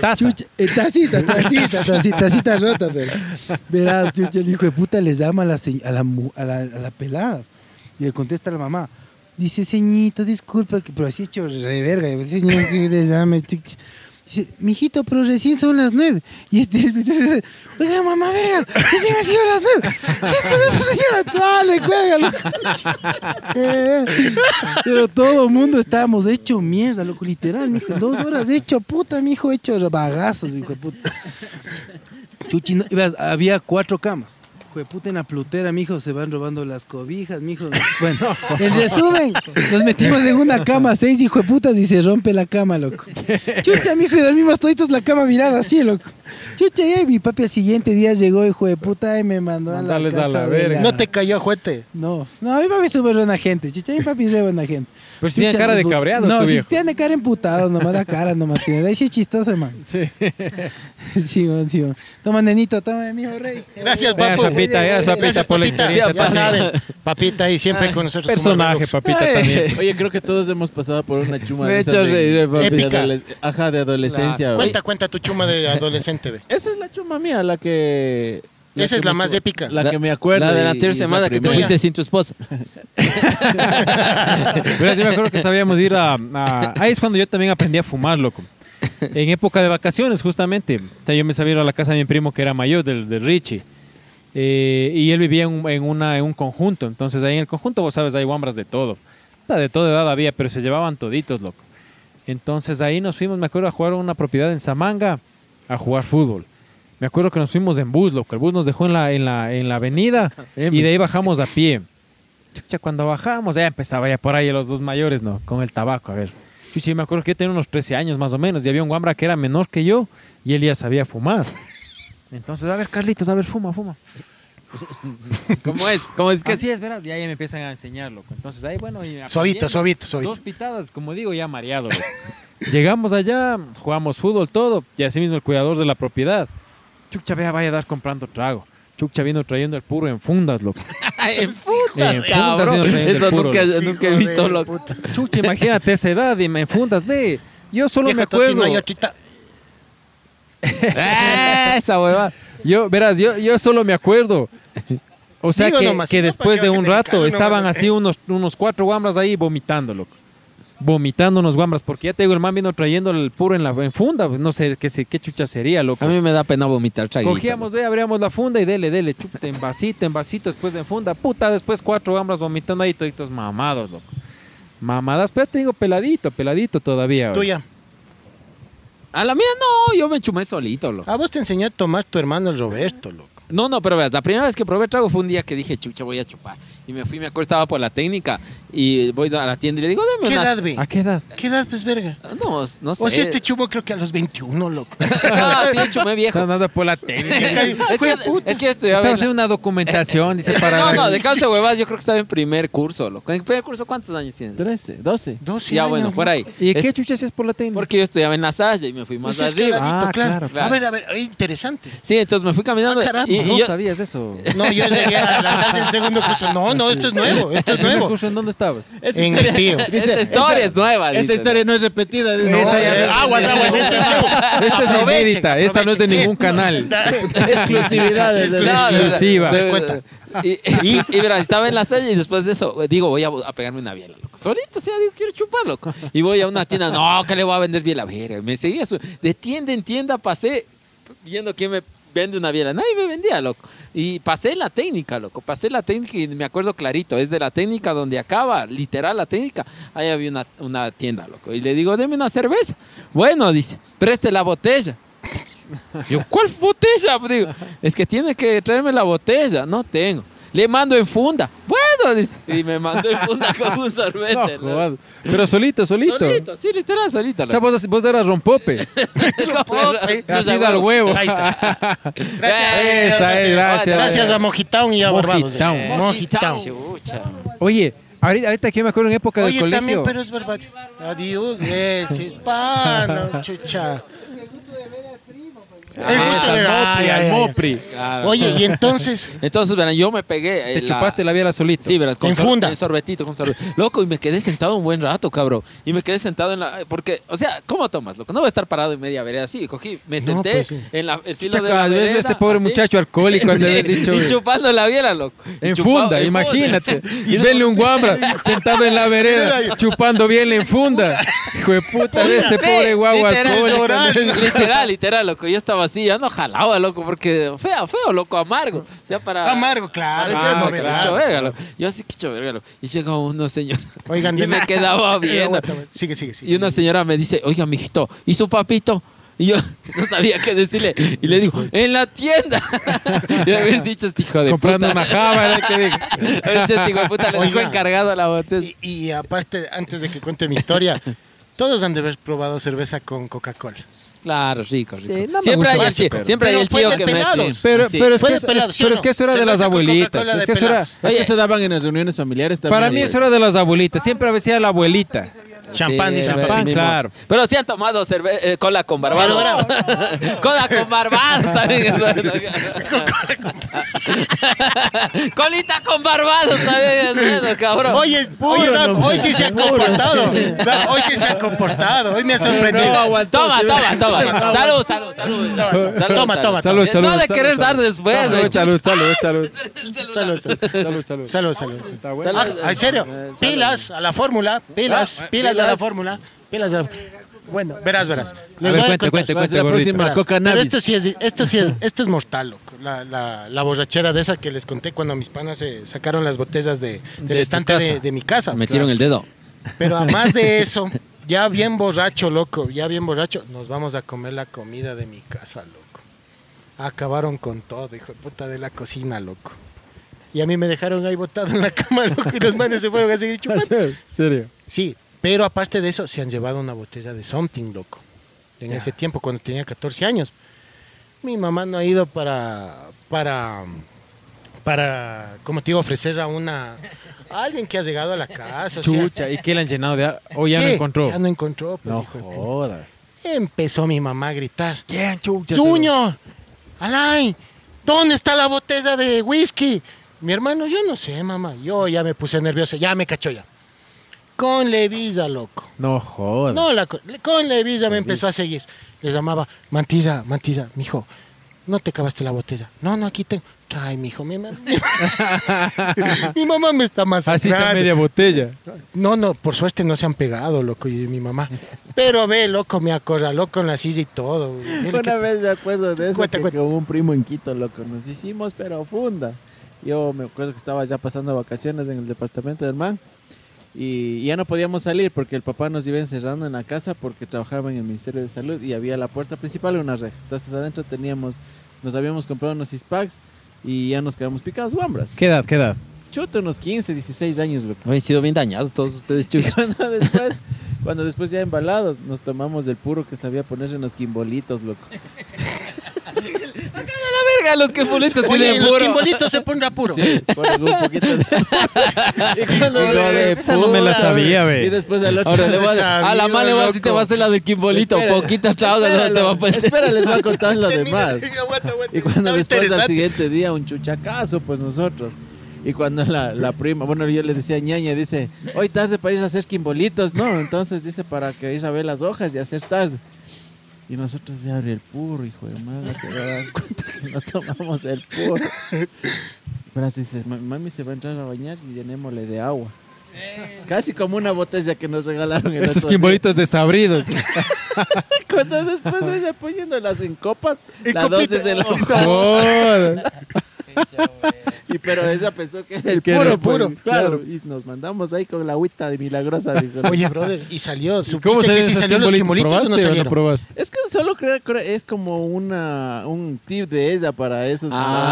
[SPEAKER 1] Taza.
[SPEAKER 6] Chucha, eh, tacita, tacita, tacita, tacita rota, pero. Verá, chucha, el hijo de puta les llama a la, se- a la, mu- a la, a la pelada. Y le contesta a la mamá. Dice, señito, disculpa, que- pero así hecho reverga. y dice, Señor, que les llame. chucha". Dice, mijito, pero recién son las nueve. Y este, dice, oiga, mamá, verga, recién han sido las nueve. ¿Qué es pues eso, señora? Dale, cuélgalo. Eh, Pero todo el mundo estábamos hecho mierda, loco, literal, mijo. Dos horas de hecho puta, mijo, hecho bagazos, hijo de puta. Chuchi, no- ibas- había cuatro camas. Hijo de puta en la plutera, mijo, se van robando las cobijas, mijo. Bueno, en resumen, nos metimos en una cama, seis hijo de putas, y se rompe la cama, loco. Chucha, mijo, y dormimos toditos la cama mirada así, loco. Chucha, y ahí mi papi al siguiente día llegó, hijo de puta, y me mandó a la
[SPEAKER 1] Mandarles a
[SPEAKER 6] casa
[SPEAKER 1] la
[SPEAKER 6] de
[SPEAKER 1] verga.
[SPEAKER 4] No te cayó, juguete.
[SPEAKER 6] no, no, mi papi es súper buena gente, chicha, mi papi es re buena gente.
[SPEAKER 1] Pero si tiene
[SPEAKER 6] Chucha,
[SPEAKER 1] cara de
[SPEAKER 6] les gusta-
[SPEAKER 1] cabreado
[SPEAKER 6] No,
[SPEAKER 1] tu
[SPEAKER 6] si
[SPEAKER 1] viejo.
[SPEAKER 6] tiene cara emputado, nomás la cara, nomás tiene. De ahí sí es chistoso, hermano.
[SPEAKER 1] Sí.
[SPEAKER 6] Sí, man, sí, man. Toma, nenito, toma, mi hijo rey.
[SPEAKER 4] Gracias,
[SPEAKER 1] Venga,
[SPEAKER 4] papu.
[SPEAKER 1] papita, gracias, papita,
[SPEAKER 4] Gracias,
[SPEAKER 1] por la
[SPEAKER 4] papita.
[SPEAKER 1] experiencia,
[SPEAKER 4] Ya
[SPEAKER 1] papi. Ah,
[SPEAKER 4] saben, eh. papita ahí siempre con nosotros. como
[SPEAKER 1] Personaje,
[SPEAKER 4] Redux.
[SPEAKER 1] papita,
[SPEAKER 3] Ay.
[SPEAKER 1] también.
[SPEAKER 2] Oye, creo que todos hemos pasado por una chuma
[SPEAKER 3] Me he
[SPEAKER 2] de esas
[SPEAKER 3] hecho
[SPEAKER 2] de-
[SPEAKER 3] reír, papi.
[SPEAKER 2] de
[SPEAKER 4] Épica.
[SPEAKER 2] adoles- Ajá, de adolescencia. güey.
[SPEAKER 4] Cuenta, cuenta tu chuma de adolescente, ve.
[SPEAKER 2] Esa es la chuma mía, la que...
[SPEAKER 4] Esa
[SPEAKER 2] que
[SPEAKER 4] es la
[SPEAKER 2] me
[SPEAKER 4] más
[SPEAKER 2] acu-
[SPEAKER 4] épica.
[SPEAKER 2] La, que me acuerdo.
[SPEAKER 3] La de
[SPEAKER 2] y-
[SPEAKER 3] la
[SPEAKER 2] y
[SPEAKER 3] tercera
[SPEAKER 2] es
[SPEAKER 3] semana que
[SPEAKER 2] primera.
[SPEAKER 3] tuviste sin tu esposa.
[SPEAKER 1] Verás, yo me acuerdo que sabíamos ir a, a- Ahí es cuando yo también aprendí a fumar, loco. En época de vacaciones, justamente. O sea, yo me sabía ir a la casa de mi primo que era mayor, del, del Richie. Eh, y él vivía en, un- en una, en un conjunto. Entonces ahí en el conjunto, vos sabes, hay guambras de todo. Puta, De toda edad había, pero se llevaban toditos, loco. Entonces ahí nos fuimos, me acuerdo, a jugar a una propiedad en Samanga, a jugar fútbol. Me acuerdo que nos fuimos en bus, loco. El bus nos dejó en la, en la, en la avenida y de ahí bajamos a pie. Chucha, cuando bajamos, ya empezaba ya por ahí los dos mayores, ¿no? Con el tabaco, a ver. Chucha, yo me acuerdo que yo tenía unos 13 años más o menos y había un guambra que era menor que yo y él ya sabía fumar. Entonces, a ver, Carlitos, a ver, fuma, fuma.
[SPEAKER 3] ¿Cómo es? ¿Cómo es que
[SPEAKER 1] Así es, verás, ya, ya me empiezan a enseñar, loco. Entonces, ahí, bueno. y
[SPEAKER 4] Suavito,
[SPEAKER 1] aprendiendo.
[SPEAKER 4] suavito, suavito.
[SPEAKER 1] Dos pitadas, como digo, ya mareado. loco. Llegamos allá, jugamos fútbol, todo, y así mismo el cuidador de la propiedad. Chucha, vea, vaya a dar comprando trago. Chucha vino trayendo el puro en fundas, loco.
[SPEAKER 3] en putas,
[SPEAKER 1] En
[SPEAKER 3] cabrón?
[SPEAKER 1] putas, mira,
[SPEAKER 3] Eso
[SPEAKER 1] del puro,
[SPEAKER 3] nunca,
[SPEAKER 1] loco.
[SPEAKER 3] nunca he visto, loco.
[SPEAKER 1] Chucha, imagínate esa edad y me fundas, ve. Yo solo me
[SPEAKER 4] Vieja
[SPEAKER 1] acuerdo.
[SPEAKER 4] Toti, no hay otrita.
[SPEAKER 3] Ah, Esa hueva.
[SPEAKER 1] Yo, verás, yo, yo solo me acuerdo. O sea
[SPEAKER 4] Digo
[SPEAKER 1] que,
[SPEAKER 4] nomás,
[SPEAKER 1] que
[SPEAKER 4] no,
[SPEAKER 1] después
[SPEAKER 4] para que
[SPEAKER 1] de
[SPEAKER 4] la
[SPEAKER 1] un
[SPEAKER 4] gente
[SPEAKER 1] rato
[SPEAKER 4] me cague
[SPEAKER 1] estaban
[SPEAKER 4] nomás.
[SPEAKER 1] así unos, unos cuatro guambras ahí vomitando, loco. Vomitando unos guambras, porque ya te digo, el man vino trayendo el puro en la en funda, pues, no sé qué, se- qué chucha sería, loco.
[SPEAKER 3] A mí me da pena vomitar, traguito.
[SPEAKER 1] Cogíamos de, abríamos la funda y dele, dele, chupte en vasito, en vasito, después en funda, puta, después cuatro guambras vomitando ahí, toditos mamados, loco. Mamadas, pero te digo, peladito, peladito todavía. güey.
[SPEAKER 4] Tuya.
[SPEAKER 3] A la mía no, yo me chumé solito, loco.
[SPEAKER 4] A vos te enseñó a tomar tu hermano el Roberto, loco.
[SPEAKER 3] No, no, pero verás, la primera vez que probé trago fue un día que dije, chucha, voy a chupar. Y me fui, me acuerdo, estaba por la técnica. Y voy a la tienda y le digo, dame
[SPEAKER 4] ¿Qué
[SPEAKER 3] unas...
[SPEAKER 4] edad, ve?
[SPEAKER 1] Pues ¿A qué edad?
[SPEAKER 4] ¿Qué edad, pues, verga?
[SPEAKER 3] No, no sé.
[SPEAKER 4] O sea, este chumo creo que a los 21, loco.
[SPEAKER 3] Ah, sí, chumé viejo.
[SPEAKER 1] Está andando por la tele.
[SPEAKER 3] es, que, es que yo estudiaba...
[SPEAKER 1] Estaba
[SPEAKER 3] en la-
[SPEAKER 1] haciendo una documentación, dice, para...
[SPEAKER 3] No,
[SPEAKER 1] la-
[SPEAKER 3] no, de causa de huevas, yo creo que estaba en primer curso, loco. ¿En primer curso cuántos años tienes?
[SPEAKER 2] 13, 12.
[SPEAKER 4] 12
[SPEAKER 3] Ya,
[SPEAKER 4] años,
[SPEAKER 3] bueno,
[SPEAKER 4] loco.
[SPEAKER 3] por ahí.
[SPEAKER 1] ¿Y
[SPEAKER 3] Es-
[SPEAKER 1] qué chuchas es por la tele?
[SPEAKER 3] Porque yo estudiaba en la Salle y me fui más
[SPEAKER 4] Pues es que
[SPEAKER 3] arriba.
[SPEAKER 4] ladito,
[SPEAKER 1] Ah,
[SPEAKER 4] claro.
[SPEAKER 1] claro.
[SPEAKER 4] A ver, a ver, eh, interesante.
[SPEAKER 3] Sí, entonces me fui caminando.
[SPEAKER 4] Ah, caramba,
[SPEAKER 3] y, y
[SPEAKER 1] no
[SPEAKER 3] yo,
[SPEAKER 1] sabías eso.
[SPEAKER 4] No, yo llegué a la sala del segundo curso. No, no, esto es nuevo, esto
[SPEAKER 1] ¿El
[SPEAKER 4] es
[SPEAKER 1] primer
[SPEAKER 4] nuevo.
[SPEAKER 1] curso en dónde estabas?
[SPEAKER 2] Esa
[SPEAKER 4] En el
[SPEAKER 2] historia,
[SPEAKER 4] pío.
[SPEAKER 3] esa
[SPEAKER 2] Dice,
[SPEAKER 3] historia
[SPEAKER 2] esa-
[SPEAKER 3] es nueva.
[SPEAKER 2] esa
[SPEAKER 3] dice.
[SPEAKER 2] historia no es repetida. dice.
[SPEAKER 4] No,
[SPEAKER 1] Esa ya-
[SPEAKER 4] eh, aguas, aguas, esto es nuevo.
[SPEAKER 1] Esta este es
[SPEAKER 4] Aprovechen,
[SPEAKER 1] inédita, esta no es de
[SPEAKER 4] aprovechen.
[SPEAKER 1] ningún
[SPEAKER 4] Esto-
[SPEAKER 1] canal.
[SPEAKER 2] ah, Exclusividades.
[SPEAKER 3] No,
[SPEAKER 2] de-
[SPEAKER 3] no, no,
[SPEAKER 1] Exclusiva.
[SPEAKER 3] no, no,
[SPEAKER 4] Me
[SPEAKER 3] no.
[SPEAKER 4] cuenta.
[SPEAKER 3] Y, y, y verás, estaba en la Salle y después de eso, eh, digo, voy a, a pegarme una biela, loco. Solito, o sea, digo, quiero chupar, loco. Y voy a una tienda, no, que le voy a vender biela. Verga, me seguía su- de tienda en tienda, pasé viendo quién me vende una biela. Nadie me vendía, loco. Y pasé la técnica, loco. Pasé la técnica y me acuerdo clarito, es de la técnica donde acaba, literal la técnica. Ahí había una, una tienda, loco. Y le digo, deme una cerveza. Bueno, dice, preste la botella. Yo, ¿cuál botella? Pues Digo, es que tiene que traerme la botella. No tengo. Le mando en funda. Bueno, dice. Y me mandó en funda con un
[SPEAKER 1] No,
[SPEAKER 3] sorbete. loco.
[SPEAKER 1] jodas. Pero solito, solito.
[SPEAKER 3] solito, sí, literal, solito.
[SPEAKER 1] O sea, vos, vos eras rompope. Así da el huevo.
[SPEAKER 4] Ahí está. Gracias. eh,
[SPEAKER 1] Esa es, gracias.
[SPEAKER 4] Gracias a Mojitown y a Barbados.
[SPEAKER 1] Mojitown.
[SPEAKER 4] eh. Mojitown.
[SPEAKER 1] Oye, ahorita, ahorita que me acuerdo en época del
[SPEAKER 4] Oye,
[SPEAKER 1] colegio.
[SPEAKER 4] también, pero es Barbados. Adiós, es hispano, chucha. El gusto de ver
[SPEAKER 1] Ah,
[SPEAKER 4] ay, ay,
[SPEAKER 1] al
[SPEAKER 4] ay.
[SPEAKER 1] Mopri.
[SPEAKER 4] Oye, y entonces,
[SPEAKER 3] Entonces, verán, yo me pegué. eh,
[SPEAKER 1] Te chupaste la biela solito.
[SPEAKER 3] Sí, verás, con
[SPEAKER 4] En
[SPEAKER 3] sor-
[SPEAKER 4] funda.
[SPEAKER 3] en sorbetito, con sorbetito. Loco, y me quedé sentado un buen rato, cabrón. Y me quedé sentado en la. Porque, o sea, ¿cómo tomas, loco? No voy a estar parado en media vereda así. Cogí, me senté
[SPEAKER 4] pues, sí.
[SPEAKER 3] en la, el filo
[SPEAKER 1] Chucha,
[SPEAKER 3] de la
[SPEAKER 1] cabrón,
[SPEAKER 3] vereda.
[SPEAKER 1] ese
[SPEAKER 4] Ah,
[SPEAKER 1] pobre
[SPEAKER 3] así.
[SPEAKER 1] muchacho alcohólico, le habías
[SPEAKER 3] Sí,
[SPEAKER 1] dicho,
[SPEAKER 3] Y
[SPEAKER 1] güey.
[SPEAKER 3] chupando la biela, loco. Y
[SPEAKER 1] En
[SPEAKER 3] chupado-
[SPEAKER 1] funda,
[SPEAKER 3] en funda.
[SPEAKER 1] imagínate. Y vele un guambra sentado en la vereda, chupando bien en funda. Hijo de puta, de ese
[SPEAKER 3] Sí,
[SPEAKER 1] pobre guagua
[SPEAKER 3] literal,
[SPEAKER 1] alcohólico.
[SPEAKER 4] oral.
[SPEAKER 3] Literal, literal, loco. Yo estaba así, ya no jalaba, loco, porque feo, feo, loco, amargo. O sea, para.
[SPEAKER 4] amargo, claro, esa es
[SPEAKER 3] Ah,
[SPEAKER 4] novedad.
[SPEAKER 3] quicho verga, loco. Yo así quicho verga, loco. Y llega uno, señor.
[SPEAKER 4] Oigan,
[SPEAKER 3] y
[SPEAKER 4] dime.
[SPEAKER 3] me quedaba viendo.
[SPEAKER 4] Aguanta, aguanta. Sigue, sigue, sigue.
[SPEAKER 3] Y una señora me dice, oiga, mijito, ¿y su papito? Y yo no sabía qué decirle. Y le digo, en la tienda. y haber dicho este hijo de
[SPEAKER 1] Comprando
[SPEAKER 3] puta.
[SPEAKER 1] una java, era que digo.
[SPEAKER 3] haber dicho este hijo de puta, le
[SPEAKER 4] Oiga.
[SPEAKER 3] dijo encargado a la botella.
[SPEAKER 4] Y, y aparte, antes de que cuente mi historia, todos han de haber probado cerveza con Coca-Cola.
[SPEAKER 3] Claro, rico, rico.
[SPEAKER 1] no me
[SPEAKER 3] siempre
[SPEAKER 1] gusta
[SPEAKER 3] hay, el
[SPEAKER 1] mucho,
[SPEAKER 3] tío-
[SPEAKER 1] pero-
[SPEAKER 3] siempre hay
[SPEAKER 4] Pero
[SPEAKER 3] el tío
[SPEAKER 4] fue de
[SPEAKER 3] que me
[SPEAKER 4] pelados.
[SPEAKER 1] Pero,
[SPEAKER 4] Sí.
[SPEAKER 1] pero, es,
[SPEAKER 4] Fue
[SPEAKER 1] que,
[SPEAKER 4] de pelados, ¿sí o
[SPEAKER 1] pero es
[SPEAKER 4] no?
[SPEAKER 1] que eso era de
[SPEAKER 4] Cerveza
[SPEAKER 1] las
[SPEAKER 4] con
[SPEAKER 1] abuelitas.
[SPEAKER 4] Coca-Cola
[SPEAKER 1] Es
[SPEAKER 4] de
[SPEAKER 1] que eso era,
[SPEAKER 4] pelados.
[SPEAKER 2] Es
[SPEAKER 3] Oye.
[SPEAKER 2] que se daban en las reuniones familiares también.
[SPEAKER 1] para mí
[SPEAKER 2] pues.
[SPEAKER 1] eso era de las abuelitas. Siempre decía la abuelita.
[SPEAKER 4] Champán, dice.
[SPEAKER 1] champán,
[SPEAKER 3] mismos.
[SPEAKER 1] claro.
[SPEAKER 3] Pero sí han tomado cerve- eh, cola con barbados. cola con barbados también. es bueno. Colita con barbados también es bueno, cabrón.
[SPEAKER 4] Oye, es puro,
[SPEAKER 2] Puro,
[SPEAKER 4] Dab,
[SPEAKER 2] no,
[SPEAKER 4] hoy sí se ha
[SPEAKER 2] puro,
[SPEAKER 4] comportado. Dab, hoy sí se ha comportado. Hoy me ha sorprendido.
[SPEAKER 2] No aguantó.
[SPEAKER 3] Toma,
[SPEAKER 2] sí,
[SPEAKER 3] toma, toma.
[SPEAKER 4] Toma,
[SPEAKER 3] Salud, salud, salud. Salud,
[SPEAKER 4] Toma, toma,
[SPEAKER 1] Salud, salud.
[SPEAKER 3] No de
[SPEAKER 1] salud,
[SPEAKER 3] querer
[SPEAKER 1] salud.
[SPEAKER 3] dar después. güey.
[SPEAKER 1] Salud, salud, salud, salud.
[SPEAKER 4] Salud, salud.
[SPEAKER 1] Salud, salud.
[SPEAKER 4] Salud, salud.
[SPEAKER 3] bueno.
[SPEAKER 4] Ah, ¿En serio? Pilas a la fórmula. Pilas,
[SPEAKER 2] Ah,
[SPEAKER 4] pilas a la
[SPEAKER 2] pilas.
[SPEAKER 4] fórmula. Pilas a la Bueno, verás, verás.
[SPEAKER 1] A
[SPEAKER 4] Les
[SPEAKER 1] ver,
[SPEAKER 4] voy a
[SPEAKER 1] cuente,
[SPEAKER 4] contar.
[SPEAKER 1] cuente,
[SPEAKER 2] Va a
[SPEAKER 1] cuente,
[SPEAKER 2] ser la
[SPEAKER 1] gordito.
[SPEAKER 2] próxima Coca
[SPEAKER 4] Pero
[SPEAKER 2] Navis.
[SPEAKER 4] esto sí es, esto sí es, esto es mortal, loco. La, la- la borrachera de esa que les conté cuando mis panas se sacaron las botellas de, del
[SPEAKER 3] De tu
[SPEAKER 4] estante
[SPEAKER 3] casa.
[SPEAKER 4] de, de mi casa.
[SPEAKER 3] Metieron el dedo.
[SPEAKER 4] Pero además de eso, ya bien borracho, loco, ya bien borracho, nos vamos a comer la comida de mi casa, loco. Acabaron con todo, hijo de puta de la cocina, loco. Y a mí me dejaron ahí botado en la cama, loco, y los manes se fueron a seguir
[SPEAKER 1] En
[SPEAKER 4] chupando.
[SPEAKER 1] serio, en serio.
[SPEAKER 4] Sí, pero aparte de eso, se han llevado una botella de something, loco. En ese tiempo, cuando tenía 14 años. Mi mamá no ha ido para, para, para, ¿cómo te digo? Ofrecer a una, a alguien que ha llegado a la casa. o sea,
[SPEAKER 1] Chucha, ¿y qué le han llenado de ar- O ya no
[SPEAKER 4] ¿qué?
[SPEAKER 1] encontró.
[SPEAKER 4] Ya no encontró, pues,
[SPEAKER 1] No
[SPEAKER 4] hijo de
[SPEAKER 1] jodas.
[SPEAKER 4] Empezó mi mamá a gritar.
[SPEAKER 1] ¿Quién, chucha?
[SPEAKER 4] ¡Junior! ¡Alain! ¿Dónde está la botella de whisky? Mi hermano, yo no sé, mamá. Yo ya me puse nervioso. Ya me cachó ya. Con Levilla, loco.
[SPEAKER 1] No jodas.
[SPEAKER 4] No, la, co- con Levilla me empezó a seguir. Le llamaba, Mantilla, Mantilla, mijo, no te acabaste la botella. No, no, aquí tengo. Trae, mijo, mi, ma- mi mamá me está más
[SPEAKER 1] Así sea media botella.
[SPEAKER 4] no, no, por suerte no se han pegado, loco, y mi mamá. Pero ve, loco, me acorraló con la silla y todo. güey. Mira
[SPEAKER 2] Una
[SPEAKER 4] que-
[SPEAKER 2] vez me acuerdo de eso,
[SPEAKER 4] Cuenta,
[SPEAKER 2] que,
[SPEAKER 4] cuenta.
[SPEAKER 2] que hubo un primo en Quito, loco. Nos hicimos, pero funda. Yo me acuerdo que estaba ya pasando vacaciones en el departamento del man. Y ya no podíamos salir porque el papá nos iba encerrando en la casa porque trabajaba en el Ministerio de Salud y había la puerta principal y una reja. Entonces adentro teníamos, nos habíamos comprado unos six packs y ya nos quedamos picados, guambras.
[SPEAKER 1] ¿Qué edad, qué edad?
[SPEAKER 2] chuta, unos 15, 16 años, loco.
[SPEAKER 3] Habéis sido bien dañados todos ustedes, chicos.
[SPEAKER 2] Cuando después, cuando después ya embalados, nos tomamos el puro que sabía ponerse en los quimbolitos, loco.
[SPEAKER 3] Verga, los que boletos
[SPEAKER 4] Oye,
[SPEAKER 3] tienen
[SPEAKER 4] los
[SPEAKER 3] puro.
[SPEAKER 4] timbolitos se pondrá puro.
[SPEAKER 2] Sí, ponen un poquito de... y, cuando-
[SPEAKER 3] Hijo de
[SPEAKER 1] Esa no me la
[SPEAKER 3] puta,
[SPEAKER 1] sabía,
[SPEAKER 2] y
[SPEAKER 1] ve.
[SPEAKER 2] después al otro...
[SPEAKER 3] Ahora le voy a,
[SPEAKER 4] Sabido,
[SPEAKER 3] a la mala le voy a decir,
[SPEAKER 4] loco.
[SPEAKER 3] te va a hacer la del Kimbolito,
[SPEAKER 2] Espera,
[SPEAKER 3] poquita chauda, no te va a
[SPEAKER 2] espéralo,
[SPEAKER 3] poner.
[SPEAKER 2] espera, les voy a contar lo demás.
[SPEAKER 4] Aguanta, aguanta.
[SPEAKER 2] Y cuando
[SPEAKER 4] Estaba
[SPEAKER 2] después al
[SPEAKER 4] interesante.
[SPEAKER 2] siguiente día, un chuchacazo, pues nosotros. Y cuando la, la prima, bueno, yo le decía ñaña, dice, hoy tarde para ir a hacer quimbolitos, ¿no? Entonces dice, para que ir a ver las hojas y hacer tarde. Y nosotros ya abre el puro, hijo de madre, se va a dar cuenta que nos tomamos el puro. Pero así dice, "Ma- mami se va a entrar a bañar y llenémosle de agua. Casi como una botella que nos regalaron el
[SPEAKER 1] Esos
[SPEAKER 2] otro día.
[SPEAKER 1] quimbolitos desabridos.
[SPEAKER 2] Cuando después ella poniéndolas en copas,
[SPEAKER 4] En
[SPEAKER 2] la dosis
[SPEAKER 4] copitas.
[SPEAKER 2] de la
[SPEAKER 1] Oh, Joder.
[SPEAKER 2] Y pero esa pensó que era el
[SPEAKER 1] Que
[SPEAKER 2] puro,
[SPEAKER 1] era el
[SPEAKER 2] puro.
[SPEAKER 1] puro,
[SPEAKER 2] claro. Y nos mandamos ahí con la agüita de milagrosa. dijo.
[SPEAKER 4] Oye, brother, y salió.
[SPEAKER 1] ¿Y
[SPEAKER 4] ¿Supiste
[SPEAKER 1] ¿Cómo se
[SPEAKER 4] que
[SPEAKER 1] ven
[SPEAKER 4] sí
[SPEAKER 1] esos
[SPEAKER 4] salió los
[SPEAKER 1] quimbolitos?
[SPEAKER 4] quimbolitos o no
[SPEAKER 1] ¿Probaste o no
[SPEAKER 4] salieron?
[SPEAKER 1] probaste?
[SPEAKER 2] es que solo creo que es como una un tip de ella para esos.
[SPEAKER 3] Ah,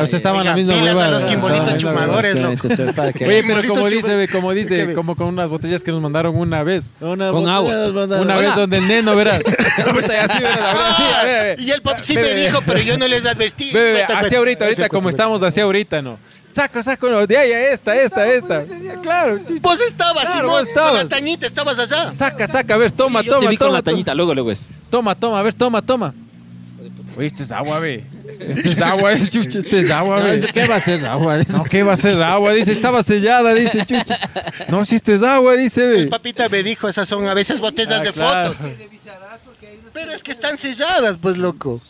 [SPEAKER 1] Ah, o sea, estaban la
[SPEAKER 4] Oiga,
[SPEAKER 1] misma
[SPEAKER 4] pilas a
[SPEAKER 1] huevada.
[SPEAKER 4] los quimbolitos
[SPEAKER 1] Ah, es la
[SPEAKER 4] chumadores.
[SPEAKER 1] verdad. Oye, pero como dice, ve, como dice, como con unas botellas que nos mandaron una vez.
[SPEAKER 2] Una
[SPEAKER 1] Con
[SPEAKER 2] botella
[SPEAKER 1] agua.
[SPEAKER 2] nos mandaron.
[SPEAKER 1] Una vez
[SPEAKER 2] Hola.
[SPEAKER 1] donde el neno, Ah, verás. Puta, y así, verás, la verdad, así, a ver, a ver.
[SPEAKER 4] Y el papi sí me
[SPEAKER 1] Bebe.
[SPEAKER 4] dijo, pero yo no les advertí.
[SPEAKER 1] Ve, ve, ve,
[SPEAKER 4] Cuenta,
[SPEAKER 1] así
[SPEAKER 4] cuenta.
[SPEAKER 1] ahorita, ¿eh? ahorita, como estamos, así ahorita, ¿no? Saco, saco, no, pues, de ahí a esta, esta, esta. Claro, chucha.
[SPEAKER 4] Vos
[SPEAKER 1] Claro,
[SPEAKER 4] estabas, Pues Simón,
[SPEAKER 1] vos estabas.
[SPEAKER 4] con la tañita, estabas allá.
[SPEAKER 1] saca, saca, a ver, toma,
[SPEAKER 3] Yo
[SPEAKER 1] toma,
[SPEAKER 3] te vi con
[SPEAKER 1] toma,
[SPEAKER 3] la tañita, luego, luego es.
[SPEAKER 1] toma, toma, a ver, toma, toma. Oye, esto es agua, ve. Esto es agua, es chucha, esto es agua,
[SPEAKER 2] No,
[SPEAKER 1] ve.
[SPEAKER 2] dice, ¿Qué va a ser agua? Dice,
[SPEAKER 1] No, ¿qué va a ser de agua? Dice, estaba sellada, dice Chucha. No, si esto es agua, dice.
[SPEAKER 4] El
[SPEAKER 1] ve.
[SPEAKER 4] papita me dijo, esas son a veces botellas
[SPEAKER 1] Ah,
[SPEAKER 4] de
[SPEAKER 1] claro.
[SPEAKER 4] fotos. Pero es que están selladas, pues, loco.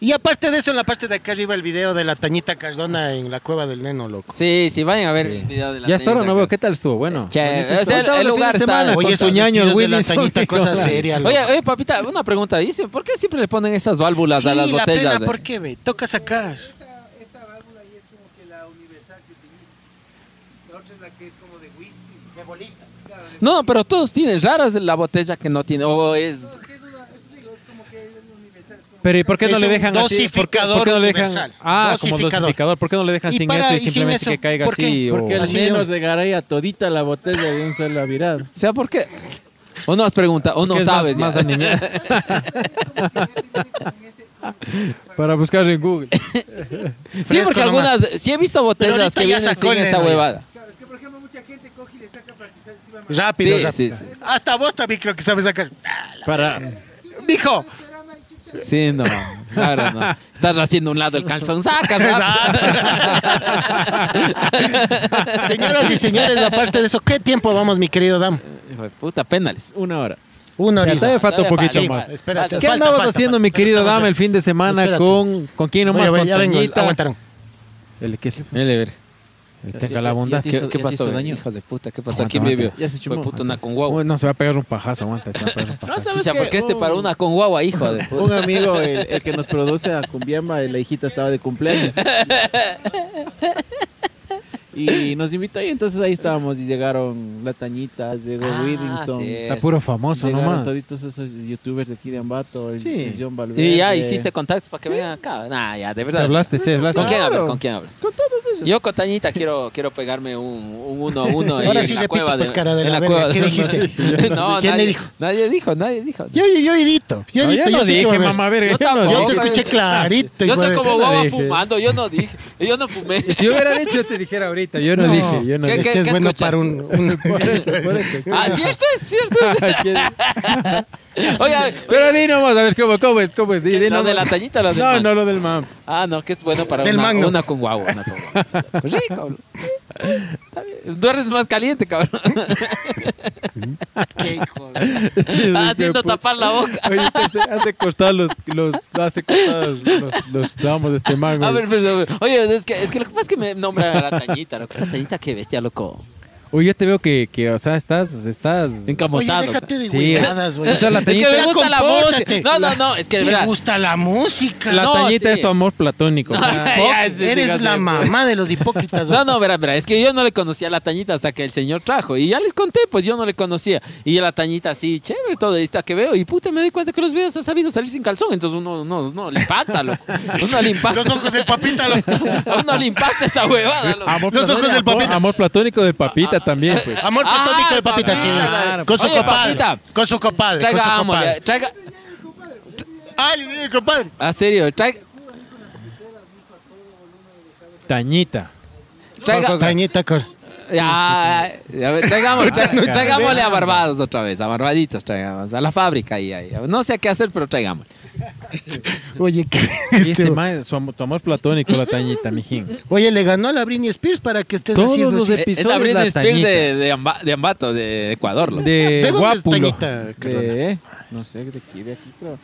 [SPEAKER 4] Y aparte de eso, en la parte de acá arriba el video de la Tañita Cardona en la cueva del neno, loco.
[SPEAKER 3] Sí, sí, vayan a ver el video de la
[SPEAKER 1] Ya hasta ahora
[SPEAKER 3] tañita,
[SPEAKER 1] no veo
[SPEAKER 3] creo.
[SPEAKER 1] qué tal estuvo, bueno.
[SPEAKER 3] Che,
[SPEAKER 1] Bonito
[SPEAKER 3] o sea,
[SPEAKER 1] estuvo.
[SPEAKER 3] el-
[SPEAKER 1] Estaba fin
[SPEAKER 3] el
[SPEAKER 1] de
[SPEAKER 3] lugar
[SPEAKER 1] semana
[SPEAKER 3] está-
[SPEAKER 1] con
[SPEAKER 4] Oye, esos
[SPEAKER 1] Toñaño,
[SPEAKER 4] vestidos de la
[SPEAKER 1] Wilson,
[SPEAKER 4] Tañita,
[SPEAKER 1] hijo.
[SPEAKER 4] cosa seria, loco.
[SPEAKER 3] Oye, oye, papita, una pregunta. Dice, ¿por qué siempre le ponen esas válvulas
[SPEAKER 4] sí,
[SPEAKER 3] a las
[SPEAKER 4] la
[SPEAKER 3] botellas?
[SPEAKER 4] pena,
[SPEAKER 3] ve?
[SPEAKER 4] ¿por qué, ve? Toca sacar.
[SPEAKER 6] Esta válvula ahí es como que la universal que utiliza. La otra es la que es como de whisky. De bolita.
[SPEAKER 3] No, pero todos tienen raras la botella que no tiene. O es.
[SPEAKER 1] Pero ¿y por qué no
[SPEAKER 4] Es
[SPEAKER 1] le
[SPEAKER 4] un
[SPEAKER 1] dejan así? ¿Por qué,
[SPEAKER 4] dosificador
[SPEAKER 1] por qué no le dejan?
[SPEAKER 4] universal.
[SPEAKER 1] Ah, como
[SPEAKER 4] Dosificador.
[SPEAKER 1] dosificador. ¿Por qué no le dejan
[SPEAKER 4] Y
[SPEAKER 1] sin
[SPEAKER 4] para-
[SPEAKER 1] eso y
[SPEAKER 4] y sin
[SPEAKER 1] simplemente
[SPEAKER 4] eso,
[SPEAKER 1] que caiga
[SPEAKER 4] ¿por qué?
[SPEAKER 1] así? o-
[SPEAKER 2] Porque al
[SPEAKER 4] Así
[SPEAKER 2] menos
[SPEAKER 4] es.
[SPEAKER 2] de Garay a todita la botella de un solo virado.
[SPEAKER 3] O sea, ¿por qué? O nos pregunta, o no
[SPEAKER 1] que es más-
[SPEAKER 3] sabes.
[SPEAKER 1] Más,
[SPEAKER 3] ya.
[SPEAKER 1] anime. Para buscar en Google.
[SPEAKER 3] Sí,
[SPEAKER 4] Fresco
[SPEAKER 3] porque
[SPEAKER 4] nomás.
[SPEAKER 3] algunas. Sí, he visto
[SPEAKER 4] Pero
[SPEAKER 3] botellas que
[SPEAKER 4] ahorita ya
[SPEAKER 3] vienen
[SPEAKER 4] sacó
[SPEAKER 3] sin
[SPEAKER 4] el
[SPEAKER 3] esa
[SPEAKER 4] neno ya.
[SPEAKER 3] huevada.
[SPEAKER 6] Claro, es que por ejemplo mucha gente coge y le saca para que se se iba más.
[SPEAKER 4] Rápido,
[SPEAKER 3] Sí,
[SPEAKER 4] rápido.
[SPEAKER 3] sí, sí.
[SPEAKER 4] Hasta vos también creo que sabes sacar.
[SPEAKER 2] Para,
[SPEAKER 4] Dijo,
[SPEAKER 3] Sí, no. Claro, no. Estás haciendo un lado el calzón. Saca, saca.
[SPEAKER 4] señoras y señores, aparte de eso, ¿qué tiempo vamos, mi querido Dam?
[SPEAKER 3] Hijo de Puta, penales.
[SPEAKER 2] una hora.
[SPEAKER 4] Una
[SPEAKER 1] Ya,
[SPEAKER 4] horita.
[SPEAKER 1] todavía falta un
[SPEAKER 3] Todavía
[SPEAKER 1] poquito
[SPEAKER 3] falta.
[SPEAKER 1] más.
[SPEAKER 3] Sí,
[SPEAKER 4] Espérate.
[SPEAKER 1] ¿Qué
[SPEAKER 4] falta,
[SPEAKER 1] andabas
[SPEAKER 4] falta,
[SPEAKER 1] haciendo,
[SPEAKER 4] falta.
[SPEAKER 1] mi querido
[SPEAKER 4] Estamos
[SPEAKER 1] Dame,
[SPEAKER 4] ya.
[SPEAKER 1] el fin de semana?
[SPEAKER 4] Espérate.
[SPEAKER 1] ¿Con, ¿Con quién nomás?
[SPEAKER 4] Oye,
[SPEAKER 1] con
[SPEAKER 4] oye, ya vengo,
[SPEAKER 1] Toñita.
[SPEAKER 4] aguantaron.
[SPEAKER 1] El que se-
[SPEAKER 3] Dale, ver.
[SPEAKER 1] el que se la bondad.
[SPEAKER 2] ¿Te
[SPEAKER 3] ¿Qué,
[SPEAKER 2] hizo-
[SPEAKER 3] qué
[SPEAKER 2] ya te
[SPEAKER 3] pasó?
[SPEAKER 2] hizo daño?
[SPEAKER 3] Hijo de puta, ¿qué pasó?
[SPEAKER 2] Aguanta,
[SPEAKER 3] ¿Quién
[SPEAKER 2] aguanta.
[SPEAKER 3] vivió?
[SPEAKER 2] Ya se chumó.
[SPEAKER 3] Fue puta una con guagua.
[SPEAKER 1] Uy, no, se va a pegar un pajazo, aguanta. Se va a pegar un
[SPEAKER 2] No
[SPEAKER 1] pajazo.
[SPEAKER 2] sabes
[SPEAKER 3] Chicha,
[SPEAKER 2] que
[SPEAKER 3] ¿por qué
[SPEAKER 4] Uh.
[SPEAKER 3] este
[SPEAKER 2] un-
[SPEAKER 3] para una con guagua, hijo de puta?
[SPEAKER 2] Un amigo, el, el que nos produce a Cumbiamba, la hijita estaba de cumpleaños. Y nos invitó y entonces ahí estábamos y llegaron La Tañita, llegó
[SPEAKER 3] Ah,
[SPEAKER 2] Whittington,
[SPEAKER 3] sí.
[SPEAKER 1] Está puro famoso
[SPEAKER 2] llegaron
[SPEAKER 1] nomás.
[SPEAKER 2] toditos esos youtubers de aquí de Ambato, el,
[SPEAKER 1] Sí.
[SPEAKER 2] el John Valverde.
[SPEAKER 3] Y ya hiciste contactos para que vengan acá. Nah, ya, de
[SPEAKER 1] Te
[SPEAKER 3] verdad.
[SPEAKER 1] hablaste, sí, hablaste.
[SPEAKER 3] ¿Con quién hablas?
[SPEAKER 2] Claro.
[SPEAKER 3] ¿Con quién hablas?
[SPEAKER 2] Con todos ellos.
[SPEAKER 3] Yo con Tañita quiero, quiero pegarme un, un uno a uno ahí
[SPEAKER 4] Ahora
[SPEAKER 3] en
[SPEAKER 4] sí
[SPEAKER 3] la
[SPEAKER 4] repite,
[SPEAKER 3] cueva
[SPEAKER 4] pues, cara de
[SPEAKER 3] en
[SPEAKER 4] la
[SPEAKER 3] la
[SPEAKER 4] verga,
[SPEAKER 3] cueva.
[SPEAKER 4] ¿qué dijiste?
[SPEAKER 3] No,
[SPEAKER 4] ¿Quién le
[SPEAKER 3] nadie,
[SPEAKER 4] dijo?
[SPEAKER 3] Nadie dijo, nadie dijo.
[SPEAKER 4] Yo, yo, yo edito. Yo
[SPEAKER 1] No,
[SPEAKER 4] edito.
[SPEAKER 1] yo no
[SPEAKER 4] sí que voy
[SPEAKER 1] dije,
[SPEAKER 4] a ver.
[SPEAKER 1] mamá verga.
[SPEAKER 3] Yo
[SPEAKER 1] yo no
[SPEAKER 3] tampoco.
[SPEAKER 4] Yo te
[SPEAKER 1] dije.
[SPEAKER 4] escuché clarito.
[SPEAKER 3] Yo
[SPEAKER 4] hijo
[SPEAKER 3] soy
[SPEAKER 4] de-
[SPEAKER 3] como
[SPEAKER 1] no
[SPEAKER 3] guagua
[SPEAKER 1] dije.
[SPEAKER 3] fumando, yo no dije. Yo no fumé.
[SPEAKER 1] Si yo hubiera dicho, yo te dijera ahorita. Yo no,
[SPEAKER 4] No.
[SPEAKER 1] dije, yo no
[SPEAKER 3] ¿Qué-
[SPEAKER 1] dije.
[SPEAKER 4] Este es
[SPEAKER 3] qué
[SPEAKER 4] bueno
[SPEAKER 3] escuchaste?
[SPEAKER 4] para un... un-
[SPEAKER 1] Por eso.
[SPEAKER 3] Ah, cierto es, cierto es. Oiga,
[SPEAKER 1] Pero di nomás, a ver, ¿cómo, cómo es? ¿Cómo es? Di, di
[SPEAKER 3] ¿lo de la
[SPEAKER 1] nomás.
[SPEAKER 3] tañita o lo del
[SPEAKER 1] No,
[SPEAKER 3] man?
[SPEAKER 1] no, lo del mam.
[SPEAKER 3] Ah, no, que es bueno para
[SPEAKER 4] Del
[SPEAKER 3] una,
[SPEAKER 4] mango.
[SPEAKER 3] una con guagua. Una con guagua. Rico. bro. Está bien. Duermes más caliente, cabrón.
[SPEAKER 4] Qué hijo de-
[SPEAKER 3] Haciendo Ah,
[SPEAKER 4] pues.
[SPEAKER 3] tapar la boca.
[SPEAKER 1] Oye, te hace, hace costar los, los, hace costar los, los clavos de este mango.
[SPEAKER 3] A ver, perdón. Oye, es que, es que lo que pasa es que me nombra a la tañita, loco. Esa tañita que bestia, loco.
[SPEAKER 1] Oye, yo te veo que, que, o sea, estás, estás...
[SPEAKER 4] Oye,
[SPEAKER 3] Encamotado.
[SPEAKER 4] déjate de
[SPEAKER 1] Sí.
[SPEAKER 4] huevadas, güey.
[SPEAKER 1] O sea, la
[SPEAKER 3] es que
[SPEAKER 1] Teñita-
[SPEAKER 3] me gusta la
[SPEAKER 4] compórtate.
[SPEAKER 3] música. No, no, no, es que de
[SPEAKER 4] Te
[SPEAKER 3] verdad.
[SPEAKER 4] gusta la música.
[SPEAKER 1] La
[SPEAKER 3] No,
[SPEAKER 1] tañita
[SPEAKER 3] sí.
[SPEAKER 1] es tu amor platónico. o sea,
[SPEAKER 3] Ya, sí, sí,
[SPEAKER 4] Eres
[SPEAKER 3] sí,
[SPEAKER 4] la
[SPEAKER 3] sí.
[SPEAKER 4] mamá de los hipócritas.
[SPEAKER 3] No, no, verá, verá, es que yo no le conocía a la Tañita hasta que el señor trajo. Y ya les conté, pues yo no le conocía. Y a la Tañita así, chévere, todo, y hasta que veo. Y puta, me doy cuenta que los videos han sabido salir sin calzón. Entonces uno no, no, le impacta, loco. Uno le impacta.
[SPEAKER 4] Los ojos del papita. lo-
[SPEAKER 3] A uno le impacta esa huevada, loco.
[SPEAKER 1] amor,
[SPEAKER 4] Los ojos del
[SPEAKER 1] amor-
[SPEAKER 4] papita.
[SPEAKER 1] amor platónico del papita también, pues.
[SPEAKER 4] Amor
[SPEAKER 3] Ah,
[SPEAKER 4] platónico de papita, sí.
[SPEAKER 3] papita.
[SPEAKER 4] Con su
[SPEAKER 3] Oye,
[SPEAKER 4] compadre.
[SPEAKER 3] papita.
[SPEAKER 4] Con su compadre. Con su
[SPEAKER 3] Traiga, amo,
[SPEAKER 4] compadre.
[SPEAKER 3] ya, traiga.
[SPEAKER 4] Ah, le dije, compadre.
[SPEAKER 3] A serio, traiga.
[SPEAKER 1] Tañita.
[SPEAKER 3] Traiga,
[SPEAKER 4] Tañita, cor-
[SPEAKER 3] ya, ya, ver, traigamos- tra- traigámosle a Barbados otra vez, a Barbaditos traigamos, a la fábrica ahí, ahí. No sé a qué hacer, pero traigámosle.
[SPEAKER 4] Oye, ¿qué?
[SPEAKER 1] Y este
[SPEAKER 4] Este-
[SPEAKER 1] mae, su am- tu amor platónico, la tañita, mijín.
[SPEAKER 4] Oye, le ganó a la Britney Spears para que estés
[SPEAKER 1] Todos
[SPEAKER 4] así.
[SPEAKER 1] los
[SPEAKER 4] recién-
[SPEAKER 1] episodios
[SPEAKER 3] Es la Britney
[SPEAKER 1] la
[SPEAKER 3] Spears
[SPEAKER 1] Tañita.
[SPEAKER 3] de, de, Amba- de Ambato, de Ecuador. loco.
[SPEAKER 1] De
[SPEAKER 4] ¿De dónde es
[SPEAKER 1] guápulo.
[SPEAKER 4] Tañita? Cardona?
[SPEAKER 2] De, no sé, de aquí, de aquí creo.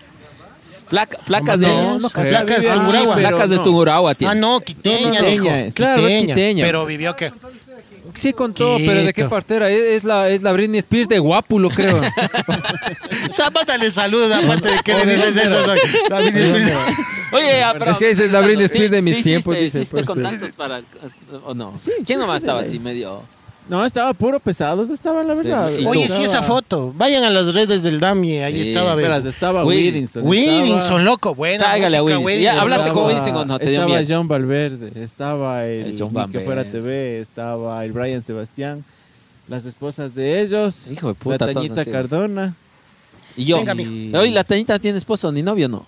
[SPEAKER 3] Placa- placas de,
[SPEAKER 4] No, no,
[SPEAKER 2] O sea,
[SPEAKER 4] placas de
[SPEAKER 2] vive aquí,
[SPEAKER 4] Tungurahua.
[SPEAKER 2] pero
[SPEAKER 3] placas de
[SPEAKER 2] no.
[SPEAKER 3] Tungurahua
[SPEAKER 4] Ah,
[SPEAKER 3] tiene.
[SPEAKER 4] no, quiteña.
[SPEAKER 2] No, no,
[SPEAKER 4] dijo.
[SPEAKER 2] quiteña es.
[SPEAKER 1] Claro, es quiteña.
[SPEAKER 4] Pero vivió que.
[SPEAKER 1] Sí contó, pero ¿de qué
[SPEAKER 4] Quito.
[SPEAKER 1] partera? Es, es la, es la Britney Spears de guápulo, creo.
[SPEAKER 4] Zapata le saluda, aparte de que le dices eso. soy la Britney Spears.
[SPEAKER 3] Oye, ya, pero-
[SPEAKER 1] Es que esa es la Britney Spears
[SPEAKER 3] Sí,
[SPEAKER 1] de mis
[SPEAKER 3] sí
[SPEAKER 1] tiempos,
[SPEAKER 3] Hiciste,
[SPEAKER 1] dice,
[SPEAKER 3] hiciste
[SPEAKER 1] pues, sí.
[SPEAKER 3] contactos para. ¿O no?
[SPEAKER 2] Sí,
[SPEAKER 3] ¿Quién
[SPEAKER 2] sí,
[SPEAKER 3] nomás
[SPEAKER 2] sí,
[SPEAKER 3] estaba
[SPEAKER 2] sí.
[SPEAKER 3] así medio.?
[SPEAKER 2] No, estaba puro pesado, estaba la verdad.
[SPEAKER 3] y-
[SPEAKER 4] Oye, sí, esa
[SPEAKER 2] Estaba-
[SPEAKER 4] foto. Vayan a las redes del Dami, ahí
[SPEAKER 3] Sí.
[SPEAKER 4] estaba.
[SPEAKER 3] Pero
[SPEAKER 2] Verás,
[SPEAKER 4] ¿ves?
[SPEAKER 2] estaba
[SPEAKER 3] Will-
[SPEAKER 2] Whittington.
[SPEAKER 4] Whittington, loco, buena.
[SPEAKER 3] Tráigale a
[SPEAKER 4] música,
[SPEAKER 3] Whittington. Ya
[SPEAKER 4] Whittington.
[SPEAKER 3] hablaste con
[SPEAKER 2] Estaba-
[SPEAKER 3] Whittington o no te dio
[SPEAKER 2] Estaba
[SPEAKER 3] miedo?
[SPEAKER 2] John Valverde, estaba el,
[SPEAKER 3] El John
[SPEAKER 2] Ni que fuera
[SPEAKER 3] Valverde.
[SPEAKER 2] TV, estaba el Brian Sebastián, las esposas de ellos,
[SPEAKER 3] Hijo de puta,
[SPEAKER 2] la
[SPEAKER 3] todos
[SPEAKER 2] Tañita
[SPEAKER 3] así.
[SPEAKER 2] Cardona,
[SPEAKER 3] Y yo.
[SPEAKER 4] Venga,
[SPEAKER 2] mijo.
[SPEAKER 3] Oye, la Tañita tiene esposo ni novio, ¿no?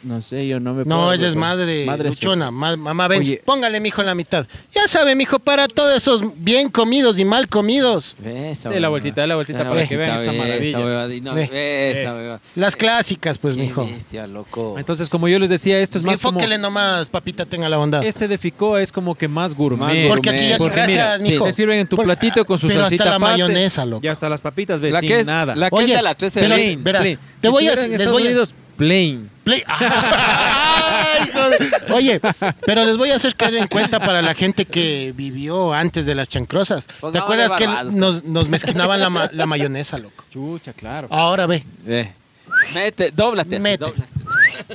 [SPEAKER 2] no sé, yo no me puedo
[SPEAKER 4] No, ella es
[SPEAKER 2] recordar.
[SPEAKER 4] madre,
[SPEAKER 2] soltera.
[SPEAKER 4] luchona, ma- mamá Benz.
[SPEAKER 1] Oye.
[SPEAKER 4] Póngale, mijo, en la mitad. Ya sabe, mijo, para todos esos bien comidos y mal comidos.
[SPEAKER 3] Esa
[SPEAKER 1] Dale la
[SPEAKER 3] huevada.
[SPEAKER 1] vueltita, dale la vueltita
[SPEAKER 3] Dale
[SPEAKER 1] para que vean esa
[SPEAKER 3] vueltita, ve,
[SPEAKER 1] maravilla.
[SPEAKER 3] huevada, y no,
[SPEAKER 4] Ve.
[SPEAKER 3] ve Esa huevada.
[SPEAKER 4] Las clásicas, pues,
[SPEAKER 3] Qué
[SPEAKER 4] mijo.
[SPEAKER 3] bestia, loco.
[SPEAKER 1] Entonces, como yo les decía, esto es más como...
[SPEAKER 4] Enfóquele nomás, papita, tenga la bondad.
[SPEAKER 1] Este de Ficoa es como que más gourmet.
[SPEAKER 3] Más gourmet.
[SPEAKER 4] Porque aquí ya
[SPEAKER 1] Porque
[SPEAKER 4] gracias,
[SPEAKER 1] mira,
[SPEAKER 4] mijo.
[SPEAKER 1] te sirven en tu
[SPEAKER 4] Porque-
[SPEAKER 1] platito con su
[SPEAKER 4] Pero
[SPEAKER 1] salsita
[SPEAKER 4] hasta la
[SPEAKER 1] aparte,
[SPEAKER 4] mayonesa, loco.
[SPEAKER 1] Y hasta las papitas, ves,
[SPEAKER 3] La
[SPEAKER 1] sin
[SPEAKER 3] que es-
[SPEAKER 1] nada.
[SPEAKER 3] la- Aquí está 13
[SPEAKER 4] pero,
[SPEAKER 3] Plain,
[SPEAKER 4] verás,
[SPEAKER 1] Plain.
[SPEAKER 4] te
[SPEAKER 1] Si
[SPEAKER 4] voy a...
[SPEAKER 1] estuvieran en
[SPEAKER 4] Les
[SPEAKER 1] Estados
[SPEAKER 4] voy a
[SPEAKER 1] Unidos, plain.
[SPEAKER 4] Play- Ay, hijo de- Oye, pero les voy a hacer caer en cuenta para la gente que vivió antes de las chancrosas. ¿Te
[SPEAKER 3] Pongámosle
[SPEAKER 4] acuerdas que
[SPEAKER 3] barbadas,
[SPEAKER 4] nos, nos mezquinaban la, ma- la mayonesa, loco?
[SPEAKER 1] Chucha, claro.
[SPEAKER 4] Ahora ve.
[SPEAKER 3] Ve. Mete, dóblate. así,
[SPEAKER 4] Mete.
[SPEAKER 3] dóblate.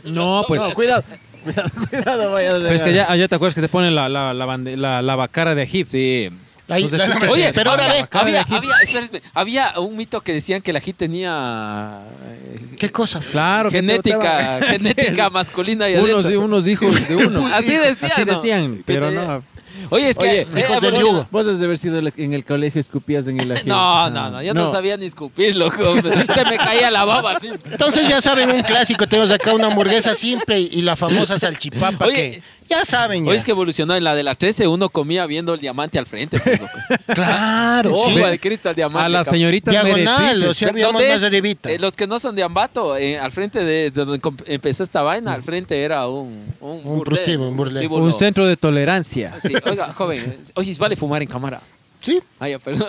[SPEAKER 1] No, pues...
[SPEAKER 2] No, cuidado, cuidado, cuidado, vaya.
[SPEAKER 1] Pero es que allá, allá te acuerdas que te ponen la, la, la, bande- la, la bacara de ají.
[SPEAKER 3] Sí.
[SPEAKER 4] Ahí,
[SPEAKER 1] Entonces,
[SPEAKER 4] la-
[SPEAKER 1] escucha,
[SPEAKER 3] Oye,
[SPEAKER 4] pero ahora ve.
[SPEAKER 3] Había,
[SPEAKER 1] Acaba de
[SPEAKER 3] había, espera, espera, había un mito que decían que la ají tenía eh,
[SPEAKER 4] ¿Qué cosa?
[SPEAKER 1] Claro. que te
[SPEAKER 3] genética,
[SPEAKER 1] botaba-
[SPEAKER 3] genética masculina y
[SPEAKER 1] unos,
[SPEAKER 3] adentro.
[SPEAKER 1] unos hijos de uno.
[SPEAKER 3] Así decían,
[SPEAKER 1] Así
[SPEAKER 3] ¿no?
[SPEAKER 1] decían,
[SPEAKER 3] Que
[SPEAKER 1] pero
[SPEAKER 3] tenía-
[SPEAKER 1] no.
[SPEAKER 3] Oye, es que
[SPEAKER 2] Oye,
[SPEAKER 3] eh,
[SPEAKER 4] hijos del
[SPEAKER 3] pero-
[SPEAKER 4] yugo.
[SPEAKER 2] Vos has de haber sido la- en el colegio escupías en el ají.
[SPEAKER 3] No, no, no, yo no, sabía ni escupir, loco. Se me caía la baba así.
[SPEAKER 4] Entonces ya saben un clásico, tenemos acá una hamburguesa simple y la famosa salchipapa
[SPEAKER 3] Oye.
[SPEAKER 4] que ya saben ya.
[SPEAKER 3] Oye, es que evolucionó en la de la 13, uno comía viendo el diamante al frente. pues, loco.
[SPEAKER 4] Claro,
[SPEAKER 3] Ojo
[SPEAKER 4] sí.
[SPEAKER 3] al Cristo, al diamante.
[SPEAKER 1] A las
[SPEAKER 3] cabrón.
[SPEAKER 1] señoritas
[SPEAKER 4] Diagonal,
[SPEAKER 1] meretrices.
[SPEAKER 4] o sea, habíamos
[SPEAKER 3] ¿Dónde
[SPEAKER 4] más
[SPEAKER 3] es?
[SPEAKER 4] arribita.
[SPEAKER 3] Eh, los que no son de Ambato, eh, al frente de, de donde com- empezó esta vaina, al frente era un... Un, burlé,
[SPEAKER 4] prostíbulo, un burlé.
[SPEAKER 3] prostíbulo.
[SPEAKER 1] un centro de tolerancia.
[SPEAKER 3] Sí, oiga, joven, oye, vale fumar en cámara.
[SPEAKER 4] Sí.
[SPEAKER 3] Ah, ya, perdón.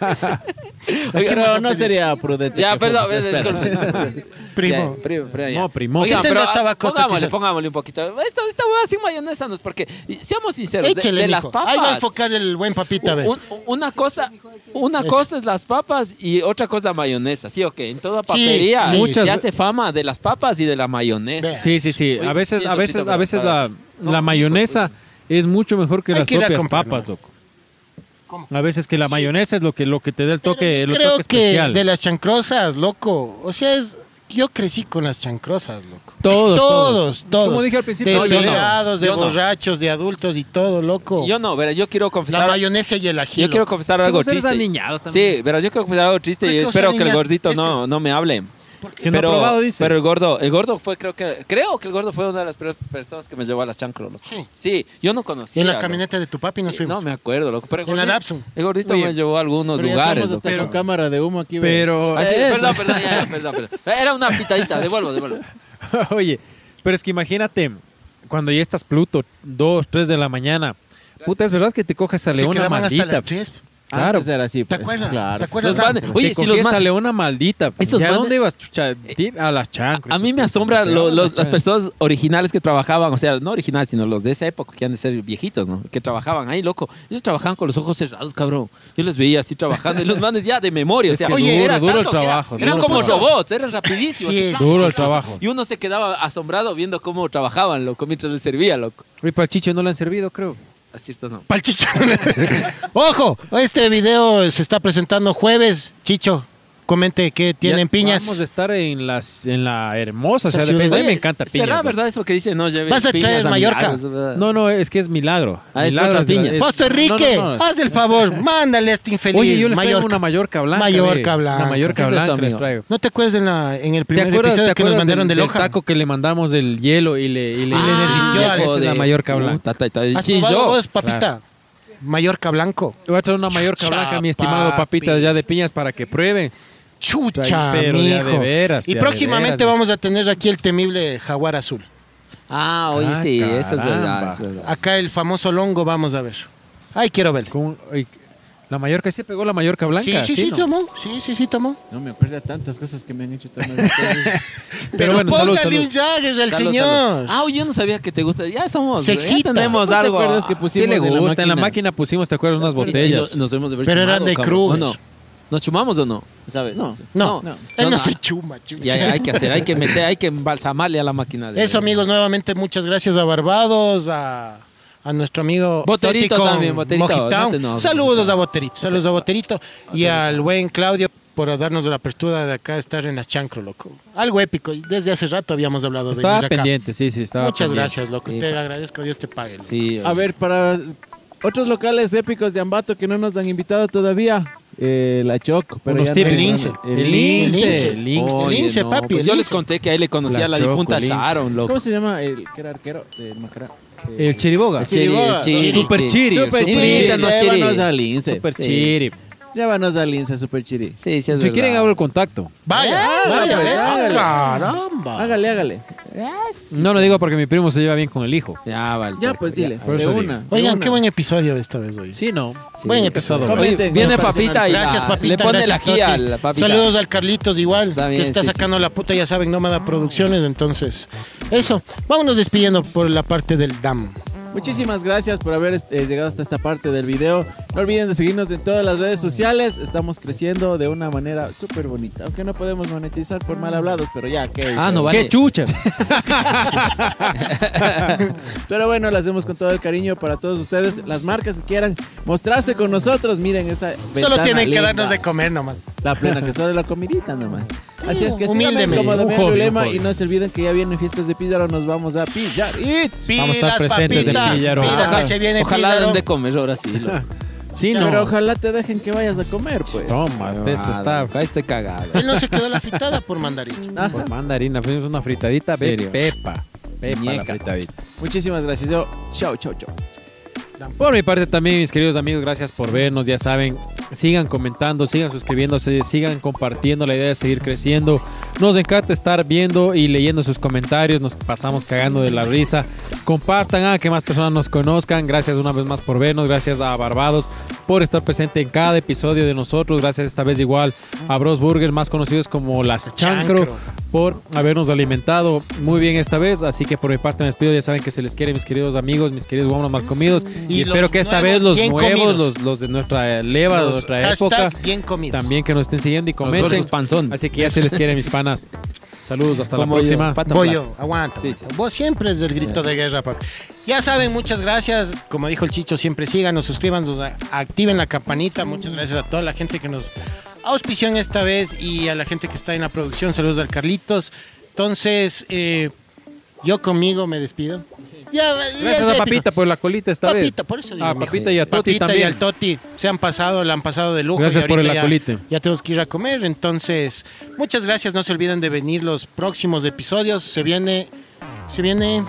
[SPEAKER 3] Oiga,
[SPEAKER 2] Pero no sería prudente.
[SPEAKER 3] ya,
[SPEAKER 2] que
[SPEAKER 3] perdón,
[SPEAKER 2] fuéramos, espera.
[SPEAKER 3] disculpe.
[SPEAKER 4] Primo. Este
[SPEAKER 3] Ya, primo, primo, ya.
[SPEAKER 1] No, primo.
[SPEAKER 3] Oigan,
[SPEAKER 4] ¿Qué
[SPEAKER 3] pero,
[SPEAKER 4] tendrás
[SPEAKER 3] ah,
[SPEAKER 4] tabaco hasta
[SPEAKER 3] Pongámosle,
[SPEAKER 4] quizá?
[SPEAKER 3] pongámosle un poquito. Esto, esta hueá sin mayonesa no es porque... y Seamos sinceros, de,
[SPEAKER 4] Échele,
[SPEAKER 3] de las
[SPEAKER 4] mijo. Ahí va a
[SPEAKER 3] papas...
[SPEAKER 4] enfocar el buen papita, ve.
[SPEAKER 3] un- un- una cosa, una cosa es las papas y otra cosa es la mayonesa, ¿sí o qué? En toda papería
[SPEAKER 4] sí,
[SPEAKER 1] Muchas-
[SPEAKER 3] se hace fama de las papas y de la mayonesa.
[SPEAKER 4] Ve.
[SPEAKER 1] Sí, sí, sí.
[SPEAKER 3] Oye,
[SPEAKER 1] A veces,
[SPEAKER 3] tienes
[SPEAKER 1] a
[SPEAKER 3] un
[SPEAKER 1] veces,
[SPEAKER 3] pito
[SPEAKER 1] a veces la,
[SPEAKER 3] para- No,
[SPEAKER 1] la mayonesa es mucho mejor que
[SPEAKER 4] Hay
[SPEAKER 1] las
[SPEAKER 4] que ir a
[SPEAKER 1] propias
[SPEAKER 4] comprar,
[SPEAKER 1] papas,
[SPEAKER 4] ¿no?
[SPEAKER 1] loco. A veces que la mayonesa es lo que, lo que te da el toque, el
[SPEAKER 4] Creo
[SPEAKER 1] toque
[SPEAKER 4] que
[SPEAKER 1] especial.
[SPEAKER 4] de las chancrosas, loco. O sea, es yo crecí con las chancrosas, loco.
[SPEAKER 1] Todos,
[SPEAKER 4] todos, todos.
[SPEAKER 1] Como dije al principio,
[SPEAKER 4] de
[SPEAKER 1] no, yo no.
[SPEAKER 4] pelados, de
[SPEAKER 3] Yo no.
[SPEAKER 4] borrachos, de adultos y todo, loco.
[SPEAKER 3] Yo no, verás, yo quiero
[SPEAKER 4] la
[SPEAKER 3] confesar.
[SPEAKER 4] mayonesa y el ají.
[SPEAKER 3] yo quiero
[SPEAKER 4] loco.
[SPEAKER 3] confesar algo
[SPEAKER 1] vos eres
[SPEAKER 3] triste.
[SPEAKER 1] aniñado también.
[SPEAKER 3] sí, verás, yo quiero confesar algo triste y
[SPEAKER 4] ¿Qué cosa
[SPEAKER 3] espero que el
[SPEAKER 4] aniñado?
[SPEAKER 3] gordito no,
[SPEAKER 4] Este-
[SPEAKER 3] no me hable.
[SPEAKER 1] Que no ha probado, dice.
[SPEAKER 3] pero el gordo, el gordo fue creo que creo que el gordo fue una de las primeras personas que me llevó a las chancro. loco.
[SPEAKER 4] Sí.
[SPEAKER 3] Sí, yo no conocía.
[SPEAKER 4] en la
[SPEAKER 3] loco.
[SPEAKER 4] camioneta de tu papi nos
[SPEAKER 3] Sí,
[SPEAKER 4] fuimos.
[SPEAKER 3] no me acuerdo, loco, pero el
[SPEAKER 4] En la
[SPEAKER 3] gordi-
[SPEAKER 4] Datsun.
[SPEAKER 3] El gordito
[SPEAKER 1] Oye,
[SPEAKER 3] me llevó a algunos
[SPEAKER 2] Pero ya
[SPEAKER 3] lugares.
[SPEAKER 2] somos
[SPEAKER 3] loco.
[SPEAKER 2] hasta con cámara de humo aquí. ve.
[SPEAKER 1] Pero,
[SPEAKER 3] Ah, sí,
[SPEAKER 2] Eso.
[SPEAKER 3] perdón, perdón, ya, ya, perdón, perdón. Era una pitadita, devuelvo, devuelvo.
[SPEAKER 1] oye, pero es que imagínate, cuando ya estás Pluto, 2, 3 de la mañana, puta, es verdad que te coges a
[SPEAKER 4] Se
[SPEAKER 1] leona
[SPEAKER 4] quedaban hasta
[SPEAKER 1] maldita.
[SPEAKER 4] las tres.
[SPEAKER 1] Claro.
[SPEAKER 2] Antes era así.
[SPEAKER 4] ¿Te
[SPEAKER 2] pues,
[SPEAKER 4] acuerdas?
[SPEAKER 2] Claro.
[SPEAKER 4] ¿Te acuerdas?
[SPEAKER 3] Los
[SPEAKER 4] Hans?
[SPEAKER 3] manes-
[SPEAKER 1] Oye,
[SPEAKER 3] Oye, si los
[SPEAKER 1] esa
[SPEAKER 3] man-
[SPEAKER 1] leona maldita. pues.
[SPEAKER 3] Esos
[SPEAKER 1] ¿Y a
[SPEAKER 3] manes-
[SPEAKER 1] dónde ibas, chucha? Di- A las chancras.
[SPEAKER 3] A mí me asombra lo- los- las personas originales que trabajaban, o sea, no originales, sino los de esa época, que han de ser viejitos, ¿no? Que trabajaban ahí, loco. Ellos trabajaban con los ojos cerrados, cabrón. Yo los veía así trabajando y los manes ya de memoria, o sea,
[SPEAKER 1] que
[SPEAKER 3] oye,
[SPEAKER 1] duro,
[SPEAKER 3] era
[SPEAKER 1] duro el
[SPEAKER 3] tanto que era-
[SPEAKER 1] trabajo,
[SPEAKER 3] Eran
[SPEAKER 1] duro el
[SPEAKER 3] como
[SPEAKER 1] trabajo.
[SPEAKER 3] robots, eran rapidísimos.
[SPEAKER 4] Sí,
[SPEAKER 3] así,
[SPEAKER 4] es.
[SPEAKER 3] plan,
[SPEAKER 1] Duro
[SPEAKER 3] sí,
[SPEAKER 1] el
[SPEAKER 3] sí.
[SPEAKER 1] trabajo.
[SPEAKER 3] Y uno se quedaba asombrado viendo cómo trabajaban, loco, mientras les servía, loco.
[SPEAKER 1] Y para Chicho no le han servido, creo.
[SPEAKER 3] Así está, no.
[SPEAKER 4] Pa'l Chicho. Ojo, este video se está presentando jueves. Chicho, comente qué tienen
[SPEAKER 1] Ya
[SPEAKER 4] piñas.
[SPEAKER 1] Vamos a estar en, las, en la hermosa
[SPEAKER 4] Esa
[SPEAKER 1] ciudad de
[SPEAKER 4] ciudad.
[SPEAKER 1] Pez. A mí
[SPEAKER 3] Oye,
[SPEAKER 1] me encanta Piñas.
[SPEAKER 3] ¿Será
[SPEAKER 1] ¿no?
[SPEAKER 3] verdad eso que dice? No, lleves
[SPEAKER 4] ¿Vas a
[SPEAKER 3] piñas
[SPEAKER 4] traer
[SPEAKER 3] mi
[SPEAKER 4] Mallorca?
[SPEAKER 3] lado?
[SPEAKER 1] No, no, es que es milagro.
[SPEAKER 3] Ah, es
[SPEAKER 1] Milagro
[SPEAKER 3] otra piña.
[SPEAKER 1] es-
[SPEAKER 4] Fausto Enrique,
[SPEAKER 1] No, no, no.
[SPEAKER 4] haz el favor, mándale a este infeliz.
[SPEAKER 1] Oye, yo les traigo
[SPEAKER 4] Mallorca.
[SPEAKER 1] una Mallorca blanca.
[SPEAKER 4] Mallorca
[SPEAKER 1] ve.
[SPEAKER 4] blanca.
[SPEAKER 1] Una Mallorca
[SPEAKER 3] ¿Qué es eso,
[SPEAKER 1] blanca les
[SPEAKER 3] amigo?
[SPEAKER 1] traigo.
[SPEAKER 4] ¿No te acuerdas en, la- en el
[SPEAKER 1] ¿Te
[SPEAKER 4] primer
[SPEAKER 1] acuerdas,
[SPEAKER 4] episodio
[SPEAKER 1] te
[SPEAKER 4] que nos
[SPEAKER 1] acuerdas
[SPEAKER 4] mandaron
[SPEAKER 1] del,
[SPEAKER 4] de
[SPEAKER 1] del
[SPEAKER 4] Loja?
[SPEAKER 1] taco que le mandamos del hielo y le, y le, y le
[SPEAKER 4] Ah,
[SPEAKER 1] derritió? Esa es
[SPEAKER 3] joder.
[SPEAKER 1] la Mallorca blanca.
[SPEAKER 3] Puta, ta- ta-
[SPEAKER 4] ¿Has
[SPEAKER 3] sí,
[SPEAKER 4] probado
[SPEAKER 3] yo.
[SPEAKER 4] vos, papita? Mallorca blanco.
[SPEAKER 1] Te voy a traer una Mallorca
[SPEAKER 4] Chucha,
[SPEAKER 1] blanca, mi estimado papitas
[SPEAKER 4] papi.
[SPEAKER 1] ya de piñas, para que prueben.
[SPEAKER 4] Chucha,
[SPEAKER 1] Pero
[SPEAKER 4] mijo.
[SPEAKER 1] ya de veras,
[SPEAKER 4] y
[SPEAKER 1] ya de
[SPEAKER 4] próximamente
[SPEAKER 1] veras.
[SPEAKER 4] vamos a tener aquí el temible jaguar azul.
[SPEAKER 3] Ah, oye,
[SPEAKER 1] Ah,
[SPEAKER 3] sí, eso es verdad,
[SPEAKER 1] caramba.
[SPEAKER 3] eso es verdad.
[SPEAKER 4] Acá el famoso longo, vamos a ver. Ay, quiero verlo.
[SPEAKER 1] Con, ay, la Mallorca sí pegó la Mallorca blanca.
[SPEAKER 4] Sí, sí, sí,
[SPEAKER 1] ¿no?
[SPEAKER 4] tomó. Sí, sí, sí, tomó.
[SPEAKER 2] No me acuerdo de tantas cosas que me han hecho tomar. ustedes.
[SPEAKER 4] Pero,
[SPEAKER 1] bueno, salud,
[SPEAKER 4] póngale
[SPEAKER 1] salud.
[SPEAKER 4] un Jagger al
[SPEAKER 3] Salud,
[SPEAKER 4] señor.
[SPEAKER 3] salud. Ah, yo no sabía que te gusta. Ya somos.
[SPEAKER 4] Se
[SPEAKER 3] ya
[SPEAKER 4] excita.
[SPEAKER 3] tenemos
[SPEAKER 2] ¿Te
[SPEAKER 3] algo.
[SPEAKER 2] acuerdas que
[SPEAKER 1] Sí
[SPEAKER 2] pusimos
[SPEAKER 1] le
[SPEAKER 2] en la
[SPEAKER 1] gusta. En la
[SPEAKER 2] máquina?
[SPEAKER 1] máquina pusimos, ¿te acuerdas? Unas botellas.
[SPEAKER 3] Y no- nos hemos de haber
[SPEAKER 4] Pero eran
[SPEAKER 3] chumado,
[SPEAKER 4] de
[SPEAKER 3] cabrón. ¿O
[SPEAKER 4] Kruger.
[SPEAKER 3] no? ¿Nos chumamos o no? ¿Sabes?
[SPEAKER 2] No,
[SPEAKER 1] Ah,
[SPEAKER 4] No,
[SPEAKER 2] No,
[SPEAKER 4] él no,
[SPEAKER 3] no.
[SPEAKER 4] se chuma, chucha.
[SPEAKER 3] Ya, ya, hay que hacer, hay que meter, hay que embalsamarle a la máquina. de-
[SPEAKER 4] Eso, amigos, nuevamente muchas gracias a Barbados, a, a nuestro amigo
[SPEAKER 3] Boterito
[SPEAKER 4] Toti con
[SPEAKER 3] también, Boterito,
[SPEAKER 4] Mojitown.
[SPEAKER 3] no te enojes.
[SPEAKER 4] saludos a Boterito, saludos a Boterito y al buen Claudio por darnos la apertura de acá estar en las chancro, loco. Algo épico, y desde hace rato habíamos hablado de
[SPEAKER 1] Estaba
[SPEAKER 4] venir acá.
[SPEAKER 1] pendiente, sí, sí, estaba
[SPEAKER 4] Muchas
[SPEAKER 1] pendiente.
[SPEAKER 4] gracias, loco.
[SPEAKER 3] Sí,
[SPEAKER 4] te
[SPEAKER 3] pa.
[SPEAKER 4] agradezco, Dios te pague. loco.
[SPEAKER 3] Sí.
[SPEAKER 2] A ver, para otros locales épicos de Ambato que no nos han invitado todavía, eh, la Choc, pero
[SPEAKER 1] Unos
[SPEAKER 2] ya no-
[SPEAKER 1] tips.
[SPEAKER 4] El lince.
[SPEAKER 2] El Lince.
[SPEAKER 4] El
[SPEAKER 1] lince.
[SPEAKER 3] Oye,
[SPEAKER 4] El lince,
[SPEAKER 3] no,
[SPEAKER 4] papi,
[SPEAKER 3] pues
[SPEAKER 4] el
[SPEAKER 3] yo les
[SPEAKER 4] lince.
[SPEAKER 3] conté que ahí le conocí
[SPEAKER 1] La
[SPEAKER 3] a la
[SPEAKER 1] Choco,
[SPEAKER 3] difunta
[SPEAKER 1] el lince.
[SPEAKER 3] Sharon, loco.
[SPEAKER 2] ¿Cómo se llama el que era arquero del Macará?
[SPEAKER 1] El chiriboga.
[SPEAKER 3] Chiri,
[SPEAKER 4] ah,
[SPEAKER 2] Chiriboga.
[SPEAKER 3] chiri,
[SPEAKER 1] Super
[SPEAKER 3] chiri.
[SPEAKER 1] chiri.
[SPEAKER 2] Super
[SPEAKER 3] sí,
[SPEAKER 2] Chiri,
[SPEAKER 3] invítanos, Chiri.
[SPEAKER 2] llévanos al Lince.
[SPEAKER 1] Super
[SPEAKER 3] Sí.
[SPEAKER 1] chiri.
[SPEAKER 2] Llévanos al Lince, Super Chiri.
[SPEAKER 3] Sí, sí, es
[SPEAKER 1] Si quieren,
[SPEAKER 3] verdad.
[SPEAKER 1] hago el contacto.
[SPEAKER 4] Vaya,
[SPEAKER 2] Ah,
[SPEAKER 4] vaya,
[SPEAKER 2] pues,
[SPEAKER 4] ve.
[SPEAKER 2] hágale.
[SPEAKER 4] caramba.
[SPEAKER 2] Hágale, hágale.
[SPEAKER 1] No lo digo porque mi primo se lleva bien con el hijo.
[SPEAKER 3] Ya, vale.
[SPEAKER 2] Ya, pues dile.
[SPEAKER 1] por
[SPEAKER 2] De
[SPEAKER 1] eso digo.
[SPEAKER 2] una. de
[SPEAKER 4] Oigan,
[SPEAKER 2] una.
[SPEAKER 4] qué buen episodio esta vez hoy.
[SPEAKER 1] Sí, no.
[SPEAKER 3] Sí.
[SPEAKER 4] Buen episodio.
[SPEAKER 3] Oye,
[SPEAKER 2] Comenten,
[SPEAKER 3] viene
[SPEAKER 2] nos
[SPEAKER 3] papita y la-
[SPEAKER 4] Gracias, papita.
[SPEAKER 3] le pone la
[SPEAKER 4] gracias,
[SPEAKER 3] guía
[SPEAKER 4] Toti.
[SPEAKER 3] al papita.
[SPEAKER 4] Saludos al Carlitos igual,
[SPEAKER 3] Está bien,
[SPEAKER 4] que está
[SPEAKER 3] sí, sí,
[SPEAKER 4] sacando
[SPEAKER 3] sí.
[SPEAKER 4] la puta, ya saben, Nómada Producciones. Entonces, eso. Vámonos despidiendo por la parte del DAM.
[SPEAKER 2] Muchísimas gracias por haber eh, llegado hasta esta parte del video. No olviden de seguirnos en todas las redes sociales. Estamos creciendo de una manera súper bonita. Aunque no podemos monetizar por mal hablados, pero ya, que.
[SPEAKER 3] Ah, no vale.
[SPEAKER 1] ¡Qué chuchas!
[SPEAKER 2] Pero bueno, lo hacemos con todo el cariño para todos ustedes. Las marcas que quieran mostrarse con nosotros, miren esta.
[SPEAKER 4] Solo
[SPEAKER 2] ventana
[SPEAKER 4] tienen que
[SPEAKER 2] linda.
[SPEAKER 4] darnos de comer nomás.
[SPEAKER 2] La plena, que solo la comidita nomás. Así es que síganme
[SPEAKER 4] humildemente.
[SPEAKER 2] como
[SPEAKER 1] Un
[SPEAKER 2] Damián
[SPEAKER 1] hobby,
[SPEAKER 2] Lulema
[SPEAKER 1] un hobby.
[SPEAKER 2] y no se olviden que ya vienen fiestas de Píllaro. Nos vamos a pillar. ¡It!
[SPEAKER 1] Vamos a estar
[SPEAKER 4] Pilas,
[SPEAKER 1] presentes en
[SPEAKER 4] papita,
[SPEAKER 1] Píllaro.
[SPEAKER 4] pilas
[SPEAKER 3] Ojalá-
[SPEAKER 4] que se viene
[SPEAKER 3] Ah, Ojalá
[SPEAKER 4] Píllaro.
[SPEAKER 3] den de comer ahora sí, loco.
[SPEAKER 1] Sí, no.
[SPEAKER 2] Pero ojalá te dejen que vayas a comer, pues.
[SPEAKER 1] Toma, este eso está.
[SPEAKER 3] Ahí estoy cagado.
[SPEAKER 4] Él no se quedó la fritada por mandarín.
[SPEAKER 2] Ajá.
[SPEAKER 1] Por mandarina, hacemos una fritadita. Ve,
[SPEAKER 3] Serio.
[SPEAKER 1] pepa. Pepa la
[SPEAKER 2] Muñeca.
[SPEAKER 1] fritadita.
[SPEAKER 2] Muchísimas gracias. Yo, chao, chao, chao.
[SPEAKER 1] Por mi parte también, mis queridos amigos, gracias por vernos. Ya saben, sigan comentando, sigan suscribiéndose, sigan compartiendo. La idea de seguir creciendo. Nos encanta estar viendo y leyendo sus comentarios. Nos pasamos cagando de la risa. Compartan a que más personas nos conozcan. Gracias una vez más por vernos. Gracias a Barbados por estar presente en cada episodio de nosotros. Gracias esta vez igual a Bros Burger, más conocidos como Las Chancro,
[SPEAKER 4] Chancro.
[SPEAKER 1] por habernos alimentado muy bien esta vez. Así que por mi parte me despido. Ya saben que se les quiere, mis queridos amigos, mis queridos guamnos mal comidos.
[SPEAKER 4] Y
[SPEAKER 1] Y,
[SPEAKER 4] los
[SPEAKER 1] espero que esta
[SPEAKER 4] nuevos
[SPEAKER 1] vez los
[SPEAKER 4] bien
[SPEAKER 1] nuevos,
[SPEAKER 4] comidos.
[SPEAKER 1] los, los de nuestra leva, de
[SPEAKER 4] Los
[SPEAKER 1] nuestra
[SPEAKER 4] hashtag
[SPEAKER 1] época,
[SPEAKER 4] bien comidos.
[SPEAKER 1] también que nos estén siguiendo y comenten.
[SPEAKER 3] gordos panzón.
[SPEAKER 1] Así que ya se les quiere, mis panas. Saludos, hasta la
[SPEAKER 3] Como yo,
[SPEAKER 1] próxima.
[SPEAKER 3] pata
[SPEAKER 4] Voy
[SPEAKER 3] plana.
[SPEAKER 4] yo, aguanta.
[SPEAKER 3] Sí, sí.
[SPEAKER 4] Vos siempre es el grito de guerra, papi. Ya saben, muchas gracias. Como dijo el Chicho, siempre síganos, suscríbanos, a- activen la campanita. Muchas gracias a toda la gente que nos auspició en esta vez y a la gente que está en la producción. Saludos al Carlitos. Entonces, eh, yo conmigo me despido. Ya, ya
[SPEAKER 1] Gracias
[SPEAKER 4] sé,
[SPEAKER 1] a Papita por la colita esta vez.
[SPEAKER 4] Papita, por eso digo,
[SPEAKER 1] A
[SPEAKER 4] mijo.
[SPEAKER 1] Papita Ah, y a Toti
[SPEAKER 4] Papita y
[SPEAKER 1] también.
[SPEAKER 4] al Toti se han pasado, la han pasado de lujo.
[SPEAKER 1] Gracias
[SPEAKER 4] y
[SPEAKER 1] por el
[SPEAKER 4] ahorita ya-
[SPEAKER 1] acolite.
[SPEAKER 4] Ya, tenemos que ir a comer. Entonces, muchas gracias. No se olviden de venir los próximos episodios. Se viene, se viene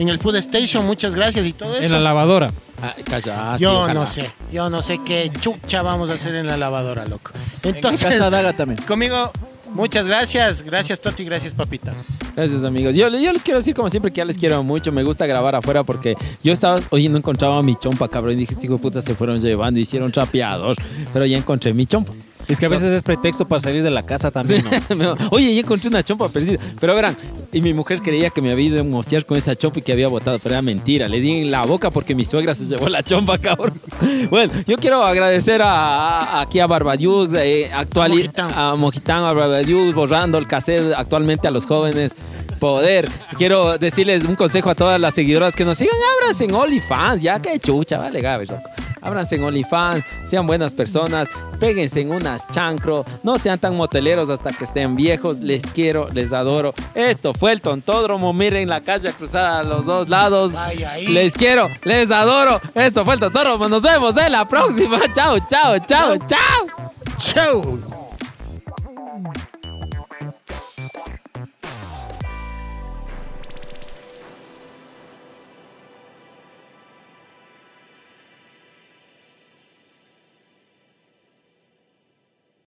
[SPEAKER 4] en el Food Station. Muchas gracias y todo
[SPEAKER 1] en
[SPEAKER 4] eso.
[SPEAKER 1] la lavadora.
[SPEAKER 3] Ah, calla, sí,
[SPEAKER 4] yo
[SPEAKER 3] ojalá.
[SPEAKER 4] no sé, yo no sé qué chucha vamos a hacer en la lavadora, loco.
[SPEAKER 2] En
[SPEAKER 4] Entonces,
[SPEAKER 2] casa Daga también.
[SPEAKER 4] conmigo, muchas gracias. Gracias, Toti, gracias, Papita.
[SPEAKER 3] Gracias, amigos. Yo, yo les quiero decir, como siempre, que ya les quiero mucho. Me gusta grabar afuera porque yo estaba, oye, no encontraba a mi chompa, cabrón. Y dije, este hijo de puta se fueron llevando, hicieron trapeador. Pero ya encontré mi chompa.
[SPEAKER 1] Es que a veces es pretexto para salir de la casa también, ¿no?
[SPEAKER 3] Me- Oye, ya encontré una chompa perdida. Pero verán, y mi mujer creía que me había ido a mociar con esa chompa y que había botado, pero era mentira. Le di en la boca porque mi suegra se llevó la chompa, cabrón. Bueno, yo quiero agradecer a, a- aquí a Barbadiux, eh, actuali-
[SPEAKER 4] Mojitán.
[SPEAKER 3] a Mojitán, a Barbadiux, borrando el cassette actualmente a los jóvenes. Poder. Quiero decirles un consejo a todas las seguidoras que nos sigan. Ábranse en OnlyFans, ya que chucha, vale, Gabriel. Ábranse en OnlyFans, sean buenas personas, péguense en unas chancro, no sean tan moteleros hasta que estén viejos. Les quiero, les adoro. Esto fue el tontódromo. Miren la calle cruzada a los dos lados.
[SPEAKER 4] Vaya ahí.
[SPEAKER 3] Les quiero, les adoro. Esto fue el tontódromo. Nos vemos en la próxima. Chao, chao, chao, chao.
[SPEAKER 4] ¡Chau!